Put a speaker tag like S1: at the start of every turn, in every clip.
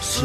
S1: 是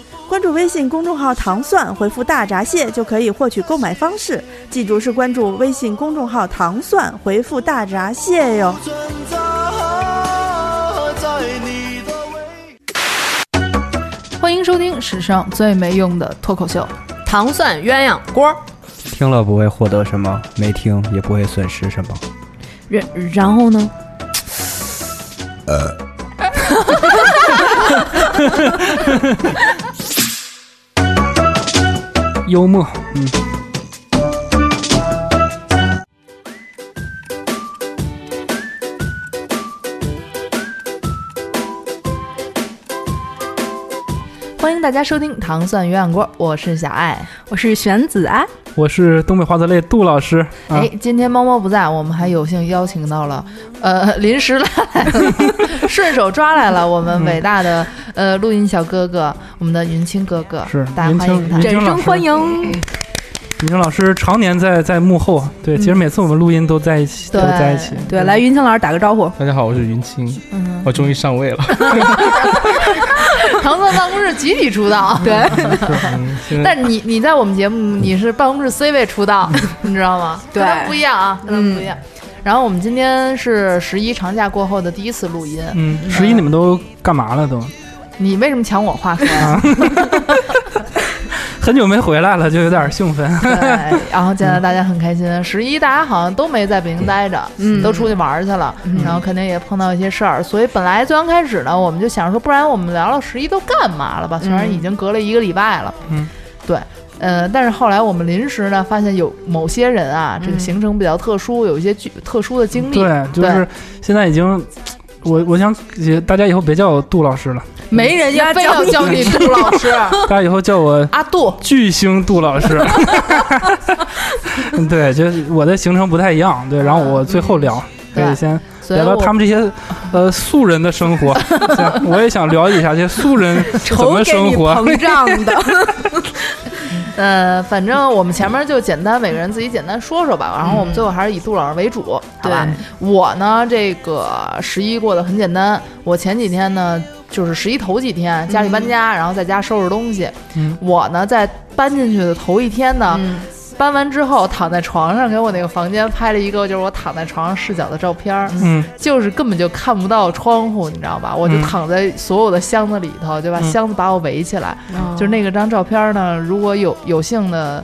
S2: 关注微信公众号“糖蒜”，回复“大闸蟹”就可以获取购买方式。记住是关注微信公众号“糖蒜”，回复“大闸蟹”哟。
S3: 存在在你的微
S4: 欢迎收听史上最没用的脱口秀。
S5: 糖蒜鸳鸯锅儿。
S6: 听了不会获得什么，没听也不会损失什么。
S5: 然然后呢？
S6: 呃 幽默，嗯，
S4: 欢迎大家收听《糖蒜鸳鸯锅》，我是小爱。
S5: 我是玄子啊，
S6: 我是东北话的泪杜老师。啊
S4: 哎，今天猫猫不在，我们还有幸邀请到了，呃，临时拉来了， 顺手抓来了我们伟大的呃录音小哥哥，我们的云清哥哥，
S6: 是
S4: 大家
S6: 云
S4: 欢
S6: 清嗯
S4: 迎他
S6: 云。
S5: 掌声欢迎！
S6: 李正老师常年在在幕后，啊对，其实每次我们录音都在一起，都
S4: 对
S6: 在一起。
S5: 对，来云清老师打个招呼。
S7: 大家好，我是云清，
S4: 嗯，
S7: 我终于上位了。
S4: 糖蒜办公室集体出道， 对。
S7: 嗯现在
S4: 但你你在我们节目
S6: 嗯
S4: 你是办公室 C 位出 道，你知道吗？
S5: 对
S4: 跟他们不一样啊，跟他们不一样。
S6: 嗯
S4: 然后我们今天是十一长假过后的第一次录音，
S6: 嗯，十一你们都干嘛了都？
S4: 你为什么抢我话 说？
S6: 很久没回来了，就有点兴奋。
S4: 对，然后见到大家很开
S6: 嗯
S4: 心。十一大家好像都没在北京待着，
S5: 嗯
S4: 都出去玩儿去了，
S6: 嗯
S4: 然后肯定也碰到一些事儿，所以本来最刚开始呢，我们就想说，不然我们聊聊十一都干嘛了吧？虽然已经隔了一个礼拜了，
S6: 嗯，
S4: 对。呃，但是后来我们临时呢，发现有某些人啊，这个行程比较特殊，有一些具特殊的经历。
S6: 嗯对，就是现在已经，我我想大家以后别叫我杜老师了，
S4: 没人家非要叫你杜老 师，
S6: 大家以后叫我
S4: 阿杜。
S6: 巨星杜老师。对，就是我的行程不太一样，对，然后我最后聊，可以
S4: 对
S6: 先
S4: 所以
S6: 聊聊
S4: 我
S6: 他们这些呃素人的生 活。行我也想了解一下这些素人怎么生活。
S5: 胀 的，
S4: 呃，反正我们前面就简单，每个人自己简单说说吧。然后我
S6: 嗯
S4: 们最后还是以杜老师为主，好吧？我呢，这个十一过得很简单。我前几天呢，就是十一头几天家里搬家，然后在家收拾东西。
S6: 嗯
S4: 我呢，在搬进去的头一天呢，
S5: 嗯
S4: 搬完之后躺在床上，给我那个房间拍了一个就是我躺在床上视角的照片儿。
S6: 嗯，
S4: 就是根本就看不到窗户，你知道吧？我就
S6: 嗯
S4: 躺在所有的箱子里头，就把
S6: 嗯
S4: 箱子把我围起来。就是那个张照片呢，如果有有幸的，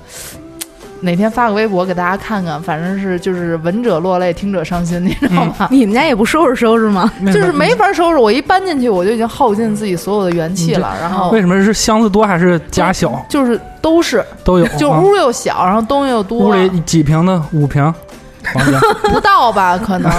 S4: 哪天发个微博给大家看看，反正是就是闻者落泪，听者伤心，你知道吗？
S5: 你们家也不收拾收拾吗？
S6: 那
S4: 就是没法收拾，我一搬进去我就已经耗尽自己所有的元气
S6: 嗯
S4: 了，然后
S6: 为什么是箱子多还是家小
S4: 就是都是，
S6: 都有？
S4: 就
S6: 啊
S4: 屋又小，然后东西又多，
S6: 屋里几平的五 平房间
S4: 不到吧，可 能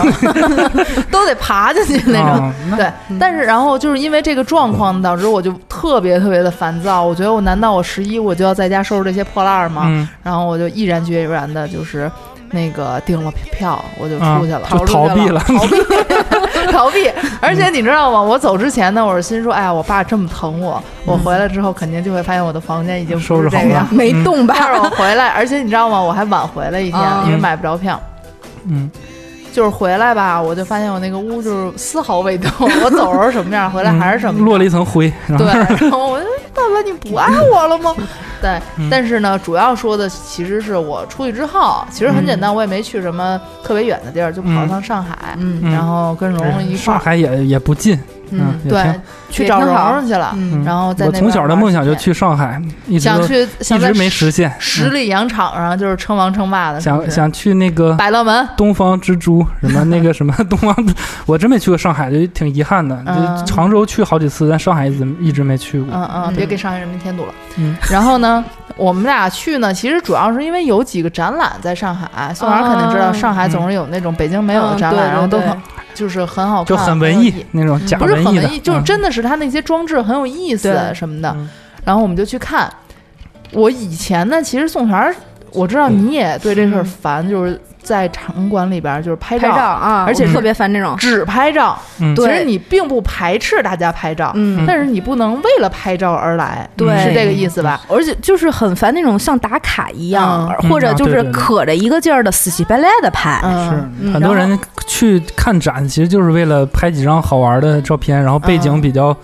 S4: 都得爬进去那种。
S6: 啊那
S4: 对，但是然后就是因为这个状况，导致我就特别特别的烦躁。我觉得我难道我十一我就要在家收拾这些破烂儿吗？
S6: 嗯
S4: 然后我就毅然决然的，就是那个订了票，我就
S6: 啊
S4: 出去了，，
S6: 就逃 避了。
S4: 逃 避，逃避。而
S6: 嗯
S4: 且你知道吗？我走之前呢，我是心说，哎呀，我爸这么疼我，我回来之后肯定就会发现我的房间已经不
S6: 嗯收
S4: 是
S6: 拾
S4: 这
S6: 好
S4: 个样
S6: 了
S4: 子。，
S5: 没动吧？
S4: 但是我回来，而且你知道吗？我还晚回来一天，
S5: 啊
S4: 因为买不着票。
S6: 嗯，
S4: 就是回来吧，我就发现我那个屋就是丝毫未动，我走时候什么样，回来还是什么样。
S6: 嗯落了一层灰。然后
S4: 对，然后我就爸爸你不爱我了 吗？对，
S6: 嗯
S4: 但是呢，主要说的其实是我出去之后，其实很简
S6: 嗯
S4: 单，我也没去什么特别远的地儿，就跑了趟上海，
S5: 嗯
S6: 嗯
S4: 然后跟蓉蓉一块
S6: 上
S4: 儿
S6: 海也也不近，嗯，也
S4: 对
S6: 挺
S4: 去
S5: 也
S4: 找蓉
S5: 挺好
S4: 蓉去了，
S5: 嗯
S6: 嗯
S4: 然哦后在
S6: 我
S4: 那
S6: 从
S4: 边
S6: 小的
S4: 玩
S6: 梦想就
S4: 几
S6: 去上海，一
S4: 天
S6: 直
S4: 想
S6: 都
S4: 去，
S6: 一
S4: 想在
S6: 直没实现。嗯
S4: 十里洋场上就是称王称霸的，是不
S6: 想
S4: 是
S6: 想去那个
S4: 百乐门。
S6: 东方之珠，什么那个什么东方， 我真没去过上海，就挺遗憾的。
S4: 嗯
S6: 就常州去好几次，但上海一直一直没去过。
S4: 嗯嗯，别
S5: 嗯
S4: 给上海人民添堵了。
S6: 嗯
S4: 然后呢，我们俩去呢，其实主要是因为有几个展览在上海，宋老师肯定知道，
S5: 啊
S4: 上
S6: 嗯
S4: 海总是有那种北京没有的
S5: 嗯
S4: 展览，然后都很就是很好看，
S6: 就很文
S4: 有
S6: 艺
S4: 意，
S6: 那种假
S4: 不是很
S6: 艺的嗯
S4: 文艺，，就是真的是它那些装置很有意思
S5: 对
S4: 什么的
S6: 嗯。
S4: 然后我们就去看，我以前呢，其实宋璇儿，我知道
S6: 嗯
S4: 你也对这事儿烦，就是在场馆里边儿就是拍
S5: 嗯拍照啊，
S4: 而且
S5: 我
S4: 是
S5: 特别烦这种。
S4: 只拍照。
S6: 嗯
S4: 其
S5: 对
S4: 实你并不排斥大家拍照，
S5: 嗯
S4: 但是你不能为了拍照而来，
S5: 对
S4: 是这个意思吧？
S5: 而且就是很烦那种像打卡一样，
S6: 嗯
S5: 或者就
S6: 啊
S5: 是
S6: 对对对
S5: 可着一个劲儿的死乞白赖的拍。
S4: 嗯，
S5: 嗯
S6: 很多人去看展，其实就是为了拍几张好玩的照片，然后背
S4: 嗯
S6: 景比较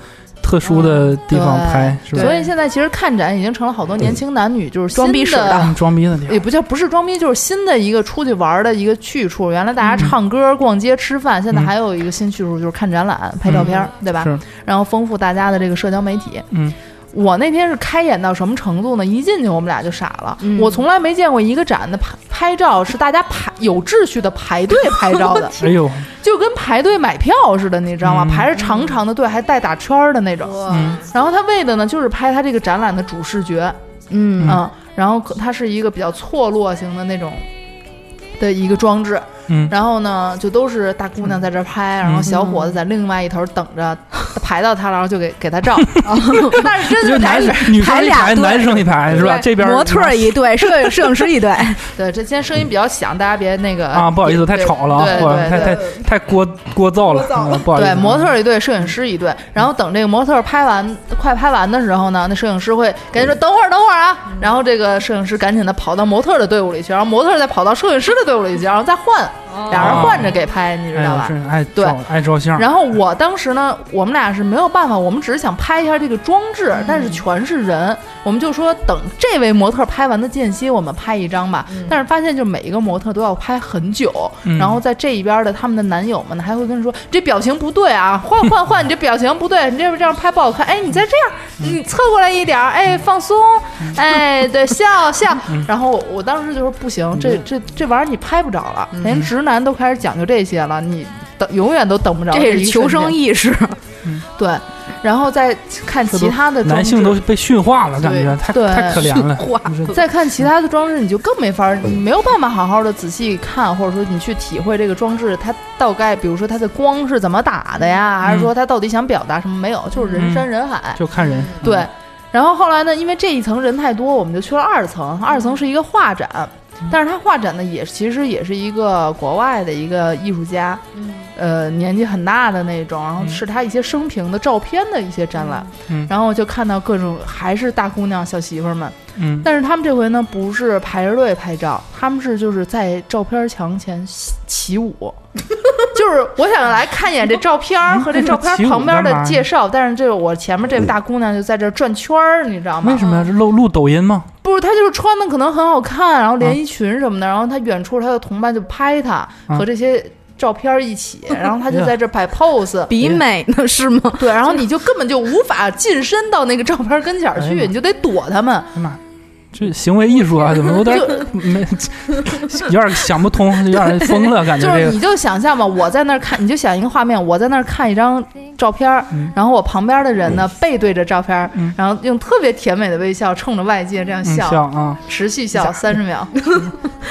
S6: 特殊的地方拍，是吧？
S4: 所以现在其实看展已经成了好多年轻男女就是
S5: 装逼
S4: 新
S5: 使
S4: 的
S5: 的。
S6: 嗯装逼的地方
S4: 也不叫不是装逼，就是新的一个出去玩儿的一个去处。原来大家唱歌、逛街、吃饭，现在
S6: 嗯
S4: 还有一个新去处，就是看展览、拍照片儿，对吧？
S6: 是，
S4: 然后丰富大家的这个社交媒体。
S6: 嗯，
S4: 我那天是开眼到什么程度呢？一进去我们俩就傻了。
S5: 嗯
S4: 我从来没见过一个展的拍拍照是大家排有秩序的排队拍照的，
S6: 哎呦，
S4: 就跟排队买票似的，你知道吗？
S6: 嗯
S4: 排着长长的队，还带打圈儿的那种。
S6: 嗯
S4: 然后他为的呢，就是拍他这个展览的主视觉，
S5: 嗯
S4: 嗯，然后可它是一个比较错落型的那种的一个装置，
S6: 嗯，
S4: 然后呢，就都是大姑娘在这儿拍，然后小伙子在另外一头等着 排到他，然后就给给他 照，
S6: 哦
S4: 但是真
S6: 就
S4: 的
S6: 男
S4: 还是
S6: 生女
S5: 排
S6: 生一
S5: 俩
S6: 排，
S5: 队
S6: 男生一排是吧？
S4: 对
S6: 这边
S5: 模特儿一对，摄 影摄影师一对，
S4: 对，这今天声音比较响，大家别那个
S6: 啊，不好意思，太吵了啊，
S4: 对
S6: 我
S4: 对
S6: 太
S4: 对
S6: 太太聒聒噪了，嗯不好意思
S4: 对，
S6: 啊。
S4: 模特儿一队，摄影师一队。然后等这个模特儿拍完，快拍完的时候呢，那摄影师会赶紧说：“等会儿，等会儿啊！”
S6: 嗯
S4: 然后这个摄影师赶紧的跑到模特儿的队伍里去，然后模特儿再跑到摄影师的队伍里去，然后再换，俩人换着给拍，你知
S6: 哎
S4: 道
S6: 呦
S4: 吧？
S6: 是爱
S4: 对
S6: 照爱照相，
S4: 然后我当时呢，我们俩是没有办法，我们只是想拍一下这个装置，但是全是人，我们就说等这位模特拍完的间隙，我们拍一张吧。但是发现，就每一个模特都要拍很久，
S6: 嗯
S4: 然后在这一边的他们的男友们呢，还会跟你说这表情不对啊，换换换，你这表情不对，你这这样拍不好看，哎，你再这样，你侧过来一点儿，哎，放松，哎，对，笑笑。
S5: 嗯
S4: 然后我我当时就说不行，这这这玩意儿你拍不着了，
S5: 嗯
S4: 连直男都开始讲究这些了，你等永远都等不着
S5: 这
S4: 一
S5: 是
S4: 瞬
S5: 求生
S4: 间
S5: 意识。
S4: 对，然后再看其他的装
S6: 男性
S4: 置
S6: 都被驯化了，感觉
S4: 对
S6: 太
S4: 对
S6: 太可怜了。
S4: 再看其他的装置，你就更没法儿，你没有办法好好的仔细看，或者说你去体会这个装置它大概，比如说它的光是怎么打的呀，还是
S5: 嗯
S4: 说它到底想表达什么？没有，就是人山人海。
S6: 就看人，
S4: 对，然后后来呢，因为这一层人太多，我们就去了二层。二
S6: 嗯
S4: 层是一个画展，但是它画展呢也其实也是一个国外的一个艺术家，
S6: 嗯
S4: 呃，年纪很大的那种，然后是他一些生平的照片的一些展览，
S6: 嗯
S4: 然后就看到各种还是大姑娘小媳妇儿们。
S6: 嗯，
S4: 但是他们这回呢，不是排着队拍照，他们是就是在照片墙前起起舞， 就是我想来看一眼这照片儿和这照片儿旁边的介绍，但是这个我前面这个大姑娘就在这儿转圈儿，你知道吗？
S6: 嗯为什么呀？是录录抖音吗？
S4: 不是，她就是穿的可能很好看，然后连衣裙什么的，然后她远处她的同伴就拍她
S6: 啊
S4: 和这些照片儿一 起，然后她就在这儿摆 pose。
S5: 比美呢是吗？
S4: 对，然后你就根本就无法近身到那个照片儿跟前儿
S6: 哎呀
S4: 去，你就得躲他们。
S6: 哎呀妈，这行为艺术啊，怎么有点 没有点想不通，有点疯 了，感觉
S4: 就是
S6: 这
S4: 你
S6: 个。
S4: 就想象吧，我在那儿看，你就想一个画面，我在那儿看一张照片儿，然后我旁边的人呢背对着照片儿，
S6: 嗯
S4: 然后用特别甜美的微笑冲着外界这样
S6: 嗯，
S4: 笑，
S6: 笑啊，
S4: 持续笑三十 秒。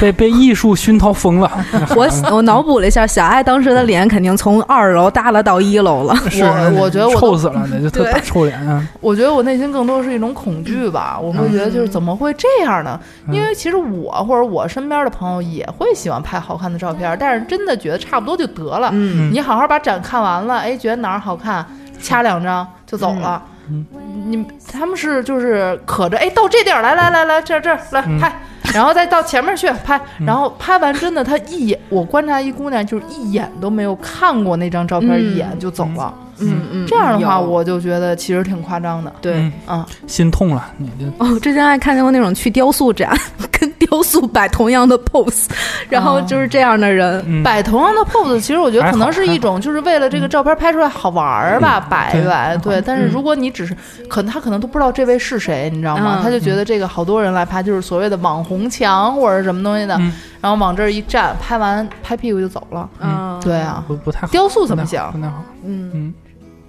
S6: 被被艺术熏陶疯了。
S5: 我我脑补了一下，小爱当时的脸肯定从二楼耷拉到一楼了。
S6: 是，
S4: 我我觉得我
S6: 臭 死了，那就特大臭脸啊。
S4: 我觉得我内心更多是一种恐惧吧，我会觉得
S6: 嗯
S4: 就是怎么会这样呢？因为其实我或者我身边的朋友也会喜欢拍好看的照片儿，但是真的觉得差不多就得了。
S5: 嗯
S4: 你好好把展看完了，哎，觉得哪儿好看，掐两张就走了。你他们是就是可着哎，到这地儿来来来来，这儿这儿来拍，然后再到前面去拍，然后拍完真的他一眼，我观察一姑娘就是一眼都没有看过那张照片，
S5: 嗯
S4: 一眼就走了。
S5: 嗯嗯，
S4: 这样的话，
S5: 有
S4: 我就觉得其实挺夸张的。
S5: 对
S6: 嗯
S4: 啊，
S6: 心痛了，你这
S5: 哦，之前还看见过那种去雕塑展，跟雕塑摆同样的 pose，然
S4: 嗯
S5: 后就是这样的人，
S6: 嗯
S4: 摆同样的 pose，其实我觉得可能是一种，就是为了这个照片拍出来好玩儿吧，
S6: 嗯
S4: 摆一摆。对，但是如果你只是，可能他可能都不知道这位是谁，你知道吗？
S5: 嗯
S4: 他就觉得这个好多人来拍，就是所谓的网红墙或者什么东西的
S6: 嗯，
S4: 然后往这儿一站，拍完拍屁股就走了。
S5: 嗯，
S4: 对，啊，
S6: 不不太好。
S4: 雕塑怎么
S6: 不太好
S4: 想
S6: 不太好。
S5: 嗯，
S6: 嗯，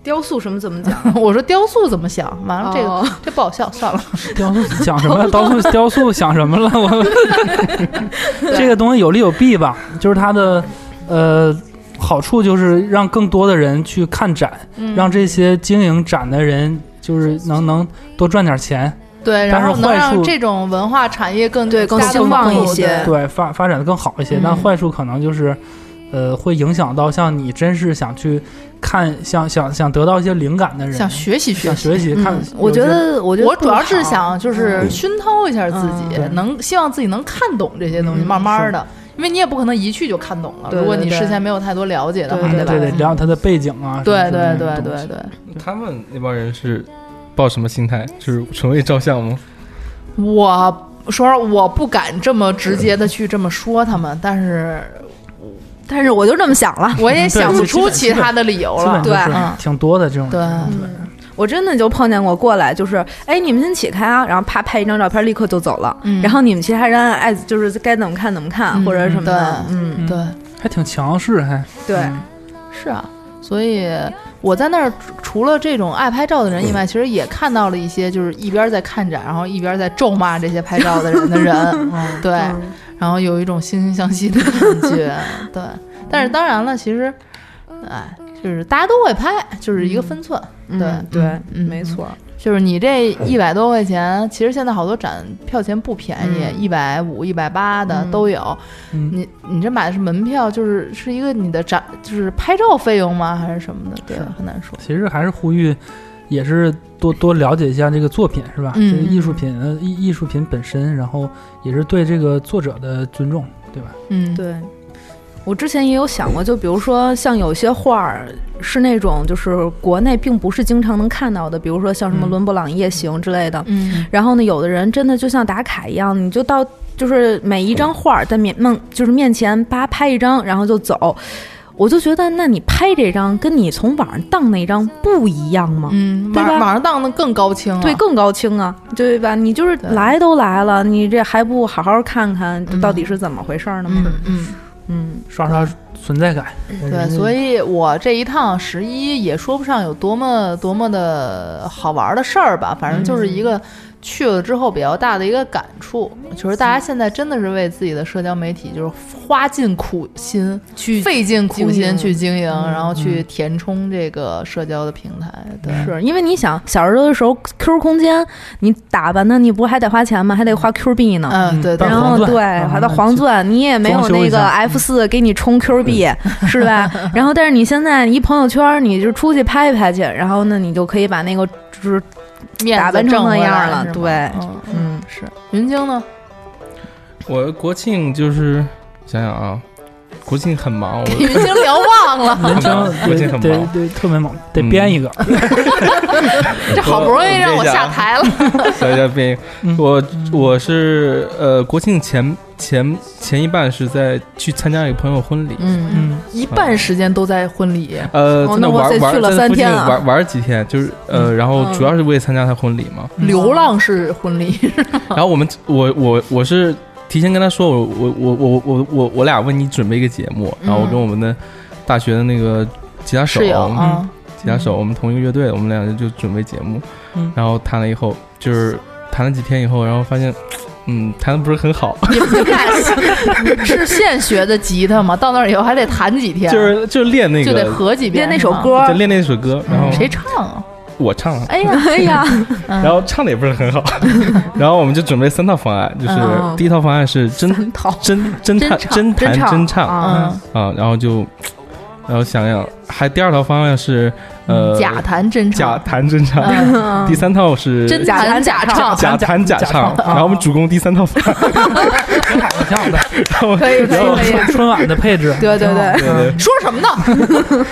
S5: 雕塑什么怎么讲？
S4: 我说雕塑怎么想？ 完了这
S5: 哦
S4: 个这不好笑，算了。
S6: 雕塑想什么了？雕塑雕塑想什么了？我这个东西有利有弊吧，就是它的呃好处就是让更多的人去看展，让这些经营展的人就是能能多赚点钱。
S4: 对，
S6: 但
S4: 然
S6: 是
S4: 后能
S6: 坏
S4: 让
S6: 处
S4: 这种文化产业更
S5: 对更
S4: 加地
S5: 兴旺
S4: 蓬勃
S5: 一些
S4: 对
S6: 对发发展的更好一些，但
S4: 嗯
S6: 坏处可能就是，呃，会影响到像你真是想去看、想想想得到一些灵感的人，
S4: 想
S6: 想
S4: 学习学习。
S6: 学习看。
S5: 嗯，我
S6: 有
S5: 觉
S6: 些
S5: 得，我觉得
S4: 我主要
S5: 不
S4: 是
S5: 好
S4: 想就是
S5: 嗯
S4: 熏陶一下自己，
S6: 嗯
S4: 能希望自己能看懂这些东西，
S6: 嗯
S4: 慢慢的，因为你也不可能一去就看懂了。
S5: 对
S4: 如果
S5: 对
S4: 你
S5: 对
S4: 事先没有太多了解的话，
S5: 对
S6: 对
S4: 吧？
S6: 对，了解他的背景啊，
S4: 对
S6: 什么
S4: 对
S6: 之类的
S4: 对
S6: 东
S4: 对
S6: 西。
S4: 对。
S7: 他们那帮人是抱什么心态？
S5: 嗯
S7: 就是纯为照相吗？
S4: 我说实话我不敢这么直接的去这么说他们，但是
S5: 但是我就这么想了，
S4: 我也
S6: 对
S4: 想不
S6: 基
S4: 出
S6: 本
S4: 其他的理由
S6: 基本
S4: 了。
S6: 就
S5: 对
S6: 是
S4: 嗯
S6: 挺多的这种
S4: 对
S6: 人，
S5: 嗯我真的就碰见过过来，就是哎，你们先起开啊，然后啪拍一张照片，立刻就走了。
S4: 嗯
S5: 然后你们其他人爱就是该怎么看怎么看、
S4: 嗯
S5: 或者什么的，嗯，
S6: 嗯
S4: 对
S6: 还挺强势，还嗯
S5: 对，
S4: 是啊，所以我在那儿除除了这种爱拍照的人以外，其实也看到了一些就是一边在看展，然后一边在咒骂这些拍照的人的 人，
S6: 嗯
S4: 对，
S5: 嗯
S4: 然后有一种惺惺相惜 的感觉，对。但是当然了，其实，哎，就是大家都会拍，就是一个分寸，
S5: 嗯
S4: 对
S5: 对，
S4: 嗯
S5: 没错，
S4: 就是你这一百多块钱，其实现在好多展票钱不便宜，一百五、一百八的
S5: 嗯
S4: 都有。
S6: 嗯
S4: 你你这买的是门票，就是是一个你的展，就是拍照费用吗？还是什么的？对，很难说。
S6: 其实还是呼吁，也是多多了解一下这个作品，是吧？
S4: 嗯
S6: 这个艺术品，呃艺艺术品本身，然后也是对这个作者的尊重，对吧？
S4: 嗯，
S5: 对。我之前也有想过，就比如说像有些画儿是那种就是国内并不是经常能看到的，比如说像什么
S6: 嗯
S5: 伦勃朗夜行之类的，
S4: 嗯，
S5: 然后呢，有的人真的就像打卡一样，你就到就是每一张画儿在面梦就是面前叭拍一张，然后就走。我就觉得，那你拍这张跟你从网上当那张不一样吗？
S4: 嗯，
S5: 对
S4: 网
S5: 吧
S4: 网上当的更高清了。
S5: 对，更高清啊，对吧？你就是
S4: 对
S5: 来都来了，你这还不好好看看
S4: 嗯
S5: 到底是怎么回事儿呢吗？
S4: 嗯嗯，
S5: 嗯
S6: 刷刷存在感。
S4: 对，所以我这一趟十一也说不上有多么多么的好玩的事儿吧，反正就是一个去了之后比较大的一个感触，就是大家现在真的是为自己的社交媒体就是花尽苦心、
S5: 去
S4: 费尽苦
S5: 经
S4: 心
S5: 营
S4: 去经营，然后去填充这个社交的平台。对，
S5: 是因为你想小时候的时候，QQ 空间你打扮的你不还得花钱吗？还得花 Q 币呢。
S4: 嗯，对对
S6: 办
S5: 然
S6: 黄
S5: 后
S6: 钻
S5: 对，
S6: 啊
S5: 还到黄钻，你也没有
S6: 装修
S5: 那
S6: 一
S5: 个
S6: 下
S5: F 四给你充 Q 币，是吧？然后，但是你现在一朋友圈，你就出去拍一拍去，然后呢，你就可以把那个就是
S4: 面
S5: 打
S4: 子
S5: 扮成
S4: 挣
S5: 那
S4: 回
S5: 样
S4: 来
S5: 了
S4: 是吗
S5: 对
S4: 嗯嗯，
S5: 嗯，
S4: 是云晶呢？
S7: 我国庆就是想想啊，国庆很忙，我
S4: 云 晶聊忘了，
S6: 人生
S7: 国
S6: 对
S7: 庆很
S6: 对
S7: 忙。
S6: 对特别猛，得编一个。
S4: 这好不容易让我下台了。
S7: 小一下变一个
S6: 嗯
S7: 我我是呃，国庆前前前一半是在去参加一个朋友婚礼，
S4: 嗯，
S6: 嗯，
S4: 一半时间都在婚礼。
S7: 呃，
S5: 哦
S7: 在
S5: 那哇塞
S7: 玩
S5: 去
S7: 玩
S5: 了
S7: 在
S5: 三
S7: 附近
S5: 天啊嗯
S7: 玩玩几天，就是呃，然后主要是为了参加他婚礼嘛。
S6: 嗯
S4: 流浪式婚 礼，
S7: 然后我们我我我是提前跟他说，我我我我我我我俩为你准备一个节目，
S5: 嗯
S7: 然后我跟我们的大学的那个吉他手
S4: 室友啊，
S7: 吉他手，我们同一个乐队，我们俩就准备节目
S6: 嗯，
S7: 然后谈了以后，就是谈了几天以后，然后发现，嗯，谈的不是很好，
S4: 你们你们俩 是现学的吉他吗？到那儿以后还得弹几天，
S7: 就是就是练那
S4: 就得
S7: 个，
S4: 合几遍
S5: 练那首
S4: 是吗，
S5: 歌
S7: 就，练那首歌，然后
S4: 嗯谁唱啊？
S7: 我唱了，
S4: 哎呀，
S5: 哎呀，
S7: 然后唱的也不是很 好，然后我们就准备三套方案，就是
S5: 嗯
S7: 第一套方案是真
S5: 真讨
S7: 真真弹真
S5: 真
S7: 弹真唱
S4: 嗯，
S7: 啊，然后就，然后想想，还第二套方案是呃
S4: 嗯假弹真
S7: 假
S4: 唱，
S7: 弹真唱，
S4: 嗯
S5: 嗯
S7: 第三套是
S4: 真
S5: 假
S4: 弹
S5: 弹
S4: 假
S5: 假
S4: 唱，
S7: 假弹假
S6: 假
S7: 唱
S6: 唱，
S4: 嗯
S7: 然后我们主攻第三套方案，
S6: 挺好的，挺嗯好的。
S7: 然后
S5: 可以可
S7: 然后
S5: 以可以，
S6: 春春晚的配置，
S5: 对对对，
S7: 对对，
S4: 说什么呢？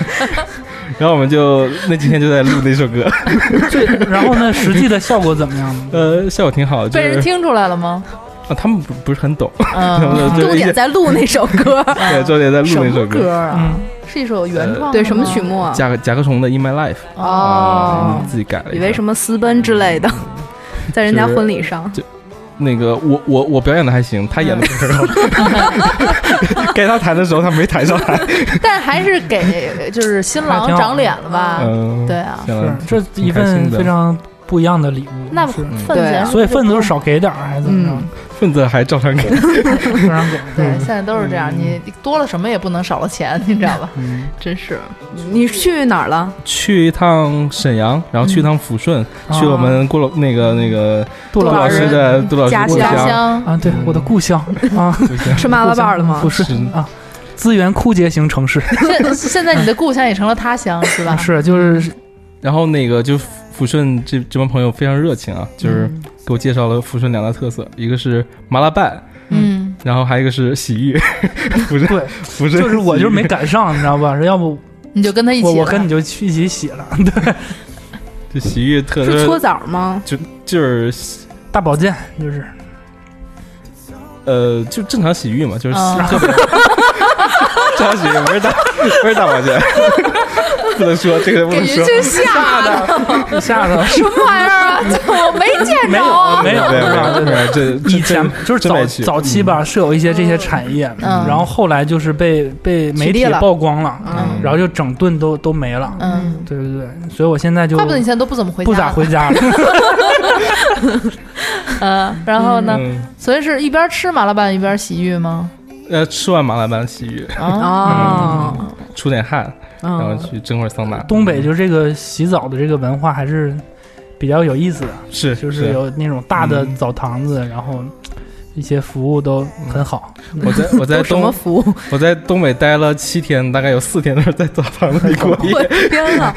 S7: 然后我们就那几天就在录那首歌，
S6: 嗯然后呢，实际的效果怎么样呢？
S7: 呃，效果挺好，就
S4: 被人
S7: 是
S4: 听出来了 吗？
S7: 啊，他们不不是很懂，他们
S4: 嗯，
S7: 就
S5: 重点在录那首歌，
S7: 对重点在
S4: 什
S7: 录那
S4: 么
S7: 首
S4: 歌嗯
S7: 歌，
S4: 啊
S6: 嗯？
S4: 是一首原创的吗，
S5: 对什么曲目啊？
S7: 甲甲壳虫的《In My Life》
S4: 哦
S7: 嗯，自己改了一下，
S5: 以为什么私奔之类的，在人家
S7: 就是
S5: 婚礼上，
S7: 那个我我我表演的还行，他演的不是很好，该他弹的时候他没弹上来，
S4: 但还是给就是新郎
S6: 还挺好
S4: 长脸了 吧？
S7: 嗯，
S4: 对啊，
S7: 行了，
S6: 是这一份非常不一样的礼物。
S4: 那
S6: 是
S4: 份钱
S5: 对
S4: 是不
S5: 啊
S4: 是
S6: 所以份子都少给点儿，还是怎么着？嗯
S5: 嗯
S7: 顺子还照常给。
S4: 嗯
S6: 非 常给。
S4: 对，现在都是这样，你多了什么也不能少了钱，你知道吧？
S6: 嗯，
S4: 真是，
S5: 你去哪儿了？
S7: 去一趟沈阳，然后去一趟抚顺，
S6: 嗯
S7: 去了我们郭老那个那个
S6: 杜
S7: 杜
S6: 老
S7: 老
S6: 师
S7: 师的杜老师
S5: 家
S7: 故
S4: 家
S7: 乡，
S4: 乡
S6: 啊，对，我的故乡
S4: 嗯
S6: 啊，
S7: 故乡
S5: 吃麻辣拌儿了吗
S6: 不？是
S7: 是
S6: 啊，资源枯竭型城 市啊
S4: 现现在你的故乡也成了他乡，是吧？
S6: 是就是
S7: 然后那个就抚顺这这帮朋友非常热情啊，
S6: 嗯
S7: 就是给我介绍了抚顺两大特色，一个是麻辣拌，
S4: 嗯，
S7: 然后还有一个是洗 浴。抚顺
S6: 对
S7: 抚顺
S6: 就是我就是没赶上，你知道吧？要不
S4: 你就跟他一起
S6: 我
S4: 了，
S6: 我跟你就去一起洗了， 对，
S7: 就洗浴特
S5: 是搓澡吗？
S7: 就是
S6: 大保健 就是
S7: 呃就正常洗浴嘛，就是
S6: 哦
S4: 嗯
S7: 特别正常洗浴，不是打不是打麻将， 不能说这个不
S4: 给
S7: 能
S4: 云
S7: 说。
S4: 俊吓的，
S6: 吓得
S4: 什么玩意儿啊？我没见着啊。
S6: 没有
S7: 没有没有
S6: 没有
S7: 没有，这这
S6: 以前就是
S7: 真
S6: 早
S7: 没去
S6: 早期吧，是有一些这些产业，
S4: 嗯
S6: 然后后来就是被被媒
S4: 取
S6: 体
S4: 缔了
S6: 曝光了，
S4: 嗯
S6: 然后就整顿都都没了。
S4: 嗯，
S6: 对对对，所以我现在就
S4: 怪不得你现在都不怎么回家，
S6: 不咋回。家了。
S4: 嗯，然后呢？
S7: 嗯
S4: 所以是一边吃麻辣拌一边洗浴吗？
S7: 呃，吃完麻辣拌洗浴，
S6: 嗯
S4: 啊，
S5: 哦，
S7: 出点汗，然后
S5: 嗯，
S6: 啊
S7: 去蒸会儿桑拿。
S6: 东北就是这个洗澡的这个文化还是比较有意思的，
S7: 嗯是
S6: 就是有那种大的
S7: 嗯
S6: 澡堂子，然后一些服务都很好。
S7: 我在我 在
S4: 哦
S5: 都什
S7: 东
S5: 么服务？
S7: 我在东北待了七天，大概有四天都是在澡堂子里过夜。
S5: 我天呐，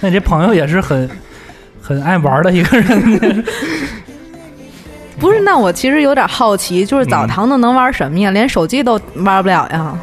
S6: 那这朋友也是很很爱玩的一个人，
S5: 不是，那我其实有点好奇，就是澡堂子能玩什么呀？连手机都玩不了呀？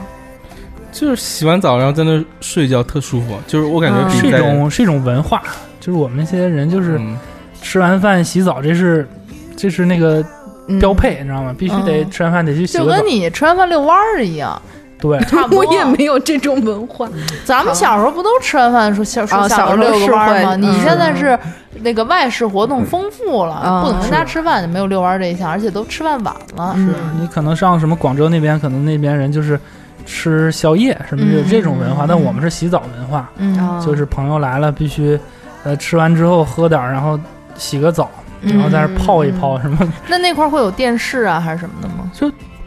S7: 就是洗完澡，然后在那睡觉，特舒服。就是我感觉
S5: 嗯
S7: 比
S6: 是一
S7: 在、
S6: 种是一种文化，就是我们这些人就是
S7: 嗯
S6: 吃完饭洗澡，这是这是那个
S5: 嗯
S6: 标配，你知道吗？必须得
S4: 嗯
S6: 吃完饭得去洗
S4: 就
S6: 个澡
S4: 跟。你吃完饭遛弯儿一样，
S6: 对，
S4: 差不
S5: 我
S4: 多。
S5: 也没有这种文化，
S4: 咱们小时候不都吃完饭说小
S5: 啊
S4: 说时
S5: 小
S4: 候
S5: 时候
S4: 遛个弯儿吗？
S5: 是会
S4: 你
S5: 嗯
S4: 现在是那个外事活动丰富了，
S5: 嗯
S4: 不怎么在家吃饭，就没有遛弯儿这一项，而且都吃饭晚了。
S5: 嗯
S6: 你可能上什么广州那边，可能那边人就是吃宵夜什么有
S4: 嗯
S6: 这种文化，
S4: 嗯
S6: 但我们是洗澡文化，
S4: 嗯，
S6: 就是朋友来了必须，呃，吃完之后喝点儿，然后洗个澡，
S4: 嗯
S6: 然后在那儿泡一泡什么，
S4: 那那块儿会有电视啊还是什么的吗？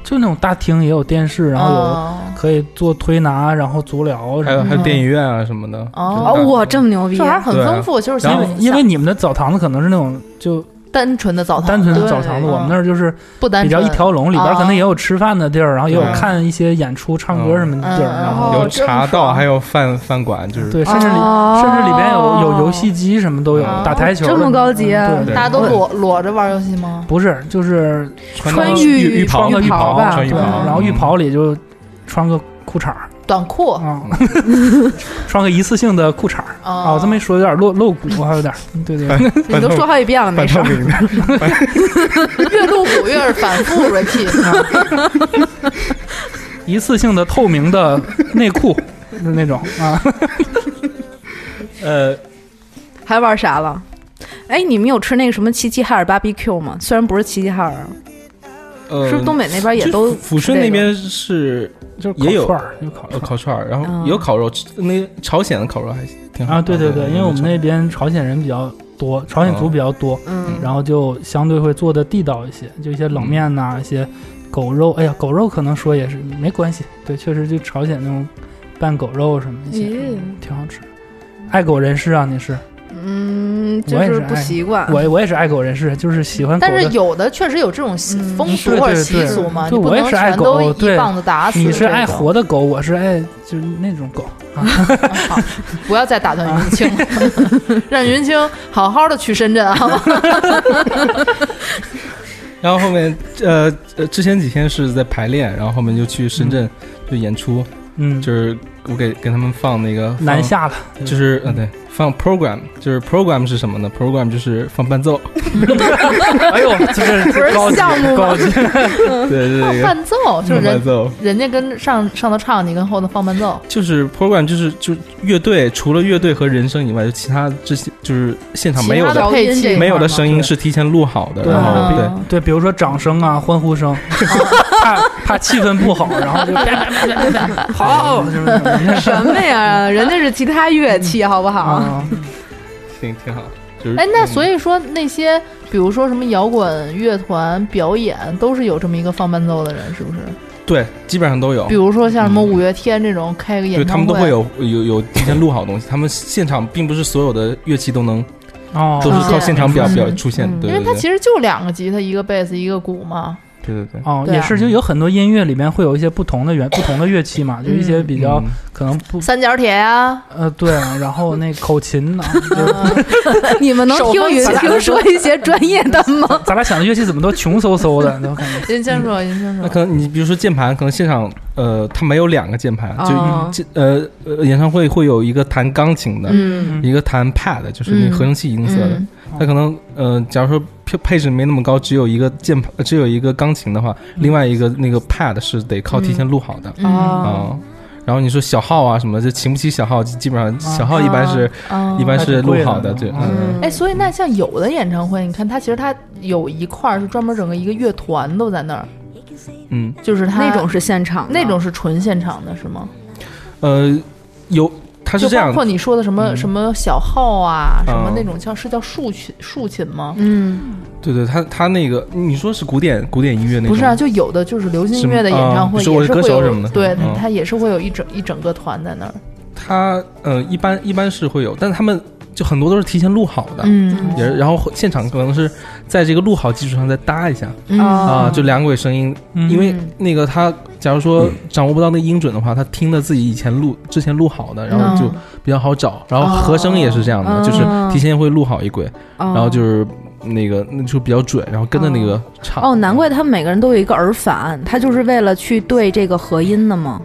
S6: 就那种大厅也有电视，然后有
S4: 哦
S6: 可以做推拿，然后足疗
S7: 还
S6: 什
S7: 有
S6: 么
S7: 还有电影院啊什么的。
S4: 哦
S5: 哦，哇，
S7: 嗯
S5: 这么牛逼
S4: 这！
S6: 啊
S4: 玩意儿很
S7: 对
S4: 丰富，就是
S6: 的。
S4: 像
S6: 因为因为你们的澡堂子可能是那种就
S4: 单纯的澡堂，
S6: 单纯的
S4: 对
S6: 澡堂子，
S4: 嗯
S6: 我们那儿就是
S4: 不单
S6: 比较
S4: 纯哦
S6: 一条龙，里边儿可能也有吃饭的地儿，然后也有
S7: 嗯
S6: 看一些演出、唱歌什么的地儿，
S4: 嗯嗯
S6: 然
S4: 哦
S6: 后
S7: 有
S4: 这么
S7: 茶道，
S4: 爽
S7: 还有饭饭馆，就是
S6: 对，甚至里
S5: 哦
S6: 甚至里边有有游 戏机什么都有，
S4: 哦
S6: 打台球的
S5: 这么高级啊
S6: 嗯对
S4: 大家都裸裸着玩游戏吗？
S6: 不是就是
S7: 穿
S5: 穿
S7: 浴
S5: 浴
S7: 袍
S6: 穿个
S7: 浴
S6: 袍吧，
S7: 穿
S6: 对，
S7: 浴袍，嗯
S6: 然后浴袍里就穿个裤衩儿
S4: 短裤
S6: 啊， 穿个一次性的裤衩儿
S4: 哦
S6: 啊，我这么 一
S4: 没
S6: 说有点露露骨，啊还有点对
S7: 哎
S6: 对，对
S5: 你都说好几遍了，没
S7: 半
S5: 事
S7: 透
S5: 儿。
S4: 啊
S7: 明的，
S4: 越露骨越是反复 repeat，
S6: 嗯一次性的透明的内裤就是那种啊，
S7: 呃，
S5: 还玩啥了？哎，你们有吃那个什么齐齐哈尔 BBQ 吗？虽然不是齐齐哈尔啊，
S7: 呃
S6: 嗯
S5: 是不是东北那边也
S7: 就
S5: 都吃
S7: 抚顺那
S5: 这个
S7: 边是
S6: 就是
S7: 也有
S6: 烤串儿，有烤串儿
S7: 呃烤串儿，然后
S5: 嗯
S7: 有烤肉，吃那朝鲜的烤哦肉还挺好
S6: 啊，对对对，因为我们
S7: 那
S6: 那边朝鲜人比较多，朝鲜
S7: 哦
S6: 族比较多，
S5: 嗯，
S6: 然后就相对会做的地道一些，就一些冷面呐、一些狗肉。哎呀，狗肉可能说也是没关系，对，确实就朝鲜那种拌狗肉什么一些，
S5: 咦
S6: 挺好吃。爱狗人士啊，你是
S5: 嗯，就
S6: 我也
S5: 是
S6: 是
S5: 不
S6: 爱
S5: 习惯。
S6: 我，我也是爱狗人士，就是喜欢狗
S4: 但是
S6: 的。
S4: 有的确实有这种习
S5: 嗯
S4: 风俗
S6: 对
S4: 或者
S6: 对
S4: 习
S6: 对
S4: 俗嘛，
S6: 就
S4: 你不
S6: 我也
S4: 能
S6: 是爱
S4: 全都
S6: 狗
S4: 一
S6: 对
S4: 棒子打死。
S6: 你是爱
S4: 这种
S6: 活的狗，我是爱就是那种狗啊。
S4: 好，不要再打断云 清了， 让云清好好的去深圳好吗？
S7: 然后后面呃呃，之前几天是在排练，然后后面就去深圳就演出，
S6: 嗯，
S7: 就是我给给他们放那个
S6: 南
S7: 放
S6: 下了，
S7: 就是呃对，放 program，就是 program 是什么呢？program 就是放伴奏，
S6: 哎呦，就是
S5: 是
S6: 高级
S5: 项目吗
S6: 高级，
S7: 对对 对，
S4: 伴奏就是
S7: 放伴
S4: 人
S7: 奏
S4: 人家跟上上头唱，你跟后头放伴奏。
S7: 就是 program 就是就乐队，除了乐队和人声以外，就其他这些就是现场没
S4: 其
S7: 有
S4: 他
S7: 的
S4: 的配器
S7: 没有的声音
S6: 对
S7: 是提前录好的，
S6: 对
S7: 然后对
S4: 嗯
S6: 对，比如说掌声啊、欢呼声， 怕怕气氛不好，然后就好，就是那种
S5: 什么呀？人家是其他乐器，好不好？
S6: 啊，
S7: 挺挺好。就是
S4: 哎，那
S7: 嗯
S4: 所以说那些，比如说什么摇滚乐团表演，都是有这么一个放伴奏的人，是不是？
S7: 对，基本上都有
S4: 比。如说像什么五月天这种开个演
S7: 嗯对
S4: 唱啊
S7: 他们都会有有有提前录好东西，他们现场并不是所有的乐器都能
S6: 哦，
S7: 都是靠现场表
S4: 嗯
S7: 表出现
S4: 嗯，
S7: 对
S4: 因为
S7: 对
S4: 它
S7: 对
S4: 其实就两个吉他，一个贝斯，一个鼓嘛。
S7: 对对对，
S6: 哦，
S4: 对啊
S6: 也是，就有很多音乐里面会有一些不同 的元、不同的乐器嘛，就一些比较
S7: 嗯
S6: 可能不
S4: 三角铁 呀、
S6: 呃对，然后那口琴呢，
S4: 嗯
S5: 你们能
S4: 手
S5: 听
S4: 风
S5: 与
S4: 琴
S5: 听说一些专业的吗？
S6: 咱俩想的乐器怎么都穷嗖嗖的，都感觉
S4: 您先说，您先
S7: 那
S4: 说。
S7: 可能你比如说键盘，可能现场呃，它没有两个键盘，就
S5: 哦
S7: 这呃呃演唱会会有一个弹钢琴的，
S4: 嗯
S7: 一个弹 pad，就是那
S4: 嗯
S7: 个合成器音色的
S4: 嗯。
S7: 它可能呃，假如说配配置没那么高，只有一个键盘，呃只有一个钢琴的话，另外一个那个 pad 是得靠提前录好的
S4: 嗯
S5: 哦
S7: 啊。然后你说小号啊什么，就请不起小号，基本上
S6: 啊
S7: 小号一般是
S4: 哦
S7: 一般是录好
S6: 还
S7: 的，
S6: 挺
S7: 对
S6: 贵的，
S7: 嗯
S4: 哎，所以那像有的演唱会，你看它其实它有一块儿是专门整个一个乐团都在那儿，
S7: 嗯
S4: 就是它
S5: 那种是现场的，
S4: 那种是纯现场的，是吗？
S7: 呃，有它是
S4: 就
S7: 这样
S4: 包括你说的什么
S7: 嗯
S4: 什么小号啊，什么
S7: 嗯
S4: 那种叫是叫竖琴竖琴吗？
S5: 嗯，
S7: 对对，他他那个你说是古典古典音乐那种，
S4: 不是啊，就有的就是流行音乐的演唱会
S7: 什
S4: 也
S7: 么啊
S4: 是
S7: 比
S4: 会
S7: 如说我是歌
S4: 有，
S7: 手什么的
S4: 对，
S7: 嗯
S4: 它也是会有一整一整个团在那儿。
S7: 他呃一般一般是会有，但是他们就很多都是提前录好的，
S4: 嗯
S7: 也是然后现场可能是在这个录好基础上再搭一下
S5: 哦
S4: 嗯
S7: 啊，就两轨声音，
S6: 嗯
S7: 因为那个他假如
S4: 嗯
S7: 说掌握不到那个音准的话，他听的自己以前录之前录好的，然
S4: 嗯
S7: 后就比较好找。然后和声也是这样的，
S5: 哦
S7: 就是提前会录好一轨，
S5: 哦，
S7: 然后就是那个那就比较准，然后跟着那个唱。
S5: 哦，难怪他们每个人都有一个耳返，他就是为了去对这个合音的嘛。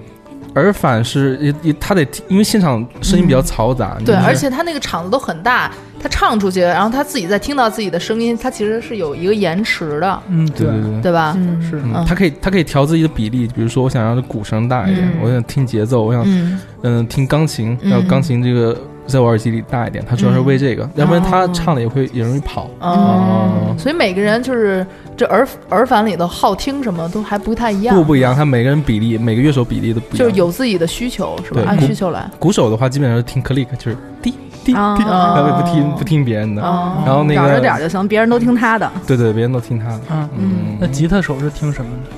S7: 耳返是也也他得因为现场声音比较嘈杂，你
S4: 嗯对，
S7: 就是
S4: 而且他那个场子都很大，他唱出去，然后他自己再听到自己的声音，他其实是有一个延迟的，
S6: 嗯
S7: 对对对。
S4: 对吧？
S5: 嗯，
S6: 是
S7: 嗯
S4: 嗯，
S7: 他可以，他可以调自己的比例，比如说，我想让这鼓声大一点，
S4: 嗯
S7: 我想听节奏，我想
S4: 嗯
S7: 嗯，听钢琴，
S4: 嗯
S7: 然后钢琴这个在我耳机里大一点，他主要是为这个，要不然他唱的也会也容易跑。
S4: 哦
S7: 哦，
S4: 所以每个人就是这耳耳返里头好听什么都还不太一样，
S7: 不不一样，他每个人比例，每个乐手比例都不一
S4: 就
S7: 样。
S4: 是有自己的需求是吧
S7: 对？
S4: 按
S7: 不
S4: 需求来。
S7: 鼓手的话，基本上是听 click，就是滴滴滴，
S5: 哦
S7: 他会不听不听别人的，
S4: 哦
S7: 然后那
S5: 找着
S7: 个
S5: 点儿就行，别人都听他的。
S7: 对对，别人都听他的。
S6: 嗯，
S7: 嗯
S6: 那，吉他手是听什么的？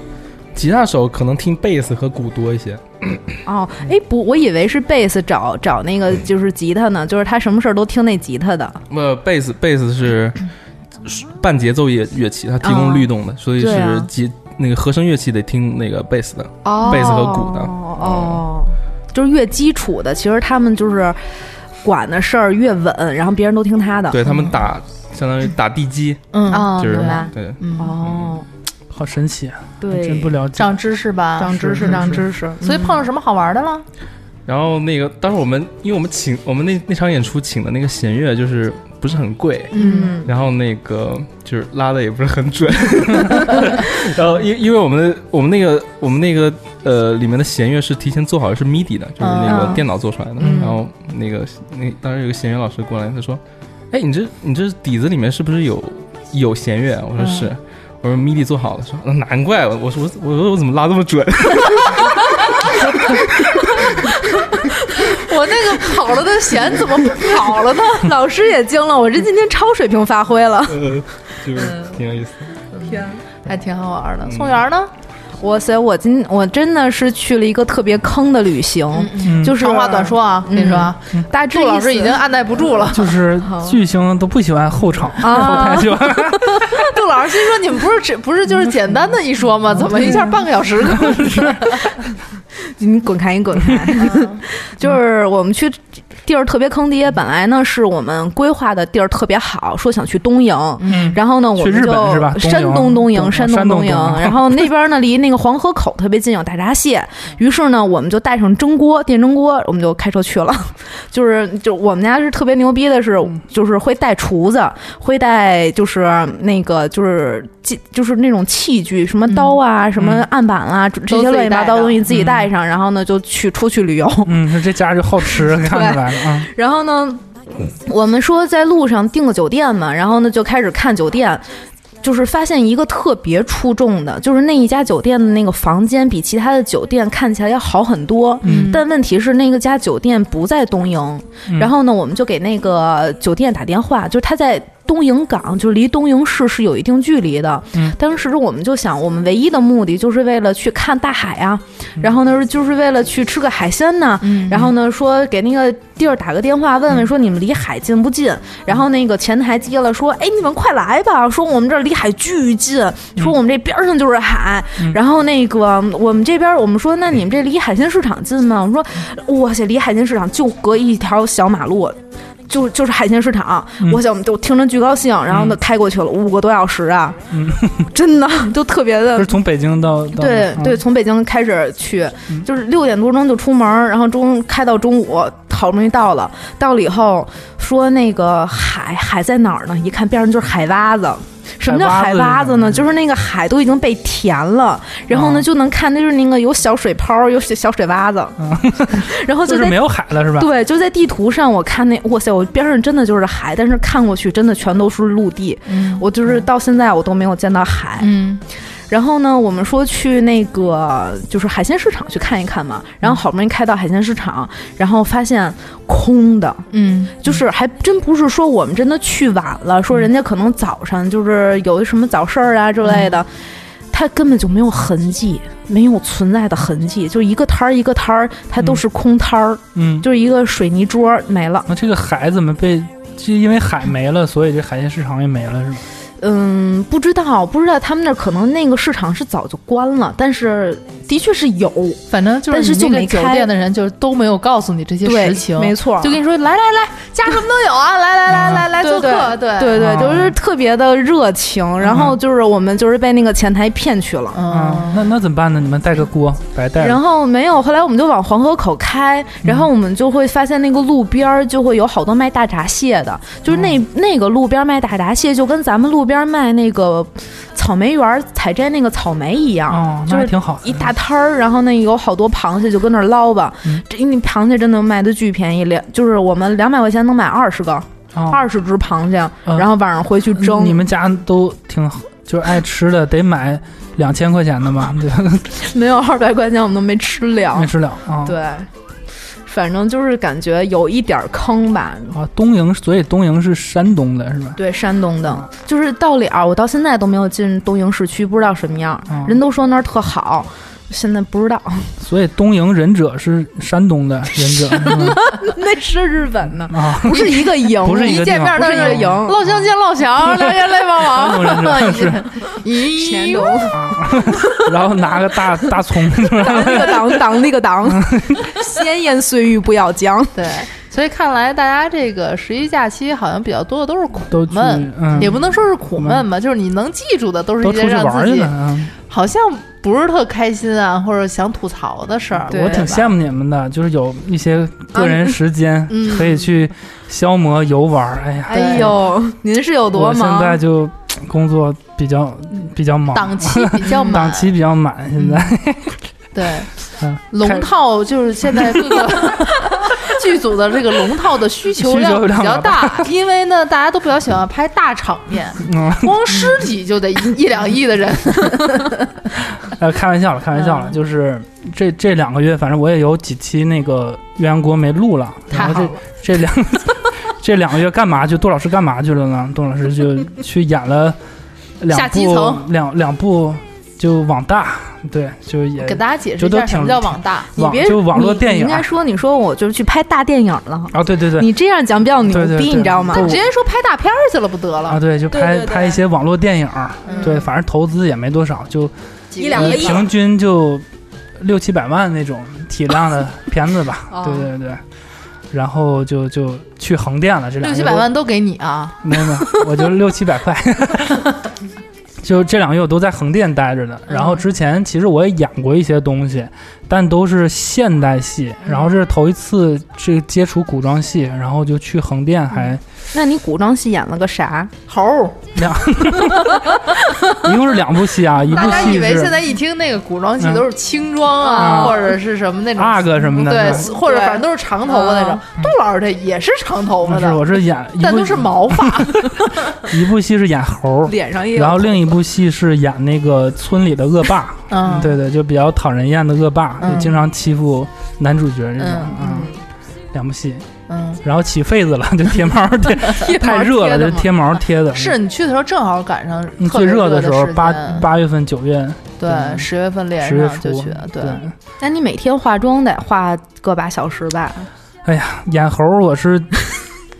S7: 吉他手可能听贝斯和鼓多一些，
S5: 哦，哎，不，我以为是贝斯找找那个就是吉他呢，就是他什么事儿都听那吉他的。
S7: 呃，贝斯贝斯是半节奏乐乐器，它提供律动的，所以
S5: 哦对
S7: 是
S5: 啊
S7: 吉那个合声乐器得听那个贝斯的。
S5: 哦
S7: 贝斯和鼓的
S5: 哦哦，就是越基础的，其实他们就是管的事儿越稳，然后别人都听他的。
S7: 对他们打相当于打地基，
S4: 嗯
S5: 嗯哦，
S7: 就是
S5: 明白。
S7: 对。
S4: 嗯，
S5: 哦，
S6: 好神奇啊，
S5: 对，
S6: 真不了解。
S4: 长知识吧，
S6: 长知识
S4: 是
S6: 长知
S5: 嗯
S4: 识。所以碰上什么好玩的了？
S7: 然后那个当时我们，因为我们请我们那那场演出请的那个弦乐就是不是很贵，
S4: 嗯，
S7: 然后那个就是拉的也不是很准， 然后因因为我们的我们那个我们那个呃里面的弦乐是提前做好的，是 MIDI 的，就是那
S4: 嗯
S7: 个电脑做出来的。
S4: 嗯
S7: 然后那个那当时有个弦乐老师过来，他说：“哎，你这你这底子里面是不是有有弦乐啊？”我说
S4: 嗯
S7: 是，我说 MIDI 做好了，说那难怪我我说我我说我怎么拉这么准？
S4: 我那个跑了的弦怎么跑了呢？
S5: 老师也惊了，我这今天超水平发挥了。
S7: 呃，就是挺有意思。
S4: 还挺好玩的。宋元呢？
S5: 哇塞，我今我真的是去了一个特别坑的旅行，
S6: 嗯
S5: 就是
S4: 长话短，说啊，跟你说啊，
S5: 大致
S4: 祝老
S5: 意思
S4: 师已经按耐不住了。
S6: 就是巨星都不喜欢后场后
S5: 啊
S6: 台喜欢，
S4: 杜老师心说：“你们不是只不是就是简单的一说吗？怎么一下半个小时可能是
S5: 你滚开，你 滚开！就是我们去地儿特别坑爹，本来呢是我们规划的地儿特别好，说想去东营，
S6: 嗯，
S5: 然后呢我
S6: 去
S5: 们
S6: 日
S5: 就
S6: 本是吧？
S5: 山东
S6: 东
S5: 营，山
S6: 山东
S5: 东营，
S6: 东嗯
S5: 然后那边呢离那个黄河口特别近，有大闸蟹，于是呢我们就带上蒸锅、电蒸锅，我们就开车去了。 就是就我们家是特别牛逼的是，
S6: 嗯
S5: 就是会带厨子，会带就是那个就是器就是那种器具，什么刀啊、
S6: 嗯
S5: 什么案板啊、这些乱七八糟东西自己带上，然后呢就去出去旅游。
S6: 嗯，这家就 好吃，看出来了啊。
S5: 然后呢，我们说在路上订个酒店嘛，然后呢就开始看酒店。就是发现一个特别出众的，就是那一家酒店的那个房间比其他的酒店看起来要好很多。
S6: 嗯
S5: 但问题是，那个家酒店不在东营，
S6: 嗯
S5: 然后呢，我们就给那个酒店打电话，就是他在东营港，就离东营市是有一定距离的。
S6: 嗯
S5: 当时我们就想，我们唯一的目的就是为了去看大海啊，
S6: 嗯
S5: 然后呢，就是为了去吃个海鲜呢、
S4: 嗯
S5: 然后呢，说给那个地儿打个电话，
S6: 嗯
S5: 问问说你们离海近不近？然后那个前台接了说，哎，你们快来吧，说我们这儿离海巨近，说我们这边儿上就是海。
S6: 嗯
S5: 然后那个我们这边儿，我们说那你们这离海鲜市场近吗？我们说，哇塞，离海鲜市场就隔一条小马路。就就是海鲜市场，
S6: 嗯
S5: 我想就听着巨高兴，然后呢开过去了五个多小时啊，
S6: 嗯
S5: 真的就特别 的
S6: 就是从北京到到
S5: 对
S6: 嗯
S5: 对，从北京开始去
S6: 嗯，
S5: 就是六点多钟就出门儿，然后中开到中午，好不容易到了，到了以后说那个海海在哪儿呢？一看边上就是海洼子。什么叫海
S6: 海洼子嗯
S5: 洼子呢？
S6: 是什
S5: 就是那个海都已经被填了，然后
S6: 哦
S5: 呢就能看，就是那个有小水泡儿，有小小水洼子
S6: 嗯，
S5: 然后
S6: 就
S5: 就是在
S6: 没有海了是吧？
S5: 对，就在地图上，我看那，哇塞，我边上真的就是海，但是看过去真的全都是陆地，
S4: 嗯
S5: 我就是到现在我都没有见到海。
S4: 嗯
S5: 然后呢，我们说去那个就是海鲜市场去看一看嘛，然后好不容易开到海鲜市场，然后发现空的，
S4: 嗯
S5: 就是还真不是说我们真的去晚了，说人家可能早上就是有什么早市儿啊之类
S4: 嗯
S5: 的。它根本就没有痕迹，没有存在的痕迹，就一个摊儿一个摊儿，它都是空摊儿，
S6: 嗯，
S5: 就是一个水泥桌儿没了。
S6: 那这个海怎么被？是因为海没了，所以这海鲜市场也没了，是吗？
S5: 嗯，不知道，不知道他们那儿可能那个市场是早就关了，但是的确是有，
S4: 反正就
S5: 但是
S4: 是
S5: 就
S4: 你那
S5: 没
S4: 个酒
S5: 开
S4: 店的人，就是都没有告诉你这些
S5: 对
S4: 实，情，
S5: 没错，
S4: 就跟你说来来来，加什么都有啊，来来来来来
S5: 对
S4: 做
S5: 对
S4: 客，对
S5: 对对，
S6: 啊
S5: 就是特别的热
S6: 嗯
S5: 情，然后就是我们就是被那个前台骗去了。
S6: 啊，
S4: 嗯，
S6: 那那怎么办呢？你们带个锅，白带
S5: 然
S6: 了。
S5: 后没有，后来我们就往黄河口
S6: 嗯
S5: 开，然后我们就会发现那个路边儿就会有好多卖大闸蟹的，就是那、
S6: 嗯
S5: 那个路边儿卖大闸蟹，就跟咱们路边儿卖那个草莓园儿采摘那个草莓一样，啊
S6: 哦，
S5: 就
S6: 那还
S5: 是
S6: 挺好的。
S5: 一大摊儿，然后那有好多螃蟹，就跟那儿捞吧。
S6: 嗯
S5: 这那螃蟹真的卖的巨便宜，两就是我们两百块钱能买二十个，
S6: 哦，
S5: 二十只螃蟹，
S6: 嗯
S5: 然后晚上回去蒸。
S6: 你们家都挺好，就是爱吃的，得买两千块钱的嘛，对吧，
S5: 没有二百块钱，我们都没吃
S6: 没
S5: 了。
S6: 吃了啊。
S5: 对，反正就是感觉有一点儿坑吧。
S6: 啊，东营，所以东营是山东的，是吧？
S5: 对，山东的，就是到了啊儿，我到现在都没有进东营市区，不知道什么样儿。
S6: 嗯
S5: 人都说那儿特好，现在不知 道，
S6: 所以东营忍者是山东的忍者是吗
S5: 那是日本呢，
S6: 啊，
S5: 不是一个营，
S6: 不是一
S5: 一
S6: 个地
S5: 见
S6: 方
S5: 面都是一个营。
S4: 老乡见老乡，来来来帮
S6: 山东忍者是，
S4: 忙，
S6: 哦
S4: 咦
S5: 田，东，
S6: 然后拿个大大葱，是吧
S5: 挡那个 挡，挡那个挡，闲言碎语不要讲。
S4: 对，所以看来大家这个十一假期好像比较多的都是苦
S6: 都去
S4: 闷，
S6: 嗯，
S4: 也不能说是苦闷吧，就是你能记住的都是
S6: 都
S4: 一
S6: 出
S4: 些
S6: 去
S4: 让
S6: 玩
S4: 自
S6: 去
S4: 己
S6: 了啊。
S4: 好像不是特开心啊，或者想吐槽的事儿。
S5: 对
S6: 我挺羡
S4: 慕，
S6: 慕你们的，就是有一些个人时间
S4: 嗯
S6: 可以去消磨游玩儿。哎呀，
S5: 哎呦，您是有多
S6: 我现
S5: 忙？
S6: 在就工作比较比较忙，
S4: 档嗯期比较满，
S6: 档期比较满，现在
S4: 对
S6: 嗯。
S4: 龙套就是现在各 个剧组的这个龙套的需求量比较大，因为呢，大家都比较喜欢拍大场面，
S6: 嗯，
S4: 光尸体就得一一两亿的人。
S6: 呃，开玩笑了，开玩笑了，
S4: 嗯
S6: 就是这这两个月，反正我也有几期那个鸳鸯锅没录了，然
S4: 太
S6: 后
S4: 好了，
S6: 这这两 这两个月干嘛去？杜老师干嘛去了呢？杜老 师就去演了
S4: 下
S6: 两
S4: 基
S6: 部
S4: 层
S6: 两两部就网大，对，就也
S4: 给大家解释
S6: 这
S4: 一
S6: 都
S4: 下什么
S6: 挺
S4: 叫网大。
S5: 你
S6: 网
S5: 别
S6: 就网络
S5: 你
S6: 电
S5: 你
S6: 影
S5: 应该说，你说我就是去拍大电影了。
S6: 啊，对对对，
S5: 你这样讲比较牛
S6: 对对
S5: 逼，
S6: 对
S5: 你知道吗
S6: 对？
S4: 直接说拍大片儿去了不得
S6: 啊
S4: 了，
S6: 对，就
S5: 对
S6: 拍
S5: 对对
S6: 拍一些网络电影儿，
S4: 嗯
S6: 对，反正投资也没多少，就
S4: 几
S5: 一两
S6: 呃
S5: 个亿
S6: 平均就六七百万那种体 量的片子吧，
S4: 哦
S6: 对对对。然后就就去横店了，这两
S4: 六
S6: 个
S4: 七
S6: 月
S4: 百
S6: 我
S4: 万都给你啊！
S6: 没有没有，我就六七百 块。就这两个月我都在横店待着的，
S4: 嗯
S6: 然后之前其实我也演过一些东西，但都是现代戏，然
S4: 嗯
S6: 后这是头一次这个接触古装戏，然后就去横店还
S5: 那你古装戏演了个啥？
S4: 猴儿，
S6: 一共是两部戏 啊，一
S4: 嗯大
S6: 部
S4: 家以
S6: 戏
S4: 为现
S6: 是
S4: 在一听那个古装戏
S6: 嗯
S4: 都是轻装啊，
S6: 啊
S4: 或者是什么那种
S6: UG 什么的
S4: 对，
S6: 是嗯
S4: 或者反正都是长头发那种
S5: 啊。
S4: 杜老师他也是长头发
S6: 不是
S4: 的，
S6: 我是演 一
S4: 但
S6: 部
S4: 都是毛 发，
S6: 一部戏是演猴儿，
S5: 脸上也有。
S6: 然后另一部戏是演那个村里的恶霸，
S4: 嗯，
S6: 对对，就比较讨人厌的恶霸，
S4: 嗯
S6: 就经常欺负男主角这
S4: 嗯
S6: 种啊。两部戏，
S4: 嗯，
S6: 然后起痱子了，就贴毛儿 贴，太热了，就
S4: 嘛嗯
S6: 贴毛儿贴的。
S4: 是你去的时候正好赶上
S6: 嗯
S4: 特
S6: 最
S4: 别
S6: 热
S4: 的
S6: 时候，
S4: 时
S6: 八
S4: 间
S6: 八月份、九月，
S4: 对
S6: 对
S4: 十月份连
S6: 十月
S4: 上就
S6: 初
S4: 去，，对，
S5: 那哎你每天化妆得化个把小时吧？
S6: 演猴儿我是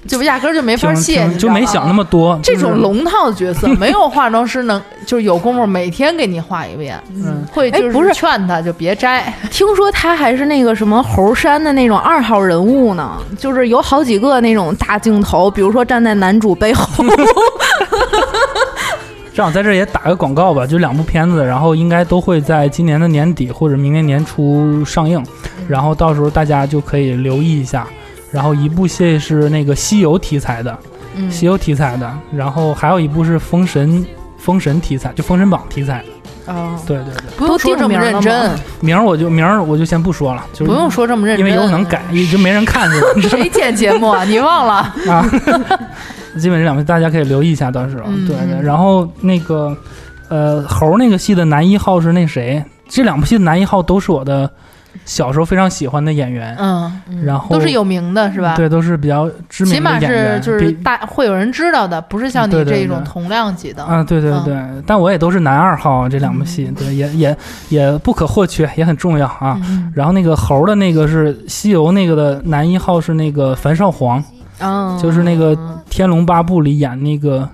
S4: 就压根儿就没法
S6: 挺
S4: 卸，
S6: 挺就没想那
S4: 么。
S6: 么多。
S4: 这
S6: 就是
S4: 种龙套的角 色，没有化妆师能就是有功夫每天给你画一遍，
S6: 嗯，
S4: 会
S5: 哎
S4: 就
S5: 不是
S4: 劝他就别摘，
S5: 听说他还是那个什么猴山的那种二号人物呢，就是有好几个那种大镜头，比如说站在男主背后，
S6: 正好在这儿也打个广告吧，就两部片子，然后应该都会在今年的年底或者明年年初上映，
S4: 嗯
S6: 然后到时候大家就可以留意一下。然后一部戏是那个西游题材的，
S5: 嗯
S6: 西游题材的，然后还有一部是封神，封神题材，就封神榜题材。
S4: 嗯
S5: 哦，
S6: 对对对，
S4: 不
S5: 都
S4: 用说
S5: 定
S4: 这么
S5: 名了
S4: 认
S5: 吗
S4: 真，
S6: 名儿我就名儿我就先不说了，就是
S4: 不用，说这么认
S6: 因
S4: 真，啊
S6: 为以后能改， 一直没人看是吧？
S4: 谁剪节目啊？你忘了？
S6: 啊， 基本这两部大家可以留意一下，到时候、
S4: 嗯
S6: 对对。
S4: 嗯
S6: 然后那个呃，猴那个戏的男一号是那谁？这两部戏的男一号都是我的小时候非常喜欢的演员，
S4: 嗯，
S6: 然后
S4: 都是有名的是吧？，
S6: 对，都是比较知
S4: 起
S6: 名
S4: 码
S6: 的演
S4: 是
S6: 员，
S4: 就是
S6: 比
S4: 大会有人知道的，不是像你
S6: 对对
S4: 这种
S6: 对
S4: 同量级的。
S6: 啊，对对对，但我也都是男二号啊这两部戏，对，也也也不可或缺，也很重要啊。
S4: 嗯，
S6: 然后那个猴的那个是西游那个的男一号是那个樊少皇，
S4: 哦
S5: 嗯，
S6: 就是那个《天龙八部》里演那个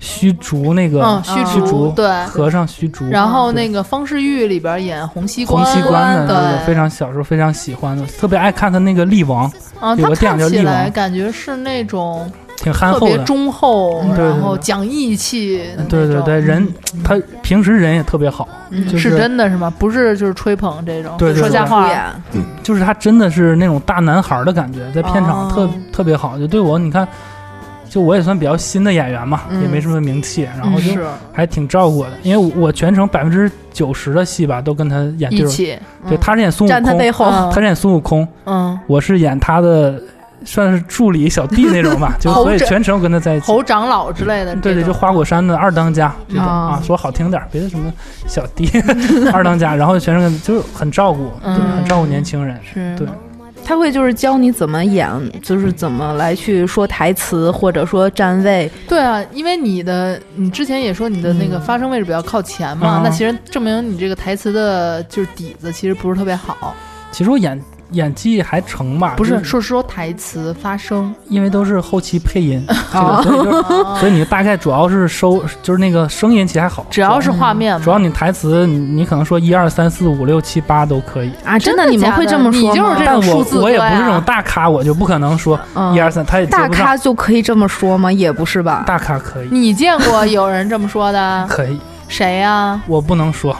S6: 虚竹那个
S4: 嗯，虚
S5: 虚
S4: 竹
S6: 竹
S4: 对，
S6: 和尚虚竹，
S4: 然后
S6: 对
S4: 那个《方世玉》里边演洪熙
S6: 洪熙官的那个
S4: 对，
S6: 非常小时候非常喜欢的，特别爱看他那个力王，
S4: 啊，
S6: 有
S4: 他
S6: 个电影叫
S4: 看起
S6: 力
S4: 来
S6: 王
S4: 感觉是那种
S6: 挺憨
S4: 特
S6: 厚
S4: 别
S6: 的。
S4: 忠厚，
S6: 嗯对
S4: 然
S6: 对
S4: 后
S6: 对
S4: 讲义气的那种，嗯
S6: 对对对，人他平时人也特别好，
S5: 嗯
S6: 就是是
S4: 真的是吗？不是就是吹捧这种，
S6: 对对
S4: 说
S6: 对
S4: 瞎话。嗯
S6: 就是他真的是那种大男孩的感觉，在片场特、
S5: 哦
S6: 特别好。就对我，你看，就我也算比较新的演员嘛，
S5: 嗯
S6: 也没什么名气，然后
S4: 嗯
S6: 就是还挺照顾我的，因为我我全程百分之九十的戏吧都跟他演
S4: 一
S6: 对儿，
S4: 起，
S6: 对，他是演孙
S5: 嗯
S6: 悟
S5: 站他背后，
S6: 空，
S4: 嗯
S6: 他是演孙悟空，
S4: 嗯，
S6: 我是演他的算是助理小弟那种 吧，就
S4: 猴
S6: 所以
S4: 子
S6: 全程跟他在一起。
S4: 侯长老之类的这种，
S6: 嗯
S4: 嗯
S6: 对对，就花果山的二当家这种、
S5: 啊
S6: 啊，说好听点儿，别的什么小弟 二当家，然后全是就是很照顾，
S4: 嗯
S6: 对，很照顾年轻人。
S4: 是
S6: 对
S5: 他会就是教你怎么演，就是怎么来去说台词，或者说站位。
S4: 对啊，因为你的你之前也说你的那
S6: 嗯
S4: 个发声位置比较靠前嘛，
S6: 啊
S4: 那其实证明你这个台词的就是底子其实不是特别
S6: 啊
S4: 好，
S6: 其实我演演技还成吧，
S4: 不
S6: 就是
S4: 说是说台词发 声，嗯
S6: 因为都是后期配音，这
S4: 哦
S6: 个所以就所以你大概主要是收，就是那个声音其实还好，
S4: 只要是画面嘛，
S6: 主要你台词你你可能说一二三四五六七八都可以，
S5: 啊，
S4: 真
S5: 真
S4: 的
S5: 你们
S4: 假
S5: 会
S4: 的
S5: 这么
S4: 你
S5: 说吗？
S4: 就是这
S6: 但
S4: 种数
S6: 我
S4: 字啊
S6: 我也
S4: 多
S6: 不是
S4: 呀
S6: 这种大咖，我就不可能说
S5: 嗯
S6: 一二三，他也接
S5: 大
S6: 不上
S5: 咖。就可以这么说吗？也不是吧？
S6: 大咖可以，
S4: 你见过有人这么说的？
S6: 可以，
S4: 谁呀、
S6: 我不 能说，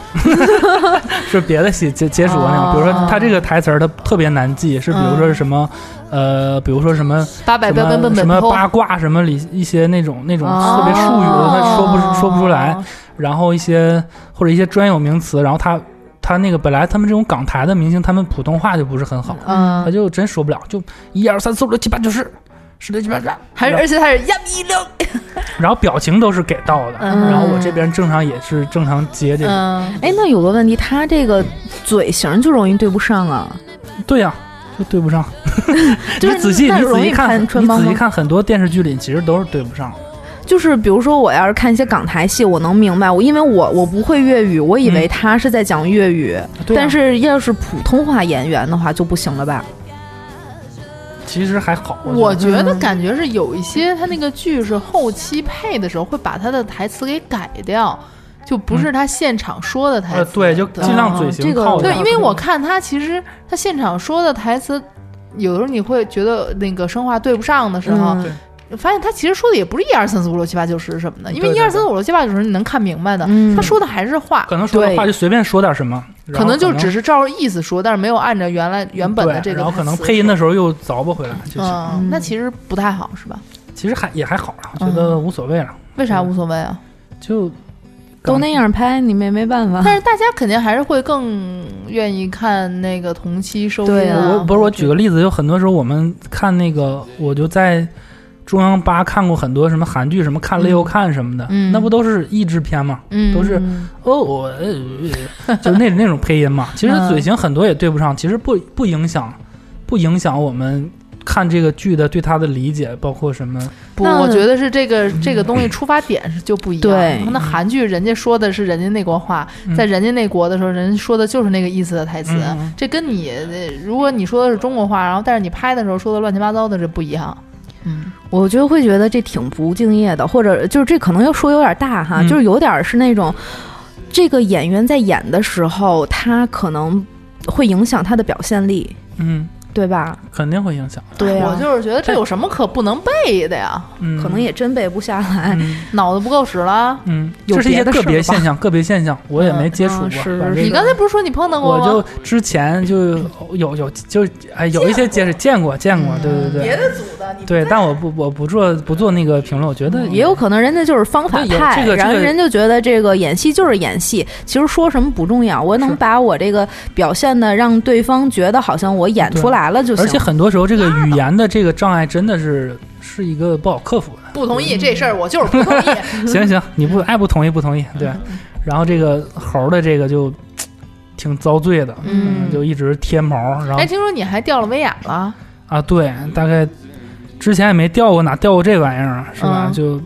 S6: 是别的戏接接触过那种，比如说他这个
S4: 哦
S6: 台词儿他特别难记，是比如说是什么，呃，比如说什么
S4: 八嗯百
S6: 什
S4: 标本本
S6: 么什
S4: 本
S6: 么
S4: 坡
S6: 八卦什么里一些那种那种特
S4: 哦
S6: 别术语，他说不说不出来，然后一些或者一些专有名词，然后他他那个本来他们这种港台的明星，他们普通话就不是很好，他
S4: 嗯，
S6: 就真说不了，就一二三四五六七八九十，十六七八九十，
S4: 还是而且他是呀一溜，
S6: 然后表情都是给到的，
S4: 嗯
S6: 然后我这边正常也是正常接这个，
S4: 嗯，
S5: 哎，那有个问题，他这个嘴型就容易对不上啊，
S4: 嗯
S6: 对呀、就对不上。
S5: 就是
S6: 你仔细
S5: 那
S6: 你仔
S5: 容易
S6: 细
S5: 看穿
S6: 你
S5: 帮
S6: 仔细
S5: 吗？
S6: 看很多电视剧里其实都是对不上的，
S5: 就是比如说，我要是看一些港台戏，我能明白，我因为我我不会粤语，我以为他是在讲粤语，
S6: 对啊
S5: 但是要是普通话演员的话就不行了吧？
S6: 其实还好。
S4: 我
S6: 觉
S4: 觉得感觉是有一些他那个剧是后期配的时候会把他的台词给改掉，就不是他现场说的
S6: 得
S4: 台
S6: 呃
S4: 词。
S6: 对，就尽量嘴啊
S5: 这
S6: 型
S5: 个
S6: 靠
S4: 对，
S6: 着
S4: 因为我看他其实他现场说的台词，有的时候你会觉得那个声画对不上的时候，
S5: 嗯
S4: 发现他其实说的也不是一二三四五六七八九十什么的，因为
S6: 对
S4: 一
S6: 对
S4: 二三四五六七八九十你能看明白的，
S5: 嗯
S4: 他说的还是话，
S6: 可能说的话
S5: 对
S6: 就随便说点什么，然
S4: 可
S6: 后
S4: 能就只是照着意思说，但是没有按照原来原本的这
S6: 对
S4: 个
S6: 然后可能
S4: 台词
S6: 配音的时候又凿不回来，就是、
S4: 嗯
S5: 嗯，
S4: 那其实不太好是吧？
S6: 啊
S4: 嗯
S6: 其实还也还好了，我觉得无所谓了，
S4: 为啥无所谓啊？
S6: 就
S5: 都那样拍，你们也没办法。
S4: 但是大家肯定还是会更愿意看那个同期收
S5: 对
S4: 音
S5: 啊
S4: 啊。
S6: 我不是我举个例子，有很多时候我们看那个，我就在中央八看过很多什么韩剧，什么看了又看什么的，
S4: 嗯
S6: 那不都是译制片吗？
S4: 嗯，
S6: 都是
S4: 嗯
S6: 哦，我呃就是那 那种配音嘛。其实
S4: 嗯
S6: 嘴型很多也对不上，其实不不影响，不影响我们看这个剧的对它的理解，包括什么。
S4: 不，
S5: 那
S4: 我觉得是这个
S6: 嗯
S4: 这个东西出发点是就不一样。
S5: 对
S4: 那韩剧人家说的是人家那国话，
S6: 嗯
S4: 在人家那国的时候，人家说的就是那个意思的台词。
S6: 嗯嗯
S4: 这跟你呃如果你说的是中国话，然后但是你拍的时候说的乱七八糟的，这不一样。嗯，
S5: 我就会觉得这挺不敬业的，或者就是这可能要说有点大哈，
S6: 嗯
S5: 就是有点是那种，这个演员在演的时候，他可能会影响他的表现力，
S6: 嗯，
S5: 对吧？
S6: 肯定会影响。
S5: 对啊
S4: 我就是觉得这有什么可不能背的呀？
S6: 嗯，
S5: 可能也真背不下来。
S6: 嗯。
S4: 脑子不够使了。
S6: 嗯，
S5: 有
S6: 这是一些
S5: 别的事
S6: 个
S5: 儿
S6: 别
S5: 吧
S6: 现象，个别现象，我也没接触过。
S5: 嗯是
S6: 反正
S4: 你刚才不是说你碰到过
S6: 我
S4: 吗？
S6: 就之前就有有就哎有一些解释见过见过，对对对
S4: 嗯的组的，你
S6: 对，但我不我不做不做那个评论，我觉得
S4: 嗯
S5: 也有可能人家就是方法
S6: 对有
S5: 派，
S6: 这个
S5: 然后
S6: 这个
S5: 人就觉得这个演戏就是演戏，其实说什么不重要，我能
S6: 是
S5: 把我这个表现的让对方觉得好像我演出来了就行。
S6: 而且很多时 候这个语言的这个障碍真的是是一个不好克服 的。
S4: 不同意这事儿，我就是不同意。
S6: 行行，你不哎爱不同意不同意，
S4: 嗯
S6: 对。然后这个猴儿的这个就挺遭罪的，
S4: 嗯
S6: 就一直贴毛，然后
S4: 哎，听说你还掉了威亚了？
S6: 啊，对，大概之前也没掉过哪掉过这玩意儿啊，是吧？
S4: 嗯
S6: 就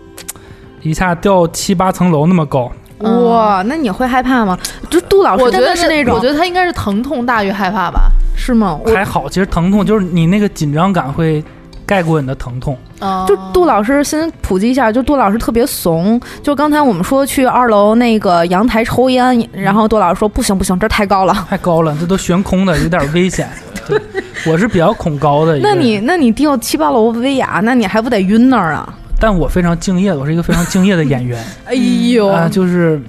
S6: 一下掉七八层楼那么高，
S4: 嗯
S5: 哇，那你会害怕吗？就杜老
S4: 我
S5: 师
S4: 觉
S5: 真
S4: 得
S5: 的哦是那
S4: 我
S5: 种
S4: 觉得他应该是疼痛大于害怕吧。
S5: 是吗？我
S6: 还好，其实疼痛就是你那个紧张感会盖过你的疼痛。
S4: 嗯，
S5: 哦就杜老师先普及一下，就杜老师特别怂。就刚才我们说去二楼那个阳台抽烟，然后杜老师说不行不行，这儿太高了。
S6: 太高了，这都悬空的，有点 危险。对，我是比较恐高的一个
S5: 那
S6: 人。
S5: 你那你掉七八楼威亚，那你还不得晕那儿啊？
S6: 但我非常敬业，我是一个非常敬业的演 员
S5: 哎呦
S6: 啊、就是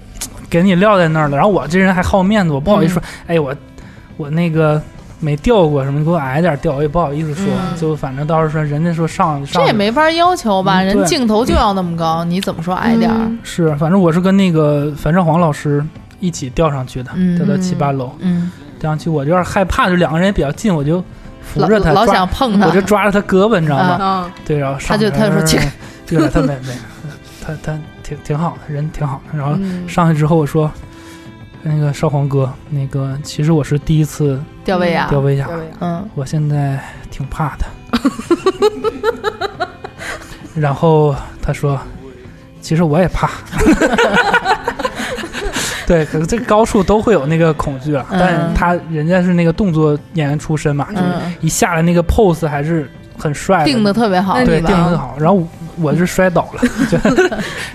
S6: 给你撂在那儿了。然后我这人还好面子，我不好
S4: 嗯
S6: 意思说，哎，我我那个没掉过什么，你给我矮点掉，我也不好意思说。
S4: 嗯
S6: 就反正到时候说人家说上上，
S4: 这也没法要求吧？
S6: 嗯
S4: 人
S6: 对
S4: 镜头就要那么高，你怎么说矮点
S5: 嗯
S4: 儿？
S6: 是，反正我是跟那个樊少皇老师一起掉上去的，
S4: 嗯
S6: 掉到七
S4: 嗯
S6: 八楼，
S4: 嗯，
S6: 掉上去我有点害怕，就两个人也比较近，我就扶
S4: 老
S6: 着他，
S4: 老
S6: 抓
S4: 想碰他，
S6: 我就抓着他胳膊，你知道吗？
S4: 啊
S5: 嗯，
S6: 对，然后
S4: 他
S6: 上
S4: 就
S6: 来
S4: 他就说
S6: 嗯
S4: 这个
S6: 对了，他没没，他他挺挺好的，人挺好的。
S4: 嗯
S6: 然后上去之后我说，那个少皇哥，那个其实我是第一次
S4: 吊威亚
S6: 吊，威亚，
S4: 嗯，
S6: 我现在挺怕 的。然后他说，其实我也怕。 对，可是这高处都会有那个恐惧啊，但
S4: 嗯
S6: 是他人家是那个动作演员出身嘛，就是
S4: 嗯
S6: 一下来那个 pose 还是很帅
S4: 定的特别好
S5: 那。
S6: 对，
S5: 你
S6: 定的
S5: 呢
S6: 很好。然后我我是摔倒了， 就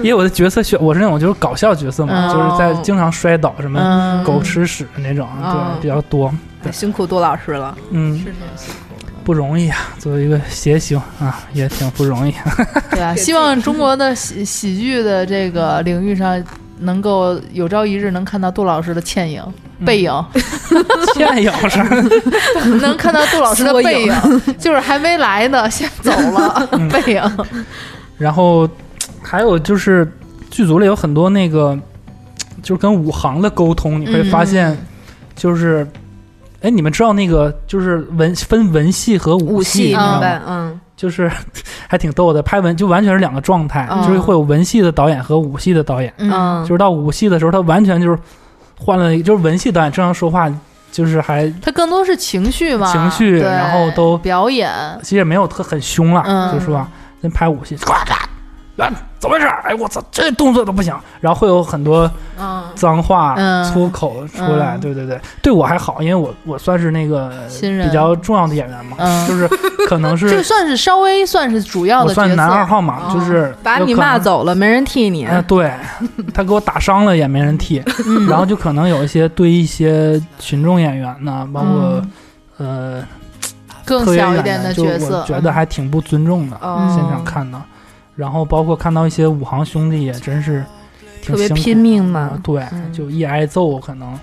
S6: 因为我的角色选我是那种就是搞笑角色嘛，
S4: 嗯
S6: 就是在经常摔倒什么
S4: 嗯，
S6: 狗吃屎那种，
S5: 哦
S6: 对，比较多。
S5: 辛苦杜老师了。
S6: 嗯，不容易啊，作为一个谐星啊，也挺不 容易。
S4: 对啊，希望中国的喜喜剧的这个领域上，能够有朝一日能看到杜老师的倩影、
S6: 嗯
S4: 背影，
S5: 嗯
S6: 欠咬声，
S4: 能看到杜老师的背 影，就是还没来呢， 先走了，
S6: 嗯
S4: 背影。
S6: 然后还有就是剧组里有很多那个，就是跟武行的沟通，你会发现
S5: 嗯
S6: 就是。哎，你们知道那个就是文分文戏和武
S5: 武
S6: 戏，你
S5: 戏
S6: 知
S5: 明
S6: 道吗？
S5: 白？嗯，
S6: 就是 还挺逗的，拍文就完全是两个状态，
S5: 嗯
S6: 就是会有文戏的导演和武戏的导演，
S4: 嗯，
S5: 嗯
S6: 就是到武戏的时候，他完全就是换了一，就是文戏导演正常说话，就是还
S4: 他更多是情绪嘛，
S6: 情绪
S4: 对
S6: 然后都
S4: 表演，
S6: 其实也没有特很凶了，
S4: 嗯
S6: 就说啊，那拍武戏，咵咵，啊，怎么回事？哎，我操，这动作都不行，然后会有很多
S4: 嗯，
S6: 脏话、
S4: 嗯
S6: 粗口出来，
S4: 嗯
S6: 对对对，对我还好，因为我我算是那个
S4: 新人
S6: 比较重要的演员嘛，
S4: 嗯
S6: 就是可能
S4: 这
S6: 是
S4: 算是稍微算是主要
S6: 我
S4: 的角
S6: 算
S4: 色，哦
S6: 男二号嘛，就是
S5: 把
S6: 有
S5: 你
S6: 可能
S5: 骂走了，没人替你。
S6: 啊，对 他给我打伤了也没人替，
S4: 嗯
S6: 然后就可能有一些对一些群众演员呢，
S4: 嗯
S6: 包括、呃
S4: 更
S6: 特约
S4: 小一
S6: 演
S4: 点的
S6: 员，就
S4: 角色，嗯
S6: 我觉得还挺不尊重的，
S5: 嗯哦
S6: 现场看的。然后包括看到一些武行兄弟也真是挺
S5: 特别
S6: 辛苦
S5: 拼命
S6: 啊
S5: 嘛，，
S6: 对，
S5: 嗯
S6: 就一挨揍可能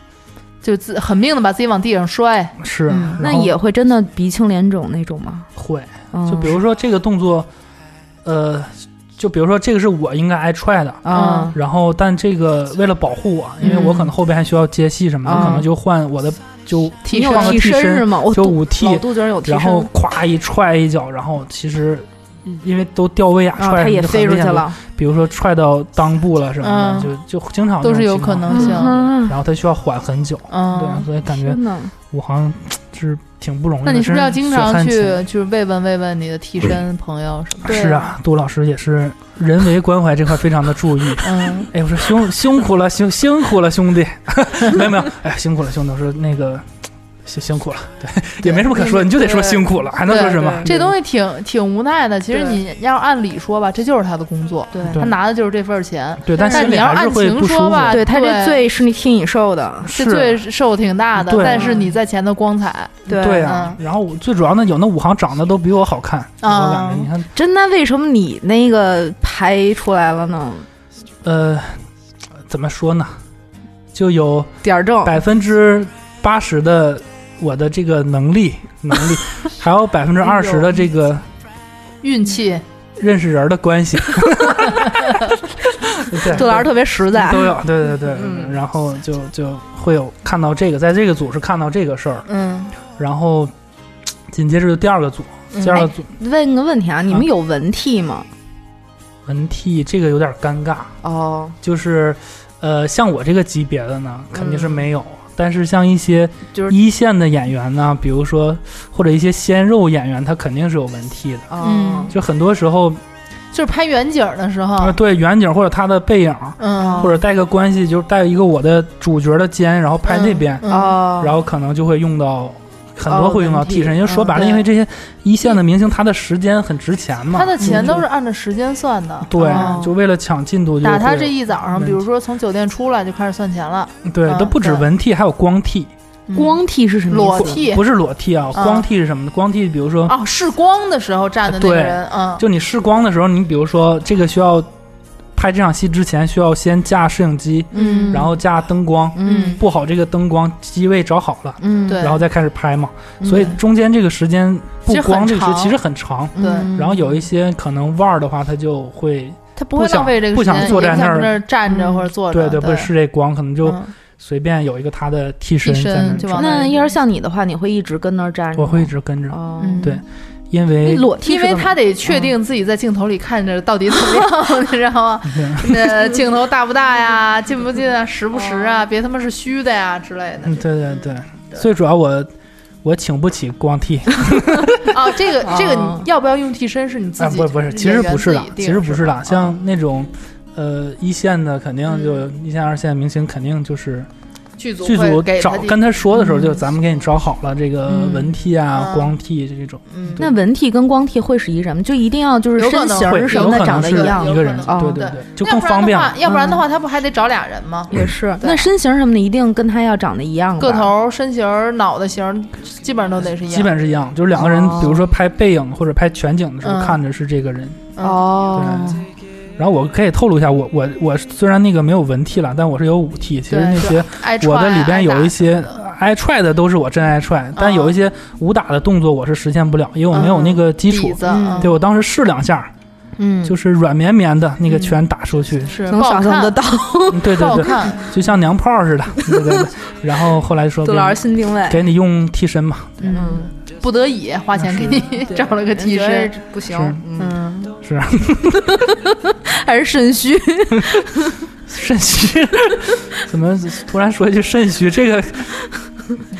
S4: 就自狠命的把自己往地上摔，
S6: 是，
S4: 嗯
S5: 那
S6: 然后
S5: 也会真的鼻青脸肿那种吗？
S6: 会，
S5: 嗯
S6: 就比如说这个动作，呃，就比如说这个是我应该 I try 的，
S5: 嗯
S4: 啊
S6: 然后但这个为了保护我，因为我可能后边还需要接戏什么的，
S4: 嗯
S6: 可能就换我的就
S5: 你
S4: 替
S5: 有
S4: 身
S6: 换个
S5: 哦替
S6: 替
S5: 身是吗？我
S6: 就
S5: 肚
S6: 五 T，
S5: 老杜觉得有替
S6: 然
S5: 身，
S6: 后咵一踹一脚，然后其实因为都掉位啊，
S5: 嗯
S4: 然后
S6: 踹
S4: 他嗯
S6: 什么
S4: 也
S6: 就很
S4: 飞出
S6: 危
S4: 去
S6: 险，
S4: 了，
S6: 比如说踹到裆部了什么的，
S4: 嗯
S6: 就就经常
S4: 都是
S6: 这
S4: 有
S6: 种情
S4: 可
S6: 况。
S4: 能性。
S5: 嗯
S6: 然后他需要缓很久，对，啊
S4: 嗯，
S6: 所以感觉
S5: 天哪，
S6: 我好像是挺不容易的。
S4: 那你是不是要经常
S6: 真是血汗
S4: 去去慰问慰问你的替身朋友什么的？
S6: 钱？是啊，杜老师也是人为关怀这块非常的注意。
S4: 嗯，
S6: 哎，我说兄辛苦了，兄辛苦了，兄弟， 没有没有，哎，辛苦了，兄弟，我说那个辛辛苦了，对，也没什么可说，
S4: 对
S6: 你就得说
S4: 对
S6: 辛苦了，还能说什么？
S4: 这东西挺挺无奈的。其实
S5: 对
S4: 你要按理说吧，这就是他的工作，
S5: 对
S6: 对
S4: 他拿的就是这份儿钱。
S6: 对，但
S4: 但
S6: 心
S4: 你
S6: 里
S4: 要
S6: 还是
S4: 按
S6: 会
S4: 情
S6: 不舒
S4: 说
S6: 服。
S4: 吧，
S5: 对他这
S4: 对
S5: 罪是你替你受的，
S4: 这
S6: 是
S4: 罪受挺大的，
S6: 对
S4: 但是你在前头光彩，
S5: 对
S6: 对啊，
S4: 嗯
S6: 然后我最主要呢，有那武行长得都比我好看，
S4: 啊
S6: 我感觉你看，
S5: 真的为什么你那个拍出来了呢？
S6: 呃，怎么说呢，就有
S5: 点儿正，
S6: 百分之八十的我的这个能力能 力，还有百分之二十的这个
S4: 运气
S6: 认识人的 关系。 对，
S5: 杜老师特别实在，
S6: 都有，对对对，
S5: 嗯
S6: 然后就就会有看到这个，在这个组是看到这个事儿，
S4: 嗯，
S6: 然后紧接着就第二个组，
S4: 嗯
S6: 第二个组
S5: 哎问个问题啊，你们有文替吗？
S6: 文替这个有点尴尬，
S5: 哦，
S6: 就是呃，像我这个级别的呢，肯定是
S5: 嗯
S6: 没有。但是像一些
S5: 就是
S6: 一线的演员呢，比如说或者一些鲜肉演员，他肯定是有文替的。
S5: 哦
S6: 就很多时候
S4: 哦就是拍远景的时
S6: 啊、
S4: 候，
S6: 对远景或者他的背影，
S4: 嗯，
S6: 或者带个关系，就是带一个我的主角的肩，然后拍这边，啊
S4: 嗯，嗯
S5: 哦，
S6: 然后可能就会用到很多会用到替身，
S5: 哦
S6: 因为说白了，
S4: 嗯对
S6: 因为这些一线的明星他的时间很值钱嘛，
S4: 他的钱都
S6: 嗯
S4: 是按照时间算的，
S6: 就对，
S4: 哦
S6: 就为了抢进度就嗯
S4: 打
S6: 会
S4: 他这一早上，
S6: 问
S4: 比如说从酒店出来就开始算钱了，
S6: 对
S4: 嗯
S6: 都不止
S4: 对
S6: 文替，还有光替，
S4: 嗯
S5: 光替是什么意思？
S4: 裸替
S6: 不是裸替啊，
S4: 嗯
S6: 光替是什么呢？光替比如说，
S4: 哦，试光的时候站的那个
S6: 对
S4: 人，嗯，
S6: 就你试光的时候，你比如说这个需要拍这场戏之前需要先架摄影机，
S4: 嗯
S6: 然后架灯光，
S4: 嗯
S6: 布好这个灯光机位找好了，
S5: 嗯，
S4: 对
S6: 然后再开始拍嘛，
S4: 嗯
S6: 所以中间这个时间不
S4: 其实很
S6: 光这个时间
S4: 长
S6: 其实很长。
S5: 嗯
S4: 对
S6: 然后有一些可能腕儿的话，他就会
S4: 他不会
S6: 不想
S4: 浪费这个
S6: 不
S4: 时
S6: 想
S4: 间，
S6: 坐在
S4: 也不想
S6: 那
S4: 在
S6: 儿
S4: 那儿站着
S5: 嗯
S4: 或者坐着，
S6: 对对，不是这光，可能就
S4: 嗯
S6: 随便有一个他的替身
S4: 替
S6: 在那
S4: 身
S6: 儿
S4: 就
S6: 站
S4: 往
S5: 那
S4: 一
S5: 要是像你的话，你会一直跟那儿站着吗？
S6: 我会一直跟着，
S5: 哦，
S4: 嗯
S6: 对哎因为
S5: 那裸替
S4: 因
S5: 是
S4: 为
S5: 怎么
S4: 他得确定自己在镜头里看着到底怎么 样，你知道吗？那镜头大不大呀？近不近啊？实不实
S6: 哦
S4: 啊？别他妈是虚的呀之类的。
S6: 嗯，对对对，最主要我我请不起光替，
S4: 哦，这个这个
S5: 哦
S4: 你要不要用替身是你自
S6: 啊，
S4: 己？
S6: 不是不是，其实不是
S4: 的
S6: 的，，其实不是的，
S4: 哦嗯
S6: 像那种。呃，一线的肯定就、一线、二线明星肯定就是
S4: 剧组
S6: 剧组
S4: 会给
S6: 找
S4: 他
S6: 跟他说的时候，就
S4: 嗯
S6: 咱们给你找好了这个
S5: 嗯
S6: 文替啊、
S4: 嗯
S6: 光替这种，
S4: 嗯
S5: 那文替跟光替会是一什么？就一定要就是
S4: 有可
S5: 身
S4: 能
S5: 形
S6: 会
S5: 儿
S6: 有
S5: 什么
S6: 可
S5: 的长
S6: 能
S5: 得
S6: 是
S5: 一样
S4: 有
S6: 一
S4: 可
S6: 个
S4: 能
S6: 人，
S5: 哦
S6: 对对
S4: 对
S6: 对，就更方便了。嗯
S4: 要不然的话，要不然的话他不还得找俩人吗？
S5: 也是。
S4: 对
S5: 那身形儿什么的一定跟他要长得一样吧，
S4: 个头、身形儿、脑袋型儿，基本上都得是一样。
S6: 基本是一样，就是两个人，
S5: 哦
S6: 比如说拍背影或者拍全景的时候，
S4: 嗯
S6: 看着是这个人。
S5: 哦，
S6: 然后我可以透露一下，我我我虽然那个没有文替了，但我是有武替。其实
S4: 对
S6: 那些
S4: 爱
S6: 我
S4: 踹
S6: 的里边
S4: 爱
S6: 有
S4: 打
S6: 一些挨踹的都是我真挨踹，但有一些武打的动作我是实现不了，因为我没有那个基础
S4: 底。子
S5: 嗯
S4: 嗯
S6: 对我当时试两下，
S5: 嗯，
S6: 就是软绵绵的那个拳打出去，
S4: 是
S5: 能
S4: 不好
S5: 想象
S4: 看
S5: 得到。
S6: 嗯对
S4: 不
S6: 对
S4: 好
S6: 对，
S4: 看，
S6: 就像娘炮似的。对对对。然后后来说
S5: 杜
S6: 给你
S5: 老师新定位，
S6: 给你用替身嘛，
S5: 嗯，
S4: 不得已花钱给
S6: 嗯
S4: 你找了个替身，
S5: 不行
S6: 是
S5: 嗯，
S4: 嗯，
S6: 是
S5: 还是肾虚，
S6: 肾虚， 怎么突然说一句肾虚？这个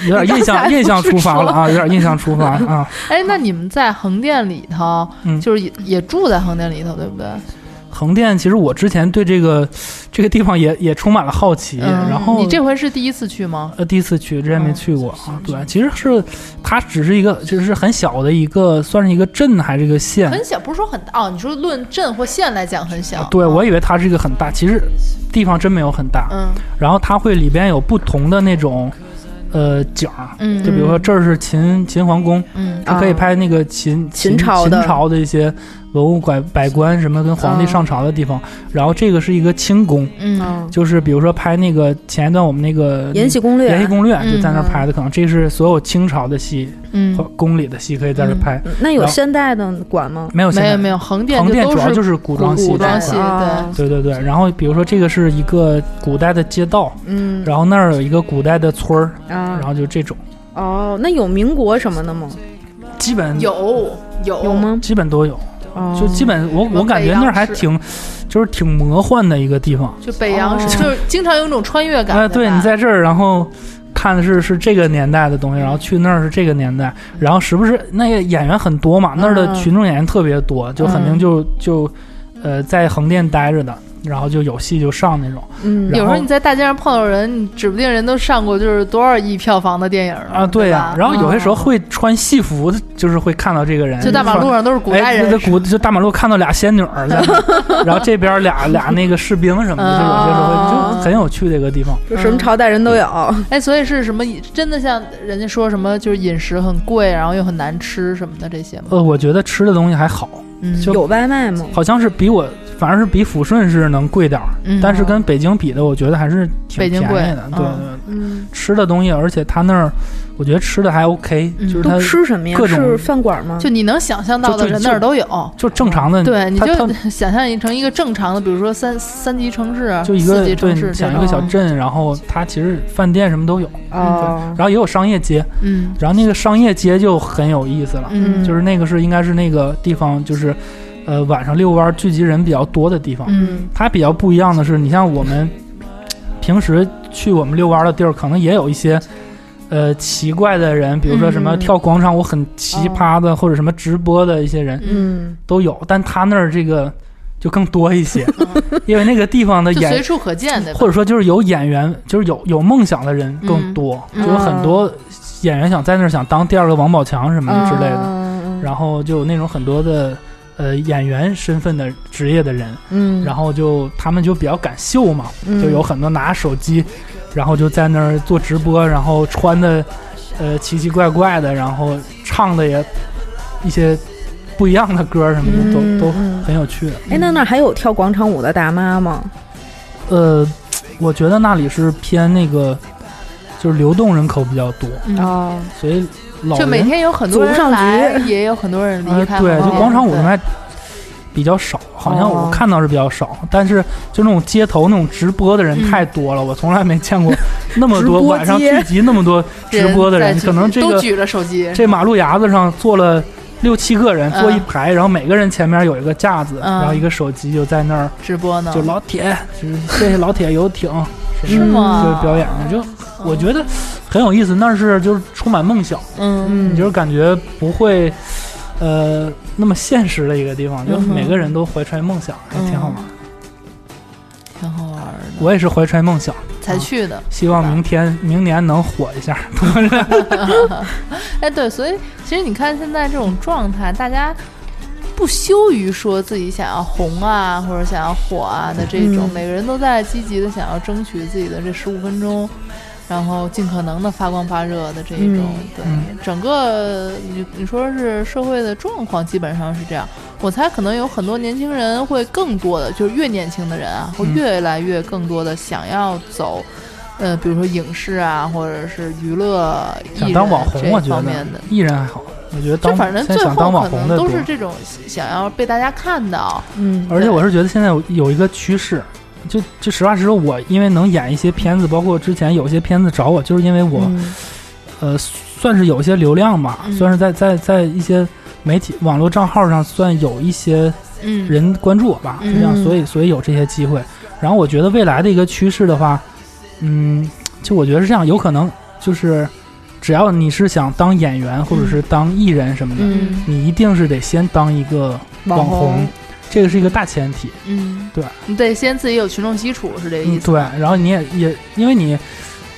S6: 有点印象印象出发了啊，有点印象出发了啊。
S4: 哎，那你们在横店里头，
S6: 嗯
S4: 就是也也住在横店里头，对不对？
S6: 横店其实我之前对这个这个地方也也充满了好奇，
S4: 嗯，
S6: 然后
S4: 你这回是第一次去吗？
S6: 呃第一次去，之前没去过啊。对，其实是它只是一个就是很小的一个，算是一个镇还是一个县。
S4: 很小，不是说很大哦。你说论镇或县来讲很小，
S6: 对，我以为它是一个很大，其实地方真没有很大。
S4: 嗯
S6: 然后它会里边有不同的那种呃景儿，
S4: 嗯，
S6: 就比如说这儿是秦秦桓公，
S4: 嗯
S6: 它可以拍那个秦
S5: 秦朝的
S6: 秦朝的一些文物百百官什么跟皇帝上朝的地方，然后这个是一个清宫，
S4: 嗯，
S6: 就是比如说拍那个前一段我们那个《
S5: 嗯延禧攻略》
S6: 延禧攻略》
S4: 嗯
S6: 就在那儿拍的，可能这是所有清朝的戏、和
S4: 嗯，
S6: 宫里的戏可以在这儿拍，
S5: 嗯那有
S6: 然后
S5: 现代的管吗？
S6: 没有现
S4: 没
S6: 在
S4: 有没有，横店
S6: 横
S4: 就
S6: 店主
S4: 都
S6: 要就是是古装戏
S4: 古
S6: 这
S4: 装
S6: 块儿，
S4: 戏，
S5: 啊
S4: 对，
S6: 对对对。然后比如说这个是一个古代的街道，
S5: 嗯，
S6: 然后那儿有一个古代的村儿，
S4: 嗯
S6: 然
S5: 啊，
S6: 后就这种，
S5: 哦，那有民国什么的吗？
S6: 基本
S4: 有有
S5: 有？吗？
S6: 基本都有，
S5: 哦
S6: 就基本我
S4: 什么
S6: 我感觉那儿还
S4: 北洋史
S6: 挺，就是挺魔幻的一个地方。
S4: 就北洋是，
S5: 哦
S4: 就是经常有一种穿越感
S6: 啊、
S4: 吧。
S6: 对你在这儿，然后看的是是这个年代的东西，然后
S4: 嗯
S6: 去那儿是这个年代，然后时不时那个演员很多嘛，那儿的
S5: 嗯
S6: 群众演员特别多，就肯定
S4: 嗯
S6: 就就呃在横店待着的，然后就有戏就上那种
S5: 嗯
S6: 然
S4: 有时
S6: 后
S4: 候你在大街上碰到人，你指不定人都上过就是多少亿票房的电影了
S6: 啊，对呀、
S4: 吧嗯
S6: 然后有些时候会穿戏服，就是会看到这个人
S4: 就大马路
S6: 穿。
S4: 上都是古代
S6: 哎，
S4: 人
S6: 就，在古就大马路看到俩仙女儿在那儿，然后这边俩俩那个士兵什么的，就有些时候
S4: 嗯
S6: 就很有趣的一个地方。
S5: 就什么朝代人都有。
S6: 嗯
S4: 哎，所以是什么？真的像人家说什么，就是饮食很贵，然后又很难吃什么的这些吗？
S6: 呃，我觉得吃的东西还好，
S4: 嗯，
S6: 就
S5: 有外卖吗？
S6: 好像是比我，反正是比抚顺是能贵点儿，
S4: 嗯
S6: 但是跟北京比的，我觉得还是挺
S4: 北
S6: 便
S4: 京
S6: 宜
S4: 贵
S6: 的。对，
S4: 嗯
S6: 对
S5: 嗯，
S6: 吃的东西，而且他那儿，我觉得吃的还 OK，
S4: 嗯
S6: 就是他
S5: 都吃什么呀？
S6: 各种
S5: 是饭馆吗？
S4: 就你能想象到的
S6: 就就
S4: 人那儿都有。
S6: 就正常的，
S4: 对，你
S6: 他
S4: 就
S6: 他
S4: 想象成一个正常的，比如说三三级城市、啊
S6: 就一
S4: 四
S6: 个
S4: 级
S6: 对，
S4: 城市
S6: 你
S4: 这
S6: 想
S4: 种，嗯
S6: 一个小镇，然后它其实饭店什么都有，
S5: 哦
S6: 嗯然，后也有商业街，
S4: 嗯
S6: 然后那个商业街就很有意思了，
S4: 嗯，
S6: 就是那个是应该是那个地方就是，呃，晚上遛弯儿聚集人比较多的地方。
S4: 嗯
S6: 它比较不一样的是，你像我们平时去我们遛弯儿的地儿，可能也有一些呃奇怪的人，比如说什么
S5: 嗯
S6: 跳广场舞很奇
S4: 哦
S6: 葩的，或者什么直播的一些人
S5: 嗯，
S6: 都有，但他那儿这个就更多一些， 因为那个地方的
S4: 嗯就随
S6: 演。
S4: 处可见，对吧？
S6: 或者说，就是有演员，就是有有梦想的人更多，
S4: 嗯
S6: 就有很多演员想在那儿想当第二个王宝强
S4: 嗯
S6: 什么之类的，
S5: 的
S6: 然后就有那种很多的呃演员身份的职业的人，
S5: 嗯，
S6: 然后就他们就比较敢秀嘛，
S5: 嗯
S6: 就有很多拿手机，然后就在那儿做直播，然后穿的呃奇奇怪怪的，然后唱的也一些不一样的歌什么的，
S5: 嗯
S6: 都都
S5: 嗯
S6: 很有趣。
S5: 哎，那那儿还有跳广场舞的大妈吗？
S6: 呃，我觉得那里是偏那个就是流动人口比较多，
S4: 嗯，
S5: 哦，
S6: 所以老
S4: 就每
S6: 人
S4: 天有很多
S5: 组不上
S4: 人
S5: 局
S4: 来，也有很多人
S6: 呃
S4: 离开。
S6: 对，
S4: 好
S6: 就
S4: 像
S6: 广场舞
S4: 对
S6: 那边比较少，好像我
S5: 哦
S6: 看到是比较少，但是就那种街头那种直播的人
S4: 嗯
S6: 太多了，我从来没 见过那么多
S5: 直播
S6: 晚上
S5: 街
S6: 聚集那么多直播的
S4: 在
S6: 人，
S4: 聚
S6: 可能这
S4: 都
S6: 个
S4: 举着手机，
S6: 这马路牙子上坐了六七个人
S4: 嗯
S6: 坐一排，然后每个人前面有一个架子，
S4: 嗯
S6: 然后一个手机就在那儿，
S4: 直播呢，
S6: 就老铁，就是谢谢老铁游艇，嗯
S4: 是吗？嗯
S6: 就是表演，你就我觉得很有意思，那是就是充满梦想。
S4: 嗯，
S5: 嗯，
S6: 你就是感觉不会，呃，那么现实的一个地方，就
S4: 嗯哼嗯
S6: 每个人都怀揣梦想，还挺好玩。
S4: 挺好玩儿的，
S6: 我也是怀揣梦想，
S4: 才去的。
S6: 希望明天、明年能火一下。
S4: 哎，对，所以其实你看现在这种状态，大家不羞于说自己想要红啊，或者想要火啊的这种，
S5: 嗯
S4: 每个人都在积极的想要争取自己的这十五分钟，然后尽可能的发光发热的这一种。
S5: 嗯
S4: 对，
S6: 嗯
S4: 整个你你说是社会的状况，基本上是这样。我猜可能有很多年轻人会更多的，就是越年轻的人啊，会
S6: 嗯
S4: 越来越更多的想要走。呃，比如说影视啊，或者是娱乐艺
S6: 想
S4: 人
S6: 当网红，
S4: 这
S6: 我觉
S4: 方
S6: 得
S4: 面的，
S6: 艺人还好，我觉
S4: 就
S6: 得当
S4: 反正
S6: 现
S4: 最后
S6: 在想当网
S4: 可
S6: 红
S4: 能
S6: 的多
S4: 都。是这种想要被大家看到，
S5: 嗯
S6: 而且我是觉得现在有有一个趋势，就就实话实说，我因为能演一些片子，包括之前有些片子找我，就是因为我、
S5: 嗯
S6: 呃算是有一些流量吧，
S4: 嗯
S6: 算是在在在一些媒体网络账号上算有一些
S4: 嗯，
S6: 人关注我吧，
S4: 嗯
S6: 是这样，所以所以有这些机会。然后我觉得未来的一个趋势的话，嗯，就我觉得是这样，有可能就是只要你是想当演员或者
S4: 嗯
S6: 是当艺人什么的，
S5: 嗯，
S6: 你一定是得先当一个网
S5: 红，
S6: 这个是一个大前提。
S4: 嗯，
S6: 对，
S4: 你得先自己有群众基础，是这个意
S6: 嗯，
S4: 思
S6: 对。
S4: 吧。
S6: 然后你也也因为你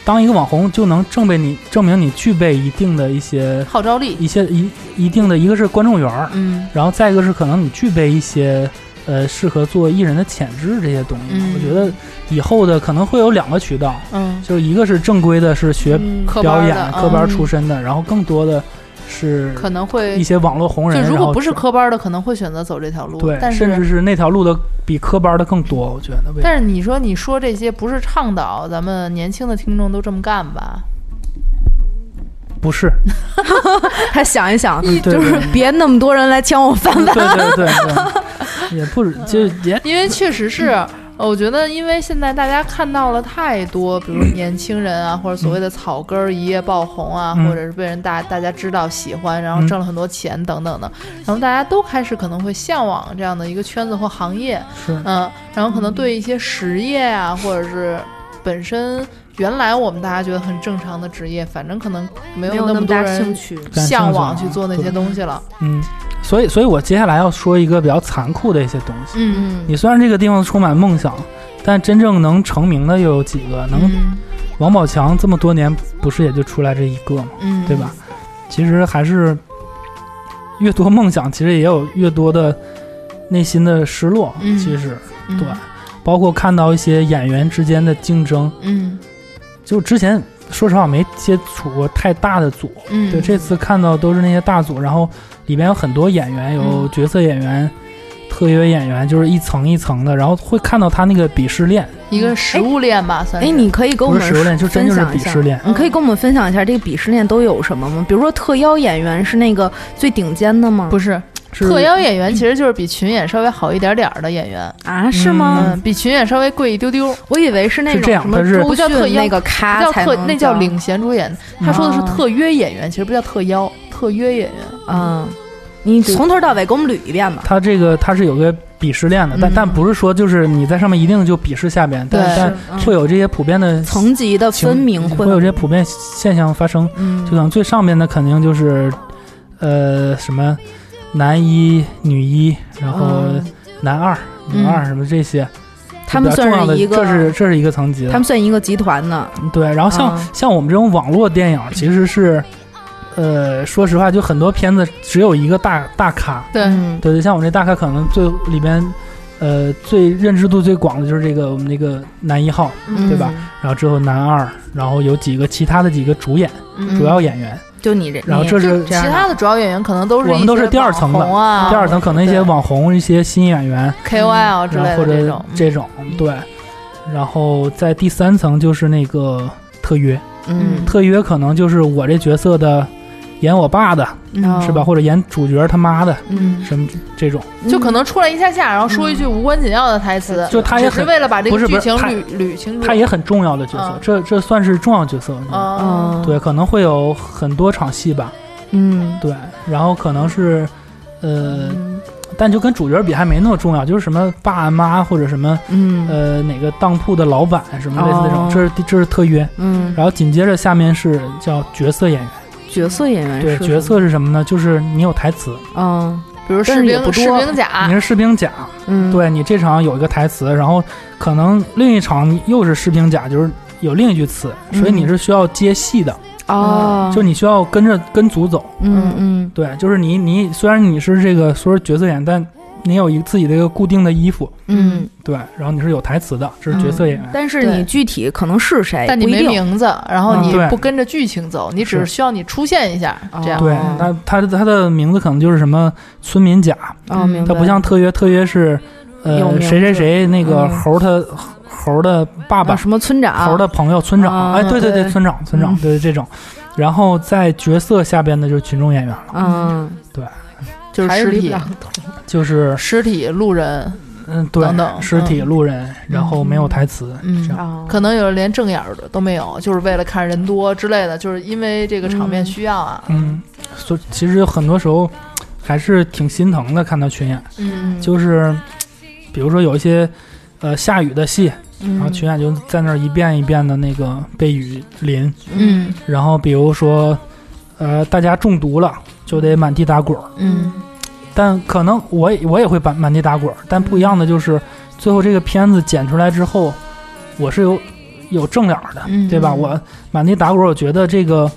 S6: 当一个网红，就能证明你证明你具备一定的一些
S4: 号召力，
S6: 一些一一定的一个是观众缘儿，
S4: 嗯
S6: 然后再一个是可能你具备一些呃适合做艺人的潜质这些东西。
S4: 嗯
S6: 我觉得以后的可能会有两个渠道，
S4: 嗯，
S6: 就是一个是正规的，是学
S5: 嗯
S4: 科
S6: 表
S4: 班
S6: 演
S4: 的
S6: 科班
S4: 嗯
S6: 出身的，然后更多的是
S4: 可能会
S6: 一些网络红
S4: 就
S6: 人，
S4: 如
S6: 然
S4: 果
S6: 后
S4: 不是
S6: 转
S4: 科班的，可能会选择走这条路。
S6: 对，
S4: 但
S6: 甚至
S4: 是
S6: 是那条路的比科班的更多，我觉得。为
S4: 但是你说你说这些不是倡导咱们年轻的听众都这么干吧？
S6: 不是，
S5: 他想 一 想，
S6: 嗯对
S5: 就是
S6: 对
S5: 别那么多人来抢我饭碗。
S6: 对对对对，也不是，就也
S4: 因为确实是，呃我觉得因为现在大家看到了太多，比如年轻人啊，或者所谓的草根儿一夜爆红啊，
S6: 嗯
S4: 或者是被人大大家知道喜欢，然后
S6: 嗯
S4: 挣了很多钱等等的，然后大家都开始可能会向往这样的一个圈子或行业，
S6: 是
S4: 嗯，然后可能对一些实业啊，或者是本身。原来我们大家觉得很正常的职业，反正可能 没有那么多人
S5: 趣。
S6: 感兴趣
S4: 向往
S6: 啊
S4: 去做那些
S6: 对
S4: 东西了。
S6: 嗯，所以，所以我接下来要说一个比较残酷的一些东西。
S4: 嗯
S6: 你虽然这个地方充满梦想，但真正能成名的又有几个？能
S4: 嗯
S6: 王宝强这么多年不是也就出来这一个吗？
S4: 嗯，
S6: 对吧？？其实还是越多梦想，其实也有越多的内心的失落。
S4: 嗯
S6: 其实
S4: 嗯、
S6: 对，包括看到一些演员之间的竞争，
S4: 嗯
S6: 就之前说实话没接触过太大的组，
S4: 嗯，
S6: 对，这次看到都是那些大组，然后里面有很多演员，有
S4: 嗯
S6: 角色演员、特约演员，就是一层一层的，然后会看到他那个鄙视链，
S4: 一个食物链吧，算是。嗯
S5: 哎，你可以给我
S6: 不
S5: 们
S6: 是食物链，就真就是
S5: 分享一
S6: 鄙
S5: 下嗯
S6: 视。链。
S5: 你可以跟我们分享一下这个鄙视链都有什么吗？比如说特邀演员是那个最顶尖的吗？
S4: 不是
S6: 是
S4: 特邀演
S5: 嗯
S4: 员，其实就是比群演稍微好一点点儿的演员，
S5: 啊，是吗？
S4: 嗯，比群演稍微贵一丢丢，
S5: 我以为是那
S6: 是这
S5: 种
S6: 样
S5: 什么
S6: 它是
S5: 周
S4: 不叫特
S5: 迅
S4: 邀
S5: 那个
S4: 不
S5: 咖
S4: 叫
S5: 啊才
S4: 特，
S5: 能
S4: 那叫领衔主演。他说的是
S5: 哦
S4: 特约演员，其实不叫特邀，特约演员。
S5: 嗯。你从头到尾给我们捋一遍吧。
S6: 他这个他是有个鄙视链的，但
S4: 嗯
S6: 但不是说就是你在上面一定就鄙视下边，
S4: 对
S6: 但但会有这些普遍的
S5: 嗯层级的
S6: 情
S5: 分明
S6: 会
S5: 会
S6: 有这些普遍现象发生。
S5: 嗯，
S6: 就像最上面的肯定就是，呃，什么男一、女一，然后
S5: 嗯
S6: 男二、女二什么这些，
S5: 他们
S6: 比较重要
S5: 算
S6: 的
S5: 是一个，
S6: 这是这是一个层级的
S5: 他们算一个集团的，
S6: 对。然后像、
S5: 嗯
S6: 像我们这种网络电影，其实是，呃，说实话，就很多片子只有一个大大咖，
S4: 对
S5: 嗯
S6: 对对，像我们这大咖可能最里边，呃，最认知度最广的就是这个我们那个男一号，对吧？
S4: 嗯
S6: 然后之后男二，然后有几个其他的几个主演、
S4: 嗯
S6: 主要演员，
S5: 就你这，
S6: 然后
S5: 你
S6: 这
S4: 就是其他的主要演员可能都是
S6: 我们
S4: 一
S6: 都
S4: 些
S6: 是第二层的
S4: 网红啊，
S6: 第二层可能一些
S4: 对
S6: 网红、一些新演员，
S4: KOL 之
S6: 然
S4: 类
S6: 后或
S4: 的这
S6: 者
S4: 种，嗯
S6: 这种对，然后在第三层就是那个特约，
S5: 嗯
S6: 特约可能就是我这角色的演我爸的
S5: 嗯
S6: 是吧，或者演主角他妈的
S5: 嗯，
S6: 什么这种，
S4: 就可能出来一下下，然后说一句无关紧要的台词，
S6: 就他也
S4: 只是
S6: 很
S4: 为了把这
S6: 不
S4: 个
S6: 是不
S4: 剧
S6: 是
S4: 情
S6: 他
S4: 捋捋清
S5: 嗯
S4: 楚。
S6: 他也很重要的角色
S4: 嗯，
S6: 这这算是重要角色，我觉得
S4: 啊，
S5: 嗯
S6: 对，可能会有很多场戏吧，
S5: 嗯
S6: 对，然后可能是呃，但就跟主角比还没那么重要，就是什么爸妈或者什么。
S5: 嗯
S6: 呃，哪个当铺的老板什么类似这种，
S5: 哦
S6: 这是这是特约，
S5: 嗯，
S6: 然后紧接着下面是叫角色演员，
S5: 角色演员
S6: 对，
S5: 哎是
S6: 角
S5: 什么
S6: 色是什么呢？就是你有台词，
S5: 嗯
S4: 比如
S5: 但
S4: 士
S5: 是也
S4: 兵
S5: 不
S4: 士
S5: 多
S4: 兵
S6: 你
S4: 甲，
S6: 是士兵甲，
S5: 嗯，
S6: 对你这场有一个台词，然后可能另一场你又是士兵甲，就是有另一句词，所以
S5: 嗯
S6: 你是需要接戏的，
S5: 哦，
S6: 就你需要跟着跟组走，
S5: 嗯嗯
S6: 对，就是你你虽然你是这个说是角色演员，但你有一自己的一个固定的衣服，
S5: 嗯，
S6: 对，然后你是有台词的，这是角色演员。
S5: 但是
S4: 对
S5: 你具体可能是谁，
S4: 但你
S5: 不一
S4: 没
S5: 定
S4: 名字，然后
S6: 嗯
S4: 你
S6: 对
S4: 不跟着剧情走，你只
S6: 是
S4: 是需要你出现一下，这样。
S6: 对
S5: 哦，
S6: 他他他的名字可能就是什么村民甲，
S5: 哦，明白，
S6: 嗯他不像特约，特约是，
S5: 有
S6: 呃，
S5: 名字
S6: 谁谁谁那个
S5: 嗯
S6: 猴儿他猴儿的爸
S5: 啊
S6: 爸，
S5: 什么村长，
S6: 猴儿的朋友村长，
S5: 啊
S6: 哎，对对对，
S5: 对
S6: 村长村长，
S5: 嗯
S6: 对这种。然后在角色下边的就是群众演员了，
S5: 嗯，
S6: 对，
S4: 就是
S5: 还是
S4: 尸
S5: 离不
S4: 体
S5: 了、
S6: 就是
S4: 尸体、路人，
S6: 嗯，对
S4: 等，等
S6: 尸体
S4: 嗯
S6: 路人，然后没有台词，
S4: 嗯
S6: 这样。
S5: 哦，
S4: 可能有人连正眼儿都没有，就是为了看人多之类的，就是因为这个场面
S5: 嗯
S4: 需要啊。
S6: 嗯，所以其实很多时候还是挺心疼的，看到群演，
S4: 嗯，
S6: 就是比如说有一些呃下雨的戏，然
S4: 嗯
S6: 后群演就在那儿一遍一遍的那个被雨淋，
S4: 嗯
S6: 然后比如说，呃，大家中毒了，就得满地打滚儿。
S4: 嗯
S6: 但可能我也我也会满满地打滚儿，但不一样的就是，
S4: 嗯
S6: 最后这个片子剪出来之后，我是有有正脸儿的，
S4: 嗯
S6: 对吧？
S4: 嗯
S6: 我满地打滚儿，我觉得这个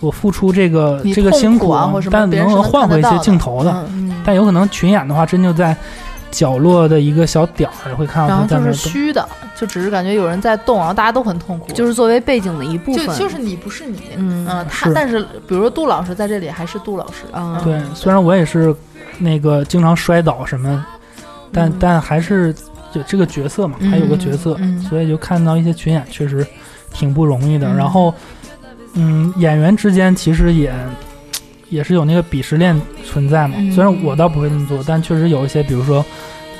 S6: 我付出这个
S4: 你
S6: 呃这个
S4: 痛
S6: 辛
S4: 苦啊或什么
S6: 但
S4: 别人
S6: 能
S4: 是能
S6: 换
S4: 看得
S6: 回一
S4: 到
S6: 些
S4: 的
S6: 镜头的。
S4: 嗯
S6: 但有可能群演的话，真就在角落的一个小点儿，会看
S4: 然
S6: 到他
S4: 后
S6: 啊在
S4: 就
S6: 那
S4: 是
S6: 儿动。
S4: 虚的，就只是感觉有人在动，然后大家都很痛苦，
S5: 就是作为背景的一部
S4: 就
S5: 分，
S4: 就是你不是你，
S5: 嗯
S4: 嗯，他
S6: 是啊
S4: 但是比如说杜老师在这里还是杜老师，
S5: 嗯
S4: 嗯
S6: 对，虽然我也是那个经常摔倒什么，但
S4: 嗯
S6: 但还是就这个角色嘛，还有个角色，
S4: 嗯嗯
S6: 所以就看到一些群演确实挺不容易的。
S4: 嗯
S6: 然后，嗯，演员之间其实也也是有那个鄙视链存在嘛。
S4: 嗯
S6: 虽然我倒不会这么做，但确实有一些，比如说，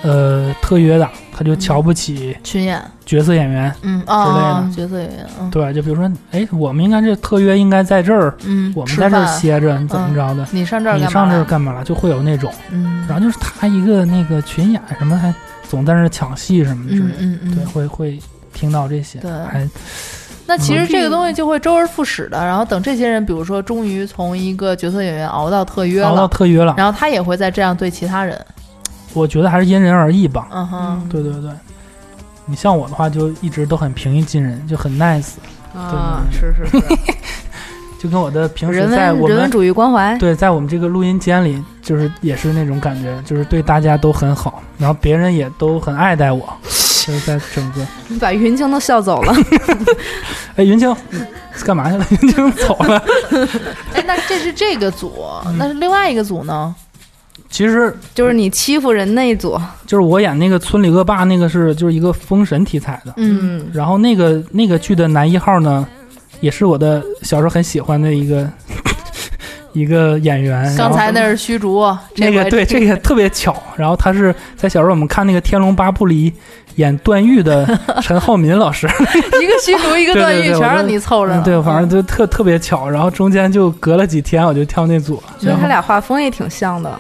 S6: 呃，特约的他就瞧不起
S4: 群演，
S6: 角色演员，
S4: 嗯
S6: 类的
S4: 啊，角色演员，嗯
S6: 对，就比如说，哎，我们应该这特约应该在这儿，
S4: 嗯，
S6: 我们
S4: 吃
S6: 在这儿
S4: 饭
S6: 歇着，你怎么
S4: 嗯
S6: 着的？
S4: 你上这儿
S6: 你
S4: 干嘛
S6: 上这儿
S4: 来，
S6: 干嘛了？就会有那种。
S4: 嗯，
S6: 然后就是他一个那个群演什么，还总在那抢戏什么
S4: 嗯
S6: 之类的，
S4: 嗯嗯，
S6: 对，会会听到这些，
S4: 对
S6: 还
S4: 那其
S6: 嗯
S4: 实这个东西就会周而复始的，然后等这些人，比如说终于从一个角色演员熬到特约
S6: 熬到
S4: 了，
S6: 特约了。
S4: 然后他也会再这样对其他人，
S6: 我觉得还是因人而异吧。
S4: 嗯哼，
S6: 对对对，你像我的话，就一直都很平易近人，就很 nice，
S5: 啊，是是是，
S6: 就跟我的平时
S5: 人
S6: 在
S5: 文
S6: 我
S5: 人文
S6: 们
S5: 主义关怀，
S6: 对在我们这个录音间里，就是也是那种感觉，就是对大家都很好，然后别人也都很爱戴我，就是在整个。
S5: 你把云清都笑走 了，
S6: 哎，云清，你干嘛去了？ 云清走了。
S4: 哎，那这是这个组，
S6: 嗯
S4: 那是另外一个组呢？
S6: 其实
S5: 就是你欺负人那一组，
S6: 就是我演那个村里恶霸，那个是就是一个封神题材的。
S4: 嗯，
S5: 嗯，
S6: 然后那个那个剧的男一号呢，也是我的小时候很喜欢的一个 一个演员。
S4: 刚才
S6: 哎然后
S4: 那是虚竹，
S6: 那个对这个特别巧，然后他是在小时候我们看那个《天龙八部》里演段誉的陈浩民老 师，
S4: 一个虚竹，一个段
S6: 对对
S4: 誉，
S6: 对
S4: 全
S6: 我
S4: 让
S6: 就
S4: 你凑着
S6: 嗯
S4: 了。
S6: 对，反正就特特别巧。然后中间就隔了几天，我就跳那组，
S5: 觉得
S6: 然
S5: 他
S6: 后
S5: 俩画风也挺像的，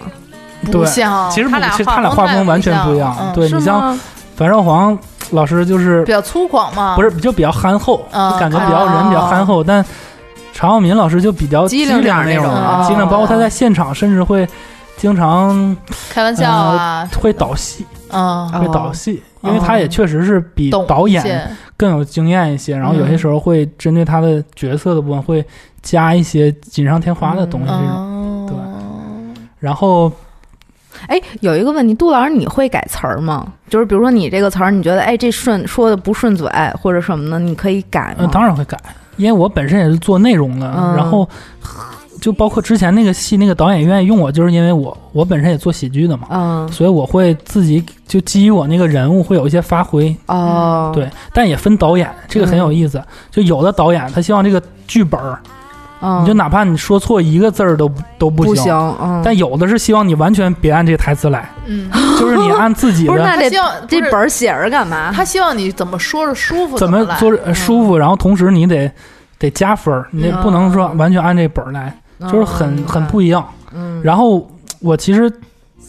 S4: 不
S6: 对
S4: 像，
S6: 其实不
S4: 他俩
S6: 其实哦他俩画
S4: 太
S6: 风完全不一样。
S4: 嗯
S6: 对
S5: 是
S6: 你像
S5: 吗？
S6: 樊少皇老师就是
S4: 比较粗犷嘛，
S6: 不是就比较憨厚，
S4: 嗯
S6: 就感觉比较人
S4: 啊哦
S6: 比较憨厚，但常浩民老师就比较
S5: 机灵
S6: 灵
S5: 点儿
S6: 那
S5: 那种
S4: 哦
S6: 机灵，包括他在现场甚至会经常
S4: 开玩笑啊，
S6: 会导戏，
S4: 嗯，
S6: 会呃导戏，因为他也确实是比
S4: 懂
S6: 导
S4: 一
S6: 演
S4: 些
S6: 更有经验一些，然后有些时候会针对他的角色的部分会加一些锦上添花的东西这种，
S4: 嗯，
S6: 对然后
S5: 哎，有一个问题，杜老师，你会改词儿吗？就是比如说你这个词儿，你觉得哎这顺说的不顺嘴或者什么的，你可以改
S6: 嗯
S5: 吗？
S6: 当然会改，因为我本身也是做内容的，
S5: 嗯
S6: 然后。就包括之前那个戏，那个导演愿意用我，就是因为我我本身也做喜剧的嘛，
S5: 嗯
S6: 所以我会自己就基于我那个人物会有一些发挥，
S5: 哦，
S6: 嗯对，但也分导演，这个很有意思。就有的导演他希望这个剧本儿，
S5: 嗯，
S6: 你就哪怕你说错一个字儿都不都不
S5: 不
S6: 行，
S5: 嗯，
S6: 但有的是希望你完全别按这台词来，
S4: 嗯，
S6: 就是你按自己
S5: 不是
S6: 的
S5: 那
S4: 他
S5: 得
S4: 希望
S5: 这
S4: 不是
S5: 本儿写着干嘛？
S4: 他希望你怎么说着舒服，
S6: 怎
S4: 么
S6: 么
S4: 来嗯
S6: 做呃舒服，然后同时你得得加分儿，你得
S5: 嗯
S6: 不能说完全按这本儿来，
S4: 嗯
S6: 就是很很不一样。
S5: 嗯，
S6: 然后我其实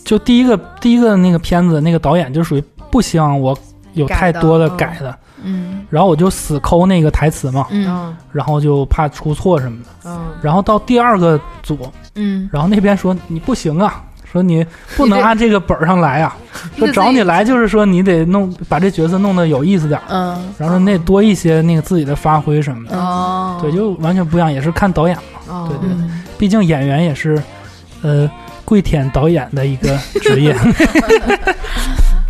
S6: 就第一个第一个那个片子那个导演就属于不希望我有太
S5: 改的
S6: 多的
S5: 嗯
S6: 改的，
S4: 嗯
S6: 然后我就死抠那个台词嘛，
S4: 嗯
S5: 嗯
S6: 然后就怕出错什么的。
S5: 嗯
S6: 然后到第二个组，
S4: 嗯，
S6: 然后那边说你不行啊，说你不能
S4: 你这
S6: 按这个本儿上来啊，
S4: 你
S6: 说
S4: 得
S6: 找
S4: 自己
S6: 你来就是说你得弄把这角色弄得有意思点儿，
S4: 嗯
S6: 然后说你得多一些那个自己的发挥什么的。
S5: 哦，
S6: 对，就完全不一样，也是看导演嘛，
S5: 哦
S6: 对对
S4: 嗯，
S6: 毕竟演员也是，呃，跪舔导演的一 个职业。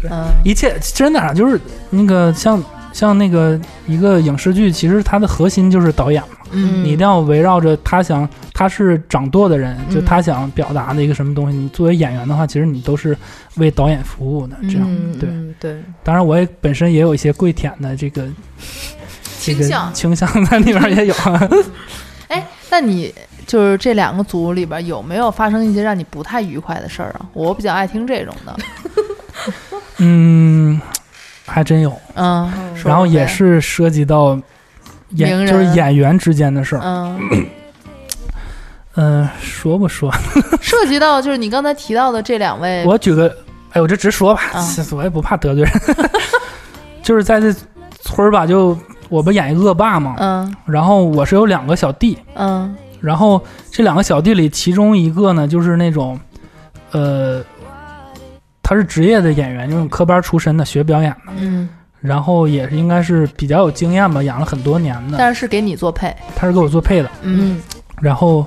S4: 嗯
S6: 一切真的啊，就是那个像像那个一个影视剧，其实它的核心就是导演嘛，
S4: 嗯
S6: 你一定要围绕着他想他是掌舵的人，
S4: 嗯
S6: 就他想表达的一个什么东西。你作为演员的话，其实你都是为导演服务的。这样，
S4: 嗯
S6: 对
S5: 嗯对，
S6: 当然我也本身也有一些跪舔的这个这
S4: 倾
S6: 个
S4: 向
S6: 倾向在里边也有。啊
S4: 哎，那你就是这两个组里边有没有发生一些让你不太愉快的事儿啊？我比较爱听这种 的，
S6: 嗯，还真有。
S4: 嗯，说
S6: 然后
S4: 说
S6: 也
S4: 呗，
S6: 是涉及到演
S4: 名
S6: 就是
S4: 人
S6: 演员之间的事儿。
S4: 嗯，
S6: 嗯、说不说？
S4: 涉及到就是你刚才提到的这两位，
S6: 我举个，哎，我就直说吧，
S4: 啊
S6: 其实我也不怕得罪人， 就是在这村儿吧，就我不演一恶霸嘛，
S4: 嗯
S6: 然后我是有两个小弟，
S4: 嗯
S6: 然后这两个小弟里，其中一个呢就是那种，呃，他是职业的演员，就是科班出身的，学表演的，
S4: 嗯，
S6: 然后也是应该是比较有经验吧，演了很多年的，
S4: 但是是给你做配，
S6: 他是给我做配的，
S4: 嗯
S6: 然后，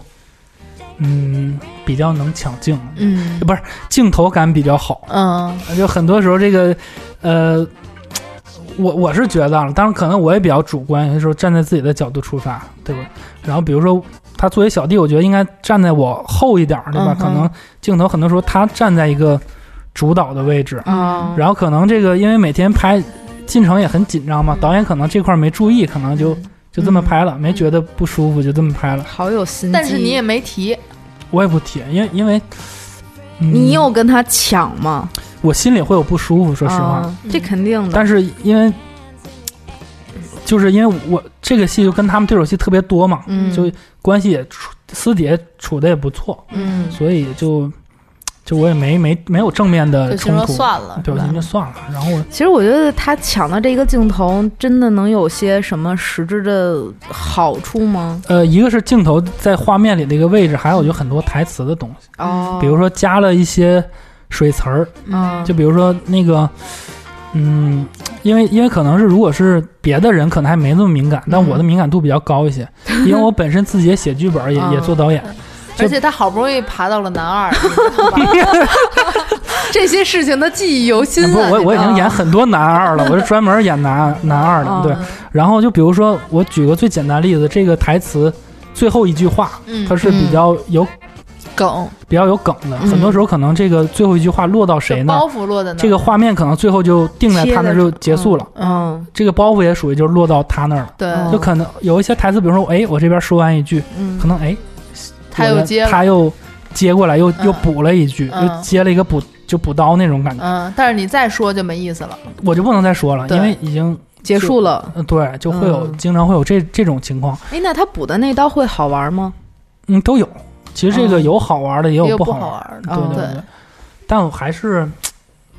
S6: 嗯，比较能抢镜，
S4: 嗯
S6: 镜头感比较好。
S4: 嗯
S6: 啊就很多时候这个，呃，我我是觉得，啊，当然可能我也比较主观，有些时候站在自己的角度出发，对吧？然后比如说他作为小弟，我觉得应该站在我后一点儿，对吧？
S4: 嗯哼
S6: 可能镜头很多时候他站在一个主导的位置，
S4: 啊，
S6: 然后可能这个因为每天拍进程也很紧张嘛，导演可能这块儿没注意，可能就。就这么拍了，没觉得不舒服，就这么拍了。
S5: 好有心机。
S4: 但是你也没提，
S6: 我也不提，因为因为、嗯
S5: 你有跟他抢吗？
S6: 我心里会有不舒服，说实话。
S5: 啊
S4: 嗯
S5: 这肯定的。
S6: 但
S5: 是
S6: 是因为，就是因为我这个戏就跟他们对手戏特别多嘛，
S5: 嗯
S6: 就关系也处私底下处的也不错，
S4: 嗯，
S6: 所以就就我也没没没有正面的
S4: 就
S6: 冲
S4: 心说
S6: 突，
S4: 算了，
S6: 呃对，
S4: 是
S6: 我
S4: 吧
S6: 就算了。然后我
S5: 其实我觉得他抢的这个镜头，真的能有些什么实质的好处吗？
S6: 呃，一个是镜头在画面里的一个位置，还有就很多台词的东西，
S5: 哦
S6: 比如说加了一些水词儿，
S5: 嗯，
S6: 就比如说那个，嗯，因为因为可能是如果是别的人可能还没那么敏感，但
S4: 嗯
S6: 我的敏感度比较高一些，因为我本身自己也写 剧本，也
S4: 哦
S6: 也做导演，就
S4: 而且他好不容易爬到了男二，你知道 吧这些事情他记忆犹新
S6: 不，
S4: 啊。
S6: 我我已
S4: 这个
S6: 经演很多男二了，我是专门演 男男二
S5: 嗯
S6: 的，
S4: 哦
S6: 对。然后就比如说，我举个最简单例子，这个台词最后一句话，
S4: 嗯
S6: 它是比较有
S4: 梗，
S6: 比较有梗的，很多时候可能这个最后一句话落到谁
S4: 这
S6: 呢？
S4: 包袱落在那儿，
S6: 这个画面可能最后就定在他那儿就结束了，
S5: 嗯
S6: 这个包袱也属于就落到他那儿了。
S4: 对，
S5: 嗯
S6: 就可能有一些台词，比如说，哎，我这边说完一句，
S5: 嗯
S6: 可能哎，
S4: 他
S6: 我的
S4: 又接了
S6: 他又接过来，又、
S4: 嗯
S6: 又补了一句，
S4: 嗯
S6: 又接了一个补就补刀那种感觉，
S4: 嗯，但是你再说就没意思了，
S6: 我就不能再说了，
S4: 嗯对
S6: 因为已经
S5: 结束了。
S6: 呃对，就会有、
S5: 嗯
S6: 经常会有这这种情况，
S5: 哎，那他补的那刀会好玩吗？
S6: 嗯，都有。其实这个有好玩的，也
S4: 嗯也
S6: 有
S4: 不
S6: 好
S4: 好
S6: 玩
S4: 玩
S6: 的，
S4: 的，
S6: 对
S4: 对
S6: 对。但我还是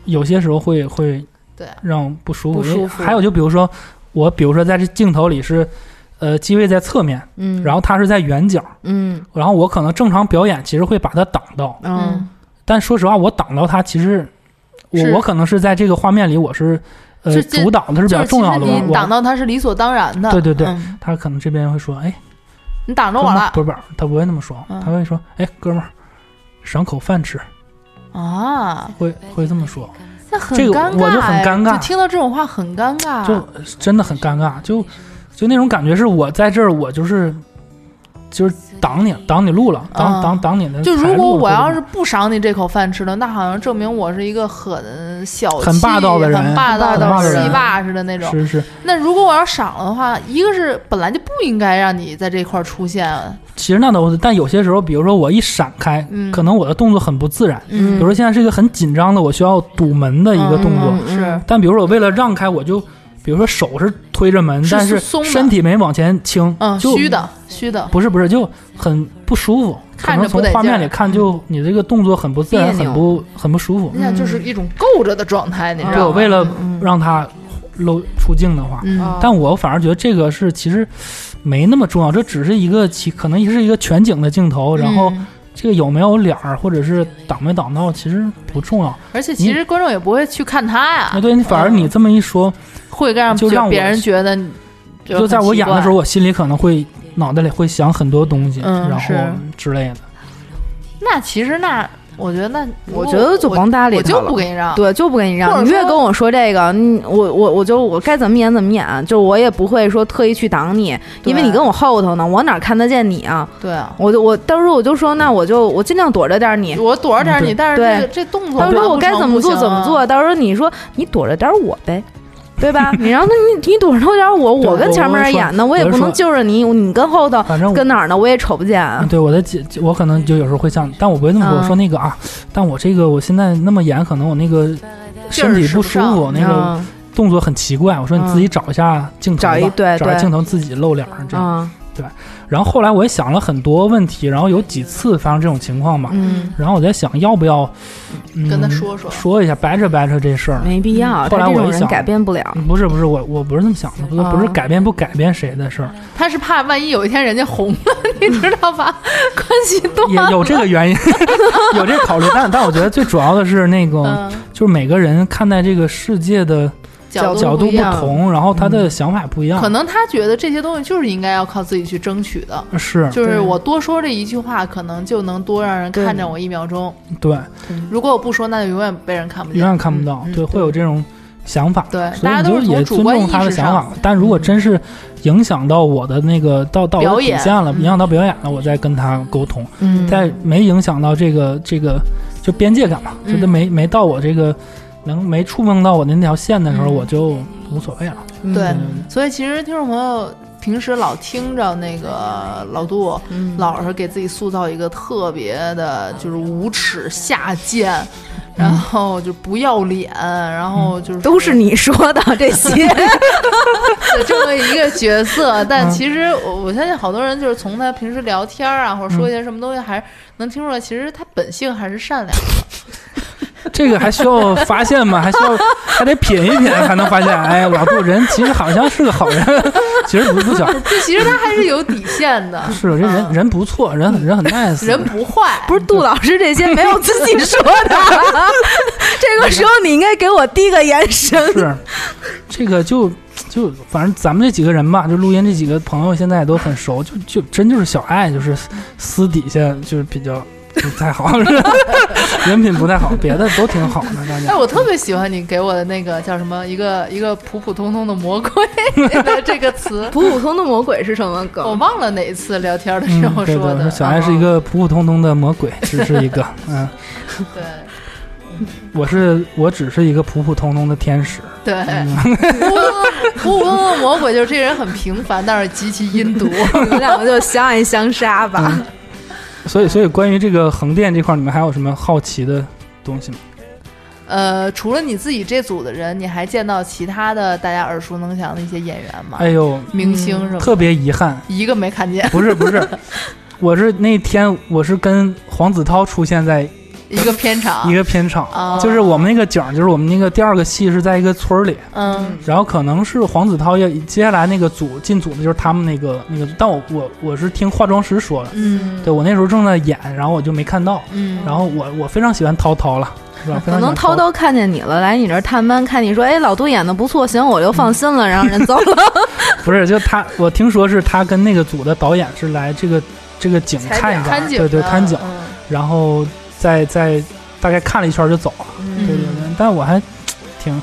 S6: 有些时候会会
S4: 对
S6: 让不舒服。
S5: 不舒服
S6: 还有就比如说我，比如说在这镜头里是，呃，机位在侧面，
S5: 嗯，
S6: 然后他是在远角，
S5: 嗯
S6: 然后我可能正常表演其实会把它挡到，
S5: 嗯，
S6: 但说实话，我挡到他，其实我
S4: 是
S6: 我可能是在这个画面里我是呃
S4: 是这
S6: 主导的是比
S4: 就
S6: 较
S4: 是
S6: 重
S4: 其
S6: 要
S4: 实
S6: 的，
S4: 你挡
S6: 我
S4: 到他是理所当然的，
S6: 对对对
S4: 嗯
S6: 他可能这边会说，哎，
S4: 你挡着
S6: 哥
S4: 我
S6: 们
S4: 了
S6: 儿，不是不是，他不会那么说，
S4: 嗯
S6: 他会说，哎，哥们儿，赏口饭吃，
S4: 啊，
S6: 会会这么说，
S4: 那很
S6: 这个
S4: 尴尬哎，
S6: 我就很尴尬
S4: 就听到这种话很尴尬，
S6: 就真的很尴尬，就就那种感觉是我在这儿，我就是就是挡你挡你路了，挡
S4: 嗯
S6: 挡挡你的
S4: 就
S6: 财路了，
S4: 如果我
S6: 或者
S4: 要是不赏你这口饭吃了，那好像证明我是一个很小气、
S6: 很霸道的人
S4: 很霸道
S6: 很霸道的人
S4: 戏霸似的那种。
S6: 是是，
S4: 那如果我要赏了的话，一个是本来就不应该让你在这块儿出现，
S6: 其实那都，但有些时候，比如说我一闪开，
S4: 嗯
S6: 可能我的动作很不自然。比
S4: 嗯
S6: 如说现在是一个很紧张的，我需要堵门的一个动作，
S4: 嗯嗯是
S6: 但比如说我为了让开，我就比如说手是推着门，
S4: 是
S6: 但是
S4: 松的
S6: 身体没往前倾，
S4: 嗯
S6: 就
S4: 虚的虚的，
S6: 不是不是就很不舒服，可
S4: 看
S6: 能
S4: 着不
S6: 从
S4: 得劲儿嗯
S6: 画面里看就你这个动作很不自然，
S5: 别
S6: 很
S5: 扭
S6: 不很不舒服。
S4: 那就是一种够着的状态，你知
S6: 对，
S4: 道
S6: 我
S4: 吗？
S6: 为了
S5: 嗯
S6: 让他露出镜的话，
S4: 嗯，
S6: 但我反而觉得这个是其实没那么重要，这只是一个其可能是一个全景的镜头，然后。
S4: 嗯
S6: 这个有没有脸儿，或者是挡没挡到，其实不重要。
S4: 而且其实观众也不会去看他呀
S6: 那，对你反
S4: 嗯
S6: 而你这么一说，
S4: 会让
S6: 就让我
S4: 别人觉得你就
S6: 就在我演的时候，
S4: 候，
S6: 我心里可能会脑袋里会想很多东西，
S4: 嗯
S6: 然后
S4: 是
S6: 之类的。
S4: 那其实那我觉得那
S5: 我觉得就
S4: 我
S5: 甭搭理
S4: 我
S5: 他
S4: 就
S5: 了
S4: 不。给你让，
S5: 对，就不跟你
S4: 或
S5: 让，
S4: 者
S5: 你越
S4: 说
S5: 跟我说这个，你我我我就我该怎么演怎么演，就我也不会说特意去挡你，因
S4: 对
S5: 为你跟我后头呢，我哪看得见你啊？
S4: 对啊，
S5: 我就我到时候我就说，那我就我尽量躲着点儿你，
S4: 嗯我躲着
S6: 嗯
S4: 点你，但是
S5: 对
S4: 这个这动作
S5: 到
S4: 不
S5: 时
S4: 成，
S5: 候我该怎么做
S4: 不
S5: 怎
S4: 行啊
S5: 么做，，到时候你说你躲着点儿我呗。对吧？你让他你你躲着点儿我，
S6: 对
S5: 我跟
S6: 我
S5: 前面
S6: 我
S5: 儿
S6: 是说
S5: 演呢，我也
S6: 我是
S5: 不能
S6: 说
S5: 救着你，你跟后头
S6: 反正我
S5: 哦跟哪儿呢，我也瞅不见。啊
S6: 嗯对我的姐，我可能就有时候会像，但我不会那么说。
S5: 嗯
S6: 我说那个啊，但我这个我现在那么演，可能我那个身体不舒服，那个
S5: 嗯
S6: 动作很奇怪。我说你自己找一下镜头吧，
S5: 找一对
S6: 找一
S5: 对
S6: 镜头自己露脸儿这样。
S5: 嗯
S6: 然后后来我也想了很多问题，然后有几次发生这种情况嘛，
S5: 嗯，
S6: 然后我在想要不要、嗯
S4: 跟他说说
S6: 说一下掰扯掰扯这事儿。
S5: 没必要，
S6: 后来
S5: 他这
S6: 我
S5: 种
S6: 一
S5: 人
S6: 想
S5: 改变不了。
S6: 不是不是，我我不是那么想的，不是
S5: 啊
S6: 不是改变不改变谁的 事儿，
S4: 他是怕万一有一天人家红了，你知道吧？关系多
S6: 也有这个原因， 有这个考虑。但但我觉得最主要的是那个，
S4: 嗯
S6: 就是每个人看待这个世界的
S4: 角
S6: 角
S4: 度
S6: 度
S4: 不一
S6: 不
S4: 样，嗯
S6: 同，然后他的想法不一样，
S4: 可能他觉得这些东西就是应该要靠自己去争取的。
S6: 是
S4: 就是
S5: 对
S4: 我多说这一句话，可能就能多让人
S5: 对
S4: 看着我一秒钟。
S6: 对，
S4: 如果我不说，那就永远被人看不
S6: 嗯永
S4: 见。
S6: 远看不到，
S4: 嗯嗯
S6: 对，
S4: 对
S6: 会有这种想法。
S4: 对，
S6: 所
S4: 大
S6: 以
S4: 家都
S6: 你就是
S4: 从
S6: 也
S4: 主
S6: 尊
S4: 观
S6: 重
S4: 意
S6: 他的
S4: 识
S6: 想
S4: 上
S6: 法，但如果真是影响到我的那个到到我
S4: 表
S6: 的底
S4: 演
S6: 线了，
S4: 嗯
S6: 影响到表演了，我再跟他沟通。
S4: 嗯
S6: 但没影响到这个这个就边界感嘛，
S4: 嗯
S6: 觉得没没到我这个能没触碰到我那条线的时候，
S4: 嗯
S6: 我就无所谓了。
S4: 对
S6: 嗯
S4: 所以其实听众朋友平时老听着那个老杜，
S5: 嗯
S4: 老是给自己塑造一个特别的，
S6: 嗯
S4: 就是无耻下贱，然后就不要脸，然
S6: 嗯
S4: 后就是
S5: 都是你说的这些，
S4: 这么一个角 色。但
S6: 嗯
S4: 其实我我相信好多人就是从他平时聊天啊，或者
S6: 嗯
S4: 说一些什么东西，还是能听出来，其实他本性还是善 良的。
S6: 这个还需要发现吗？还需要还得品一品才能发现。哎，老杜人其实好像是个好人， 其实不不小，，
S4: 就其实他还是有底线的
S6: 是这人
S4: 嗯
S6: 人不错，人很人很 nice，
S4: 人不坏，
S5: 不是杜老师这些没有自己说 的。这个时候你应该给我递个眼神。
S6: 是， 这个就就反正咱们这几个人吧，就录音这几个朋友现在也都很熟，就就真就是小爱，就是私底下就是比较不太好， 是吧人品不太好，别的都挺好的，大
S4: 哎，
S6: 家。
S4: 我特别喜欢你给我的那个叫什么，一个一个普普通通的魔 鬼的这个词，
S3: 普普通的魔鬼是什么
S4: 我
S3: 梗？
S4: 忘了哪一次聊天的
S6: 嗯
S4: 时，候
S6: 对
S4: 说
S6: 对，
S4: 的。
S6: 说小爱是一个普普通通的魔鬼，只是一个，嗯，
S4: 嗯
S6: 我是我只是一个普普通通的天使，
S4: 对对， 普普通通的魔鬼就是这人很平凡，但是极其阴毒。
S3: 你们两个就相爱相杀吧。
S5: 嗯
S6: 所以所以关于这个横店这块儿，你们还有什么好奇的东西吗？
S4: 呃，除了你自己这组的人，你还见到其他的大家耳熟能详的一些演员吗？
S6: 哎呦，
S4: 明星什么的？
S6: 特别遗憾，
S4: 一个没看见，
S6: 不是不是，我是那天我是跟黄子韬出现在
S4: 一个片场
S6: 一，个片场，
S4: 啊
S6: 就是我们那个景儿，就是我们那个第二个戏是在一个村儿里，
S4: 嗯
S6: 然后可能是黄子韬要接下来那个组进组的就是他们那个那个，但我我我是听化妆师说的，
S4: 嗯
S6: 对我那时候正在演，然后我就没看到，
S4: 嗯，
S6: 然后我我非常喜欢涛涛了，是吧？非
S5: 可
S6: 常喜
S5: 能
S6: 欢
S5: 涛
S6: 涛。
S5: 涛看见你了，来你这儿探班，看你说，哎，老杜演的不错，行，我就放心 了，然后人走了。
S6: 不是，就他，我听说是他跟那个组的导演是来这个这个景看一
S4: 看
S6: 看，
S4: 景
S6: 对对，
S4: 的
S6: 看景，
S4: 嗯
S6: 然后再再大概看了一圈就走了。
S4: 嗯
S6: 对对对，但我还挺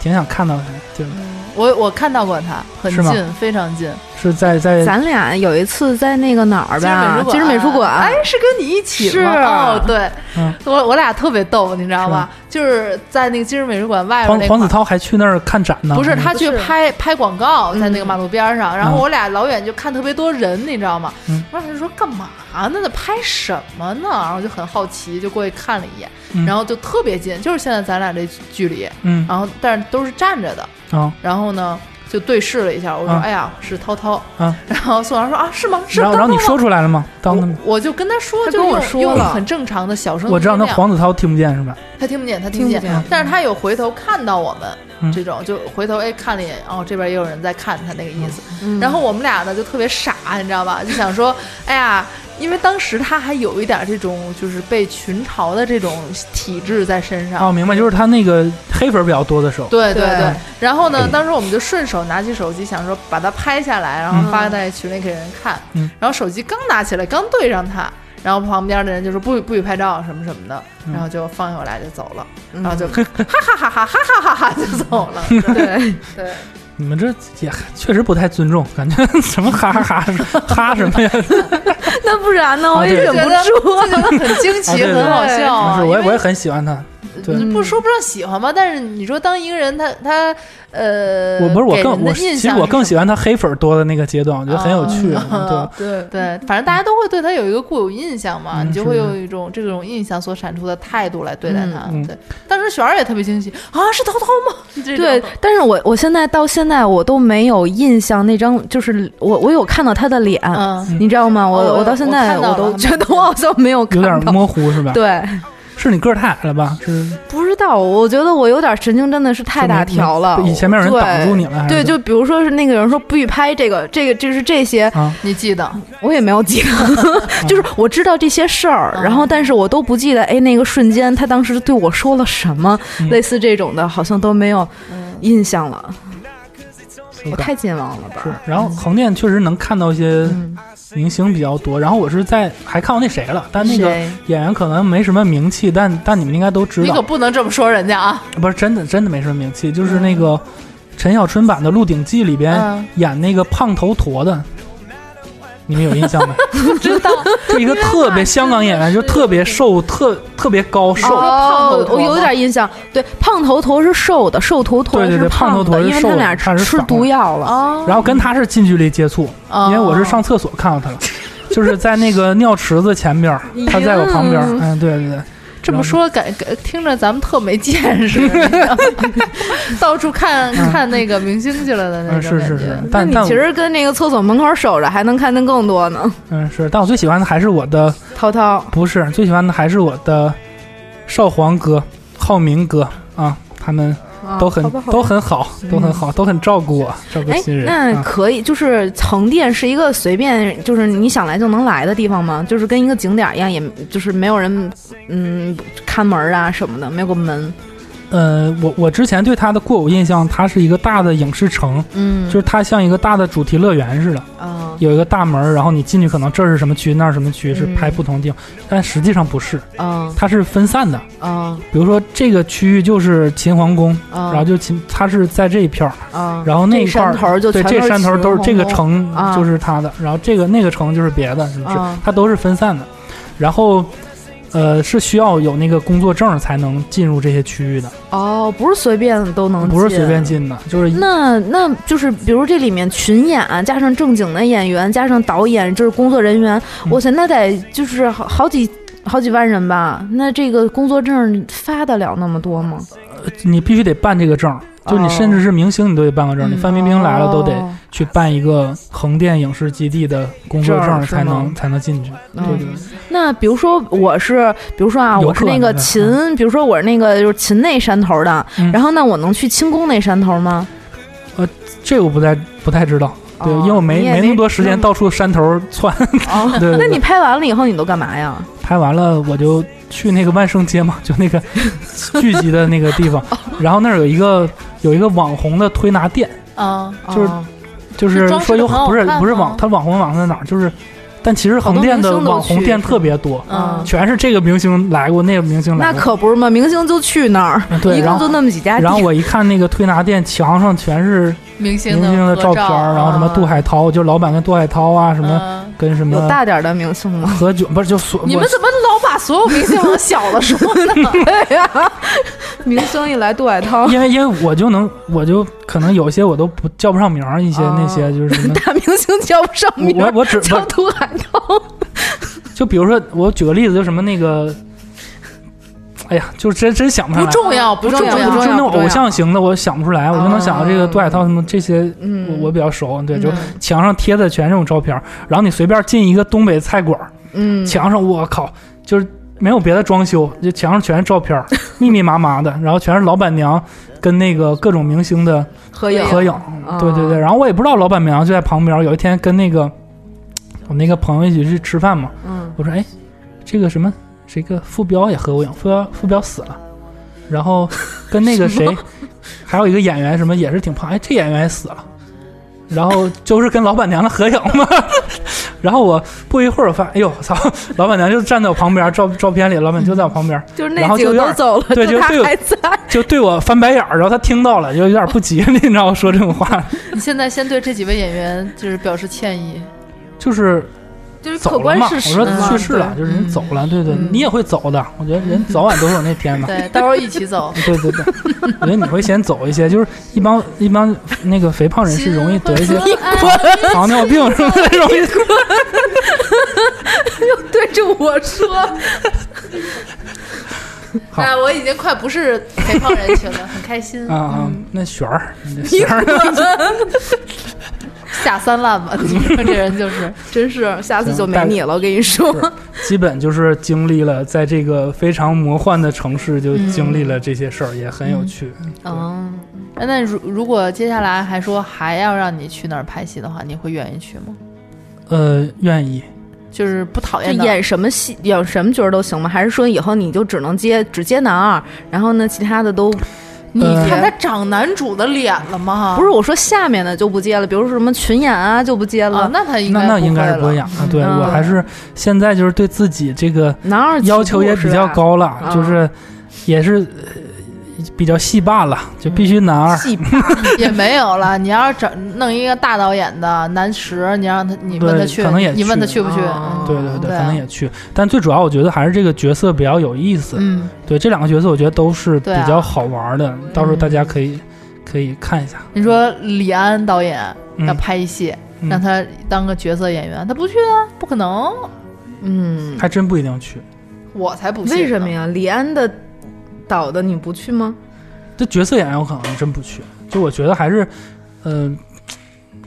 S6: 挺想看到他，就是
S4: 我我看到过他，很
S6: 是吗
S4: 近，非常近。
S6: 是在在
S5: 咱俩有一次在那个哪儿吧，
S4: 今
S5: 今
S4: 日
S5: 日
S4: 美
S5: 美
S4: 术
S5: 术
S4: 馆
S5: 馆，
S4: 哎，是跟你一起
S5: 是
S4: 吗哦，对，
S6: 嗯
S4: 我我俩特别逗，你知道吗？就是在那个今日美术馆外边
S6: 黄
S4: 那块
S6: 黄子
S4: 儿。
S6: 韬还去那儿看展呢，
S4: 不是他去
S3: 嗯不是嗯
S4: 拍拍广告，在那个马路边上，然后
S6: 嗯
S4: 我俩老远就看特别多人，你知道吗？
S6: 嗯
S4: 我俩就说干嘛呢？那拍什么呢？然后就很好奇，就过去看了一眼，
S6: 嗯
S4: 然后就特别近，就是现在咱俩这距离，
S6: 嗯
S4: 然后但是都是站着的，
S6: 啊，
S4: 然后呢就对视了一下，我说、
S6: 嗯
S4: 哎呀是涛涛，
S6: 嗯
S4: 然后宋阳说啊是吗？是
S6: 然后
S4: 涛
S6: 然后你
S4: 涛吗
S6: 说出来了吗？当他们
S4: 我我就跟他说，
S3: 他
S4: 就
S3: 跟我
S4: 用
S3: 说
S4: 用
S3: 了
S4: 很正常的小声音量。
S6: 我知道那黄子韬听不见是吧？
S4: 他听不见，他听不
S3: 听不见
S4: 但是他有回头看到我们、
S6: 嗯
S4: 这种，就回头哎看了一眼，哦这边也有人在看他那个意思。
S5: 嗯
S4: 然 后我们俩呢就特别傻，你知道吧？就想说， 哎呀，因为当时他还有一点这种就是被群嘲的这种体质在身上。
S6: 哦，明白，就是他那个黑粉比较多的时候，
S4: 啊对对
S3: 对
S4: 对，然后呢？当时我们就顺手拿起手机，想说把它拍下来，然后发在群里给人看。
S6: 嗯
S4: 然后手机刚拿起来，刚对上他，然后旁边的人就说不许不许拍照什么什么的，
S6: 嗯
S4: 然后就放下我俩就走了，然后就哈哈哈哈哈哈哈哈就走了。对对，
S6: 你们这也确实不太尊重，感觉 什么哈哈哈哈什么呀？
S5: 那不然呢？
S6: 啊
S5: 我也
S6: 对
S5: 忍
S4: 觉
S5: 不
S4: 得
S5: 住啊。
S4: 就觉得很惊
S6: 啊
S4: 奇，
S6: 对对
S4: 很好笑
S6: 不
S4: 啊。
S6: 是，我也
S4: 因
S6: 我
S4: 为嗯
S6: 也很喜欢他，对
S4: 你不说不上喜欢吧，但是你说当一个人他他呃，
S6: 我不是我
S4: 给
S6: 更
S4: 人
S6: 我
S4: 的
S6: 其
S4: 印
S6: 实
S4: 象
S6: 我更
S4: 是什哦
S6: 喜欢他黑粉多的那个阶段，我觉得很有趣，嗯
S4: 么
S6: 对。
S3: 对，
S4: 对，反正大家都会对他有一个固有印象嘛，
S6: 嗯
S4: 你就是会
S6: 的
S4: 有一种这种印象所产出的态度来对待他。
S6: 嗯嗯
S4: 对，当时雪儿也特别惊喜啊，是涛涛吗？ 这种
S5: 对，但是我我现在到现在我都没有印象那张，就是我我有看到他的脸，
S4: 嗯，
S5: 你知道吗？
S4: 哦
S5: 我
S4: 我
S5: 我到现在
S4: 我看到
S5: 我
S4: 了
S5: 都觉得
S4: 我看到了
S5: 我好像没有
S6: 有
S5: 看
S6: 点
S5: 到。
S6: 模糊是吧？
S5: 对，
S6: 是你个儿太矮了吧？是
S5: 不知道，我觉得我有点神经真的是太大条了。
S6: 以前面有人
S5: 对
S6: 挡住你了，还是
S5: 对，就比如说是那个人说不许拍这个，这个就是这些，
S6: 啊，
S4: 你记得
S5: 我也没有记 得，就是我知道这些事儿，
S4: 嗯
S5: 然后但是我都不记得，哎，那个瞬间他当时对我说了什么，
S6: 嗯
S5: 类似这种的，好像都没有
S4: 嗯
S5: 印象了，
S6: 触
S5: 我
S6: 感
S5: 太健忘了
S6: 是
S5: 吧？，
S6: 然后横店确实能看到一些
S5: 嗯，
S6: 明星比较多。然后我是在还看过那谁了，但那个
S5: 谁
S6: 演员可能没什么名气，但但你们应该都知
S4: 你可
S6: 道，
S4: 不能这么说人家啊！
S6: 不是真的真的没什么名气，
S5: 嗯
S6: 就是那个陈小春版的《鹿鼎记》里边
S4: 嗯，
S6: 演那个胖头陀的。你们有印 象吗？
S4: 知 道
S6: 是一个特别香港演员，就特别瘦，特特别高瘦，
S4: 哦
S5: 哦，我有点印象。对，胖头陀是瘦的，瘦头陀
S6: 对对
S5: 是
S6: 对胖头
S5: 的，
S6: 陀
S5: 因
S6: 是
S5: 为他
S6: 瘦
S5: 们
S6: 的
S5: 俩
S6: 他是
S5: 吃
S6: 反
S5: 毒
S6: 了
S5: 药了。
S4: 哦，
S6: 然后跟他是近距离接触，
S4: 嗯
S6: 因为我
S5: 哦
S6: 是上厕所看到他了，就是在那个尿池子前 边儿，他在我旁边儿，嗯，对对对，
S4: 这么说，感感听着咱们特没见 识，到处看
S6: 嗯
S4: 看那个明星去了的那
S6: 嗯，
S4: 种
S6: 是
S4: 感
S6: 是
S4: 觉
S6: 是。，但但我
S5: 其实跟那个厕所门口守着，还能看见更多呢。
S6: 嗯是，但我最喜欢的还是我的，
S5: 涛涛，
S6: 不是最喜欢的还是我的少皇哥、浩明哥啊，他们
S5: 啊
S6: 都很都很好，都很好，都很照顾我，照顾
S5: 嗯哎
S6: 新，人。
S5: 那
S6: 啊
S5: 可以，就是横店是一个随便，就是你想来就能来的地方吗？就是跟一个景点儿一样，也就是没有人，嗯，看门儿啊什么的，没有个门。
S6: 呃，我我之前对他的固有印象，它是一个大的影视城，
S5: 嗯，
S6: 就是它像一个大的主题乐园似的，
S5: 啊
S6: 有一个大门儿，然后你进去可能这儿是什么区，那儿什么区，是
S5: 嗯
S6: 拍不同的地方，但实际上不是，
S5: 啊
S6: 它是分散的。
S5: 啊
S6: 比如说这个区域就是秦皇宫，然后
S5: 啊
S6: 就秦，它是在这一片儿，
S5: 啊！
S6: 然后那一
S5: 这
S6: 块
S5: 山
S6: 儿
S5: 头儿就
S6: 对，
S5: 全
S6: 这山头都是这个
S5: 秦皇宫
S6: 城
S5: 啊
S6: 就是它的，然后这个那个城就是别的，是不是
S5: 啊？
S6: 它都是分散的，然后。呃，是需要有那个工作证才能进入这些区域的，
S5: 哦，不是随便都能，
S6: 不是随便。进的，就是
S5: 那那就是，比如这里面群演、啊加上正经的演员，加上导演，这是工作人员，
S6: 嗯
S5: 哇塞，那得就是好好几好几万人吧？那这个工作证发得了那么多吗？
S6: 你必须得办这个证儿，就你甚至是明星你都得办个证儿，你范冰冰来了都得
S5: 嗯哦
S6: 去办一个横店影视基地的工作证
S5: 证
S6: 儿
S5: 儿是吗
S6: 才能才能进去。
S5: 嗯
S6: 对对对，
S5: 那比如说我是，比如说啊，
S6: 游客
S5: 我是那个秦，比如说我是那个就是秦内山头的，
S6: 嗯
S5: 然后呢，我能去清宫那山头吗？
S6: 这个我不太不太知道，对，
S5: 哦
S6: 因为我
S5: 你
S6: 没
S5: 也没
S6: 没那么多时间到处山头 窜。
S5: 哦
S6: 对对
S5: 那
S6: 对
S5: 你拍完了以后，你都干嘛呀？
S6: 拍完了我就去那个万圣街嘛，就 那个聚集的那个地
S5: 哦
S6: 方，然后那儿有一个有一个网红的推拿店，
S4: 嗯，
S6: 就是
S5: 哦
S6: 就是
S4: 是装饰
S6: 说有
S4: 得很好
S6: 不是
S4: 看
S6: 不是
S4: 吗
S6: 网，他网红网在哪儿？就是，但其实横
S5: 多
S6: 店
S5: 明
S6: 的
S5: 星都
S6: 网红
S5: 去
S6: 店
S5: 是
S6: 特
S5: 吗
S6: 别多。
S4: 嗯
S6: 全是这个明星来过，那个明星来
S5: 那
S6: 过，
S5: 可不是嘛，明星就去那儿，
S6: 嗯对
S5: 一
S6: 然
S5: 共
S6: 后
S5: 就那么几家店。
S6: 然后我一看那个推拿店墙上全是
S4: 明星
S6: 明星的
S4: 合啊
S6: 照片儿，然后什么杜海涛，就老板跟杜海涛啊，什么
S4: 嗯
S6: 跟什
S5: 啊有
S6: 么
S5: 大点儿的明星 吗？
S6: 何炅，不是就所
S4: 你
S6: 我
S4: 们怎么老把所有明星往小了说呢？
S5: 对呀、明星一来，杜海
S4: 哦
S5: 涛
S6: 因为因为我就能我就可能有些我都不叫不上名儿，一些
S5: 哦，
S6: 那些就是什么
S5: 大明星叫不上
S6: 我
S5: 名
S6: 我
S5: 儿，
S6: 我只
S5: 叫
S6: 我
S5: 杜海涛。
S6: 就比如说我举个例子，就什么那个，哎呀，就真真想不上
S4: 不
S6: 来。
S4: 重要，不重
S6: 就
S4: 要，哦
S6: 就就那种偶像型的，我想不出来，我就能想到这个杜海涛什么这些，
S5: 嗯
S6: 我我比较熟，对，
S4: 嗯
S6: 就墙上贴的全是这种照片儿，然后你随便进一个东北菜馆儿，
S5: 嗯，
S6: 墙上我靠，就是没有别的装修，就墙上全是照片儿，密密麻麻的，然后全是老板娘跟那个各种明星的
S5: 合影
S6: 合影。嗯对对对，然后我也不知道老板娘就在旁边。有一天跟那个我那个朋友一起去吃饭嘛，
S5: 嗯
S6: 我说哎，这个什么，这个傅彪也合过影，傅彪傅彪死了，然后跟那个谁，还有一个演员什么也是挺胖，哎，这演员也死了，然后就是跟老板娘的合影嘛。 然后我不一会儿，我发，哎呦，我操！老板娘就站在我旁边，照照片里，老板就在我旁边，
S5: 就是
S6: 然
S5: 那
S6: 后
S5: 几
S6: 就
S5: 个
S6: 有点
S5: 都走了，
S6: 对就
S5: 他
S6: 就有
S5: 还在。
S6: 就对我翻白眼儿。然后他听到了，就有点不吉 利，你知道我说这种话，
S4: 你现在先对这几位演员就是表示歉意，
S6: 就是
S4: 就是
S6: 走
S4: 客
S6: 了
S4: 观
S6: 嘛，
S4: 事实
S6: 我
S4: 嘛
S6: 说去世了，
S4: 对
S6: 就是人走了，对对，
S4: 嗯
S6: 你也会走的。我觉得人早晚都会有那天嘛。。
S4: 对，到时候一起走
S6: 对对对，我觉得你会先走一些，就是一帮一帮那个肥胖人士容易得一些
S4: 哎
S6: 糖尿病什么的，容易
S4: 对着我说。
S6: 好
S4: 哎，我已经快不是肥胖人群了，很开心
S6: 啊啊。那旋儿，那旋儿，
S4: 下三滥吧，你说 这人就是，
S5: 嗯真是，下次就没
S6: 但
S5: 你了，我跟你说。
S6: 基本就是经历了在这个非常魔幻的城市，就经历了这些事儿，也很有趣。
S4: 嗯。那如如果接下来还说还要让你去那儿拍戏的话，你会愿意去吗？
S6: 呃，愿意。
S4: 就是不讨
S5: 就
S4: 厌的，
S5: 演什么戏，演什么角儿都行吗？还是说以后你就只能接只接男二，然后呢，其他的都你
S6: 呃
S4: 看
S5: 看
S4: 他
S5: 他
S4: 长男主的脸了
S6: 啊
S4: 吗？
S5: 不是我说下面的就不接了，比如说什么群演啊就不接了，
S4: 啊，那他应该
S6: 那那应该是
S4: 不
S6: 不
S4: 会
S6: 会
S4: 了
S6: 养的。对
S5: 嗯
S6: 我还是现在就是对自己这个
S5: 男二起
S6: 要求
S5: 步
S6: 也
S5: 是
S6: 比较
S5: 吧，
S6: 高了，
S4: 啊
S5: 嗯
S6: 就是也是呃比较戏霸了，就必须男二。
S4: 嗯戏霸也没有了。你要是整弄一个大导演的男十，你让他你问他
S6: 对
S4: 去，
S6: 可能也
S4: 你问他去不去？
S5: 哦
S6: 对对对，
S4: 对啊
S6: 可能也去，但最主要我觉得还是这个角色比较有意思。
S4: 嗯，
S6: 对，这两个角色我觉得都是比
S4: 对啊嗯
S6: 较好玩的，到时候大家可以可以看一下。
S4: 你说李安导演
S6: 嗯
S4: 要拍一戏，
S6: 嗯
S4: 让他当个角色演员，他不去啊？不可能，
S5: 嗯，
S6: 还真不一定去，
S4: 我才不信。
S5: 为什么？呀？ 李安的导的你不去吗？
S6: 这角色演员我可能真不去。就我觉得还是，嗯、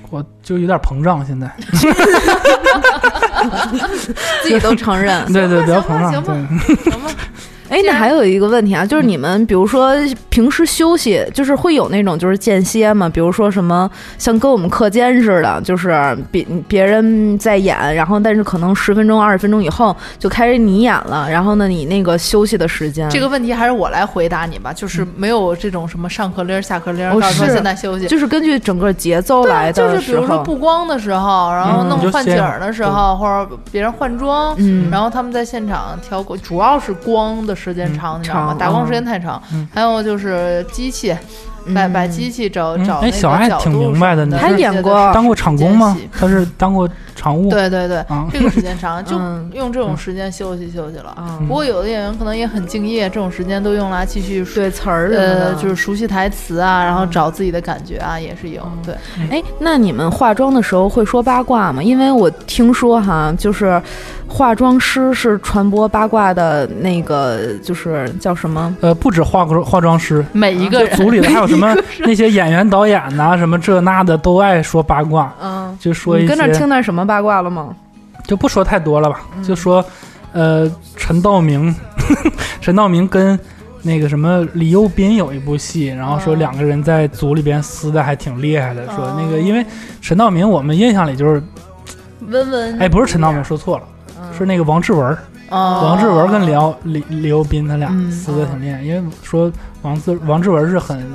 S6: 我就有点膨胀现在。。
S5: 自己都承认
S6: 对对，比较
S4: 行吧
S6: 膨胀。
S4: 行吧
S6: 对。
S5: 哎，那还有一个问题啊，
S4: 嗯
S5: 就是你们比如说平时休息，就是会有那种就是间歇嘛，比如说什么像跟我们课间似的，就是别别人在演，然后但是可能十分钟、二十分钟以后就开始你演了，然后呢你那个休息的时间，
S4: 这个问题还是我来回答你吧，就是
S6: 嗯
S4: 没有这种什么上课铃儿下课铃儿，
S5: 哦
S4: 告诉说
S5: 是
S4: 现在休息。
S5: 就是根据整个节奏
S4: 对啊
S5: 来的
S4: 就是比如
S5: 时候
S4: 说布光的时候，然后
S5: 嗯
S4: 弄
S6: 你就
S4: 换
S6: 歇
S4: 景
S6: 会
S4: 儿
S6: 儿
S4: 的时候，或者别人换装，
S5: 嗯
S4: 然后他们在现场调光，主要是光的时间
S6: 嗯
S4: 长，你知道吗？
S5: 长
S4: 打光
S5: 嗯
S4: 时间太长
S6: 嗯，
S4: 还有就是机器，把把机器找
S6: 嗯
S4: 找
S6: 哎
S4: 那
S6: 小
S4: 个
S6: 爱
S4: 角
S6: 挺
S4: 度
S6: 明
S4: 什
S6: 白的
S4: 么的，
S6: 你
S5: 他演过
S6: 当过场工吗
S4: 间隙？
S6: 他是当过场务。
S4: 对对 对，
S6: 啊，
S4: 这个时间长就
S5: 嗯
S4: 用这种时间休息休息了。
S5: 啊
S4: 不过有的演员可能也很敬业，这种时间都用来继续
S5: 对嗯词儿什么的
S4: 呃，就是熟悉台词啊，然后找自己的感觉啊，也是有。对，
S5: 哎，那你们化妆的时候会说八卦吗？因为我听说哈，就是化妆师是传播八卦的那个，就是叫什么？
S6: 呃，不止化妆化妆师，
S4: 每哎一个
S6: 就组
S4: 人
S6: 里的还有什 么那些演员、导演呐、什么这那的都爱说八卦，
S5: 嗯，
S6: 就说
S5: 你
S6: 一
S5: 跟那儿
S6: 些
S5: 听到嗯什么八卦了吗？
S6: 就不说太多了吧，就说呃，陈道明， 陈道明跟。那个什么李幼斌有一部戏，然后说
S4: 哦
S6: 两个人在组里边撕的还挺厉害的，说
S4: 哦
S6: 那个因为陈道明我们印象里就是，
S5: 嗯
S4: 温嗯温
S6: 哎，不是陈道明说错了，是那个王志文，王
S4: 王
S6: 志文跟李敖李李幼斌他俩
S4: 嗯
S6: 撕的挺厉害，因为说王志王志文是很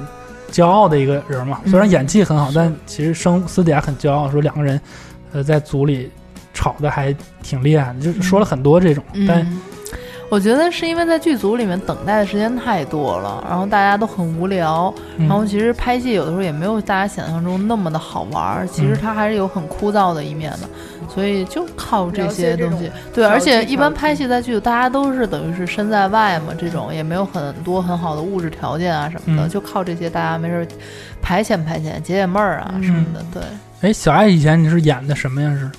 S6: 骄傲的一个人
S4: 嗯
S6: 嘛，虽然演技很好，但其实生私底下很骄傲，说两个人呃在组里吵的还挺厉害的，就是说了很多这种，但
S4: 嗯，我觉得是因为在剧组里面等待的时间太多了，然后大家都很无聊，然后
S6: 嗯
S4: 其实拍戏有的时候也没有大家想象中那么的好玩儿，其实
S6: 嗯
S4: 它还是有很枯燥的一面的，所以就
S5: 嗯
S4: 靠这啊
S3: 了
S4: 些
S3: 解这
S4: 东
S3: 种
S4: 西。对，
S3: 小
S4: 而且
S3: 技
S4: 一
S3: 巧
S4: 般拍戏在剧组，大家都是等于是身在外嘛，这种也没有很多很好的物质条件啊什么的，
S6: 嗯
S4: 就靠这些大家没事儿排遣排遣、解解闷儿啊什么的。对，
S6: 哎，小爱以前你是演的什么呀？是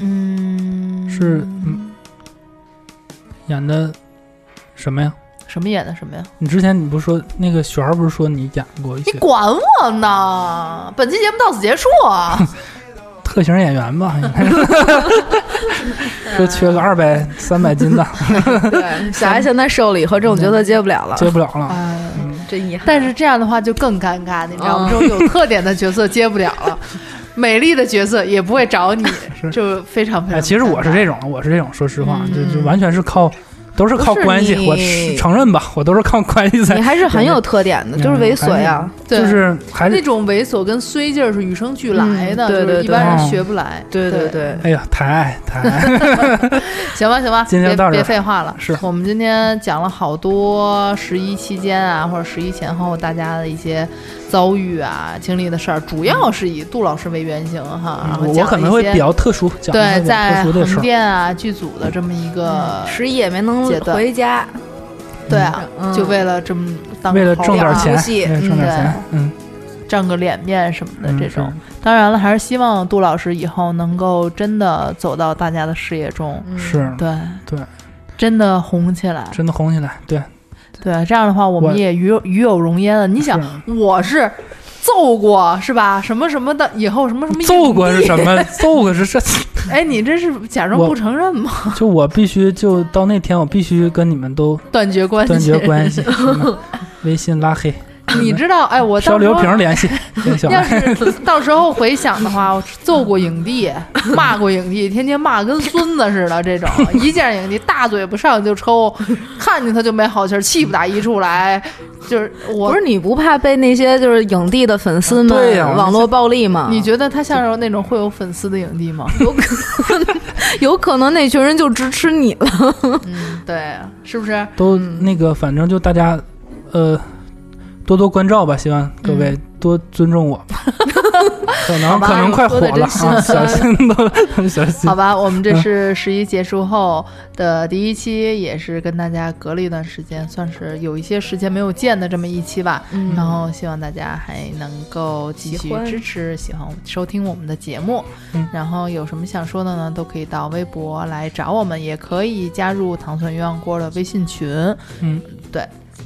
S4: 嗯，
S6: 是嗯演的什么呀？
S4: 什么演的什么呀？
S6: 你之前你不是说那个雪儿不是说你演过一
S4: 你
S6: 些
S4: 管我呢！本期节目到此结束啊。
S6: 特型演员吧？应 该是说缺个二百三百斤的
S5: 对，小爱现在瘦了以后，这种
S6: 嗯
S5: 角色接不了了，
S6: 接不了了。
S4: 哎
S5: 真遗憾。
S4: 但是这样的话就更尴尬，
S6: 嗯
S4: 你知道
S5: 哦
S4: 吗？这种 有特点的角色接不了了，美丽的角色也不会找你，就非常非常。
S6: 哎，其实我是这种，我是这种，说实话，
S4: 嗯
S6: 就就完全是靠，都是靠
S5: 不是
S6: 关系。
S5: 你
S6: 我是承认吧，我都是靠关系
S5: 你
S6: 在，
S5: 还是很有特点的，
S6: 嗯
S5: 就是猥琐呀，
S4: 对
S6: 就是还
S4: 那
S6: 是
S4: 种猥琐跟衰劲儿是与生俱来的，
S5: 嗯对对
S4: 就是一
S5: 对
S4: 般人
S6: 哦
S4: 学不来。
S5: 对
S4: 对
S5: 对对，
S6: 哎呀，抬爱抬 爱，
S4: 行吧，行吧，
S6: 今天
S4: 别
S6: 到这儿
S4: 别废话了。
S6: 是
S4: 我们今天讲了好多十一期间啊，或者十一前后大家的一些遭遇啊、经历的事儿，主要是以杜老师为原型哈。 然后
S6: 嗯我
S4: 啊讲
S6: 可
S4: 了
S6: 能
S4: 一
S6: 会
S4: 些
S6: 比较特殊，讲的
S4: 对
S6: 比较
S4: 在
S6: 特殊的事
S4: 横
S6: 儿。嗯
S4: 店啊剧组的这么一个
S5: 十一也没能
S4: 嗯阶段
S5: 回家，
S4: 对啊，
S5: 嗯
S4: 就为了这么当
S6: 为了
S4: 好
S6: 挣点
S4: 样
S6: 儿
S4: 儿
S6: 钱，
S5: 好戏
S6: 为了挣点儿钱，嗯，
S4: 挣个脸面什么的
S6: 嗯
S4: 这种。
S6: 是
S4: 当然了，还是希望杜老师以后能够真的走到大家的视野中，
S5: 嗯
S6: 是
S4: 对
S6: 对，
S4: 真的红起来。
S6: 真的红起来，对，
S4: 对，啊这样的话我
S6: 我
S4: 们也与有与有荣焉了。啊你想，我是揍过是吧？什么什么的，以后什么什么
S6: 揍过是什么？揍过是这，
S4: 哎，你这是假装
S6: 我
S4: 不承认吗？
S6: 就我必须就到那天，我必须跟你们都
S4: 断绝关系，
S6: 断绝关系，什么微信拉黑，
S4: 你知道，哎，我
S6: 稍
S4: 到时
S6: 刘
S4: 候
S6: 平联系联 系
S4: 要是到时候回想的话，我揍过影帝，骂过影帝， 天天骂跟孙子似的，这种 一见影帝大嘴巴上去就抽， 看见他就没好气儿，气不打一处来。就是我
S5: 不是你不怕被那些就是影帝的粉丝们、
S6: 对呀我
S5: 网络暴力吗？
S4: 你觉得他像是那种会有粉丝的影帝吗？
S5: 有可能有可能那群人就支持你了。
S4: 嗯，对，是不是？
S6: 都那个，反正就大家，呃，多多关照吧，希望各位多尊重我 吧。可能
S4: 嗯吧
S6: 可能快火
S4: 说得
S6: 了
S4: 真心
S6: 啊，小心都小心
S4: 好。吧，我们这是十一结束后的第一期，也是跟大家隔了一段时间，算是有一些时间没有见的这么一期吧。
S5: 嗯
S4: 然后希望大家还能够继续
S5: 喜欢
S4: 支持、喜欢我们收听我们的节目。
S6: 嗯
S4: 然后有什么想说的呢，都可以到微博来找我们，也可以加入糖蒜鸳鸯锅的微信群，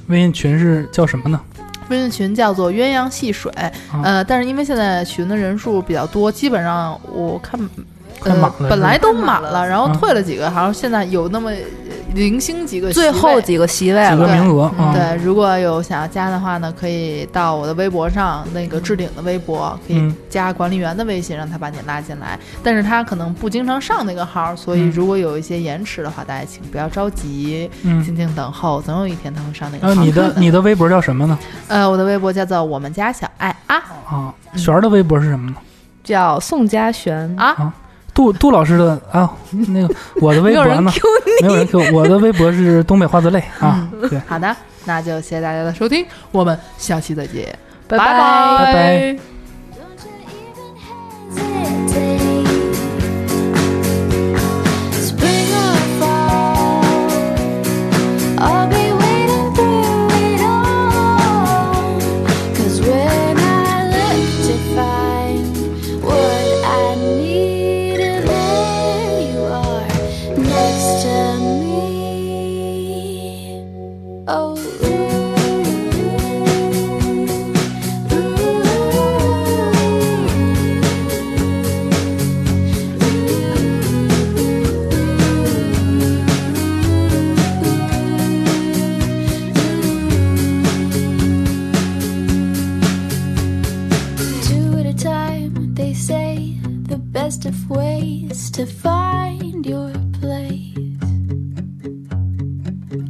S6: 微信群是叫什么呢？
S4: 微信群叫做鸳鸯戏水。
S6: 啊
S4: 呃，但是因为现在群的人数比较多，基本上我看。
S6: 快满了
S4: 呃，本来都满
S5: 快满
S4: 了，然后
S6: 嗯
S4: 退了几个，好像现在有那么呃零星几个席位。
S5: 最后几个席位
S6: 几个
S5: 了，
S6: 名额啊？
S4: 对，如果有想要加的话呢，可以到我的微博上那个置顶的微博，可以
S6: 嗯
S4: 加管理员的微信，让他把你拉进来。但是他可能不经常上那个号，所以
S6: 嗯
S4: 如果有一些延迟的话，大家请不要着急，
S6: 嗯。
S4: 静静等候，总有一天他会上那个
S6: 然后
S4: 号。
S6: 你的你的微博叫什么呢？
S4: 呃，我的微博叫做我们家小爱啊
S6: 啊，璇儿的微博是什么呢？
S5: 叫宋佳璇。
S4: 啊，
S6: 杜杜老师的啊，那个我的微博呢？没有人 Q 我的微博是东北话字类啊。对，
S4: 好的，那就谢谢大家的收听，我们下期再见，
S5: 拜
S4: 拜
S5: 拜
S6: 拜拜
S8: Don't you even hesitate? Spring or fall, I'll be waiting through it all. 'Cause when I look to find what I need, there you are next to me. Oh. ooh. Ooh, ooh, Two at a time, they say the best of ways to find your place.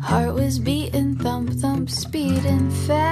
S8: Heart was beating, thump thump, speeding fast.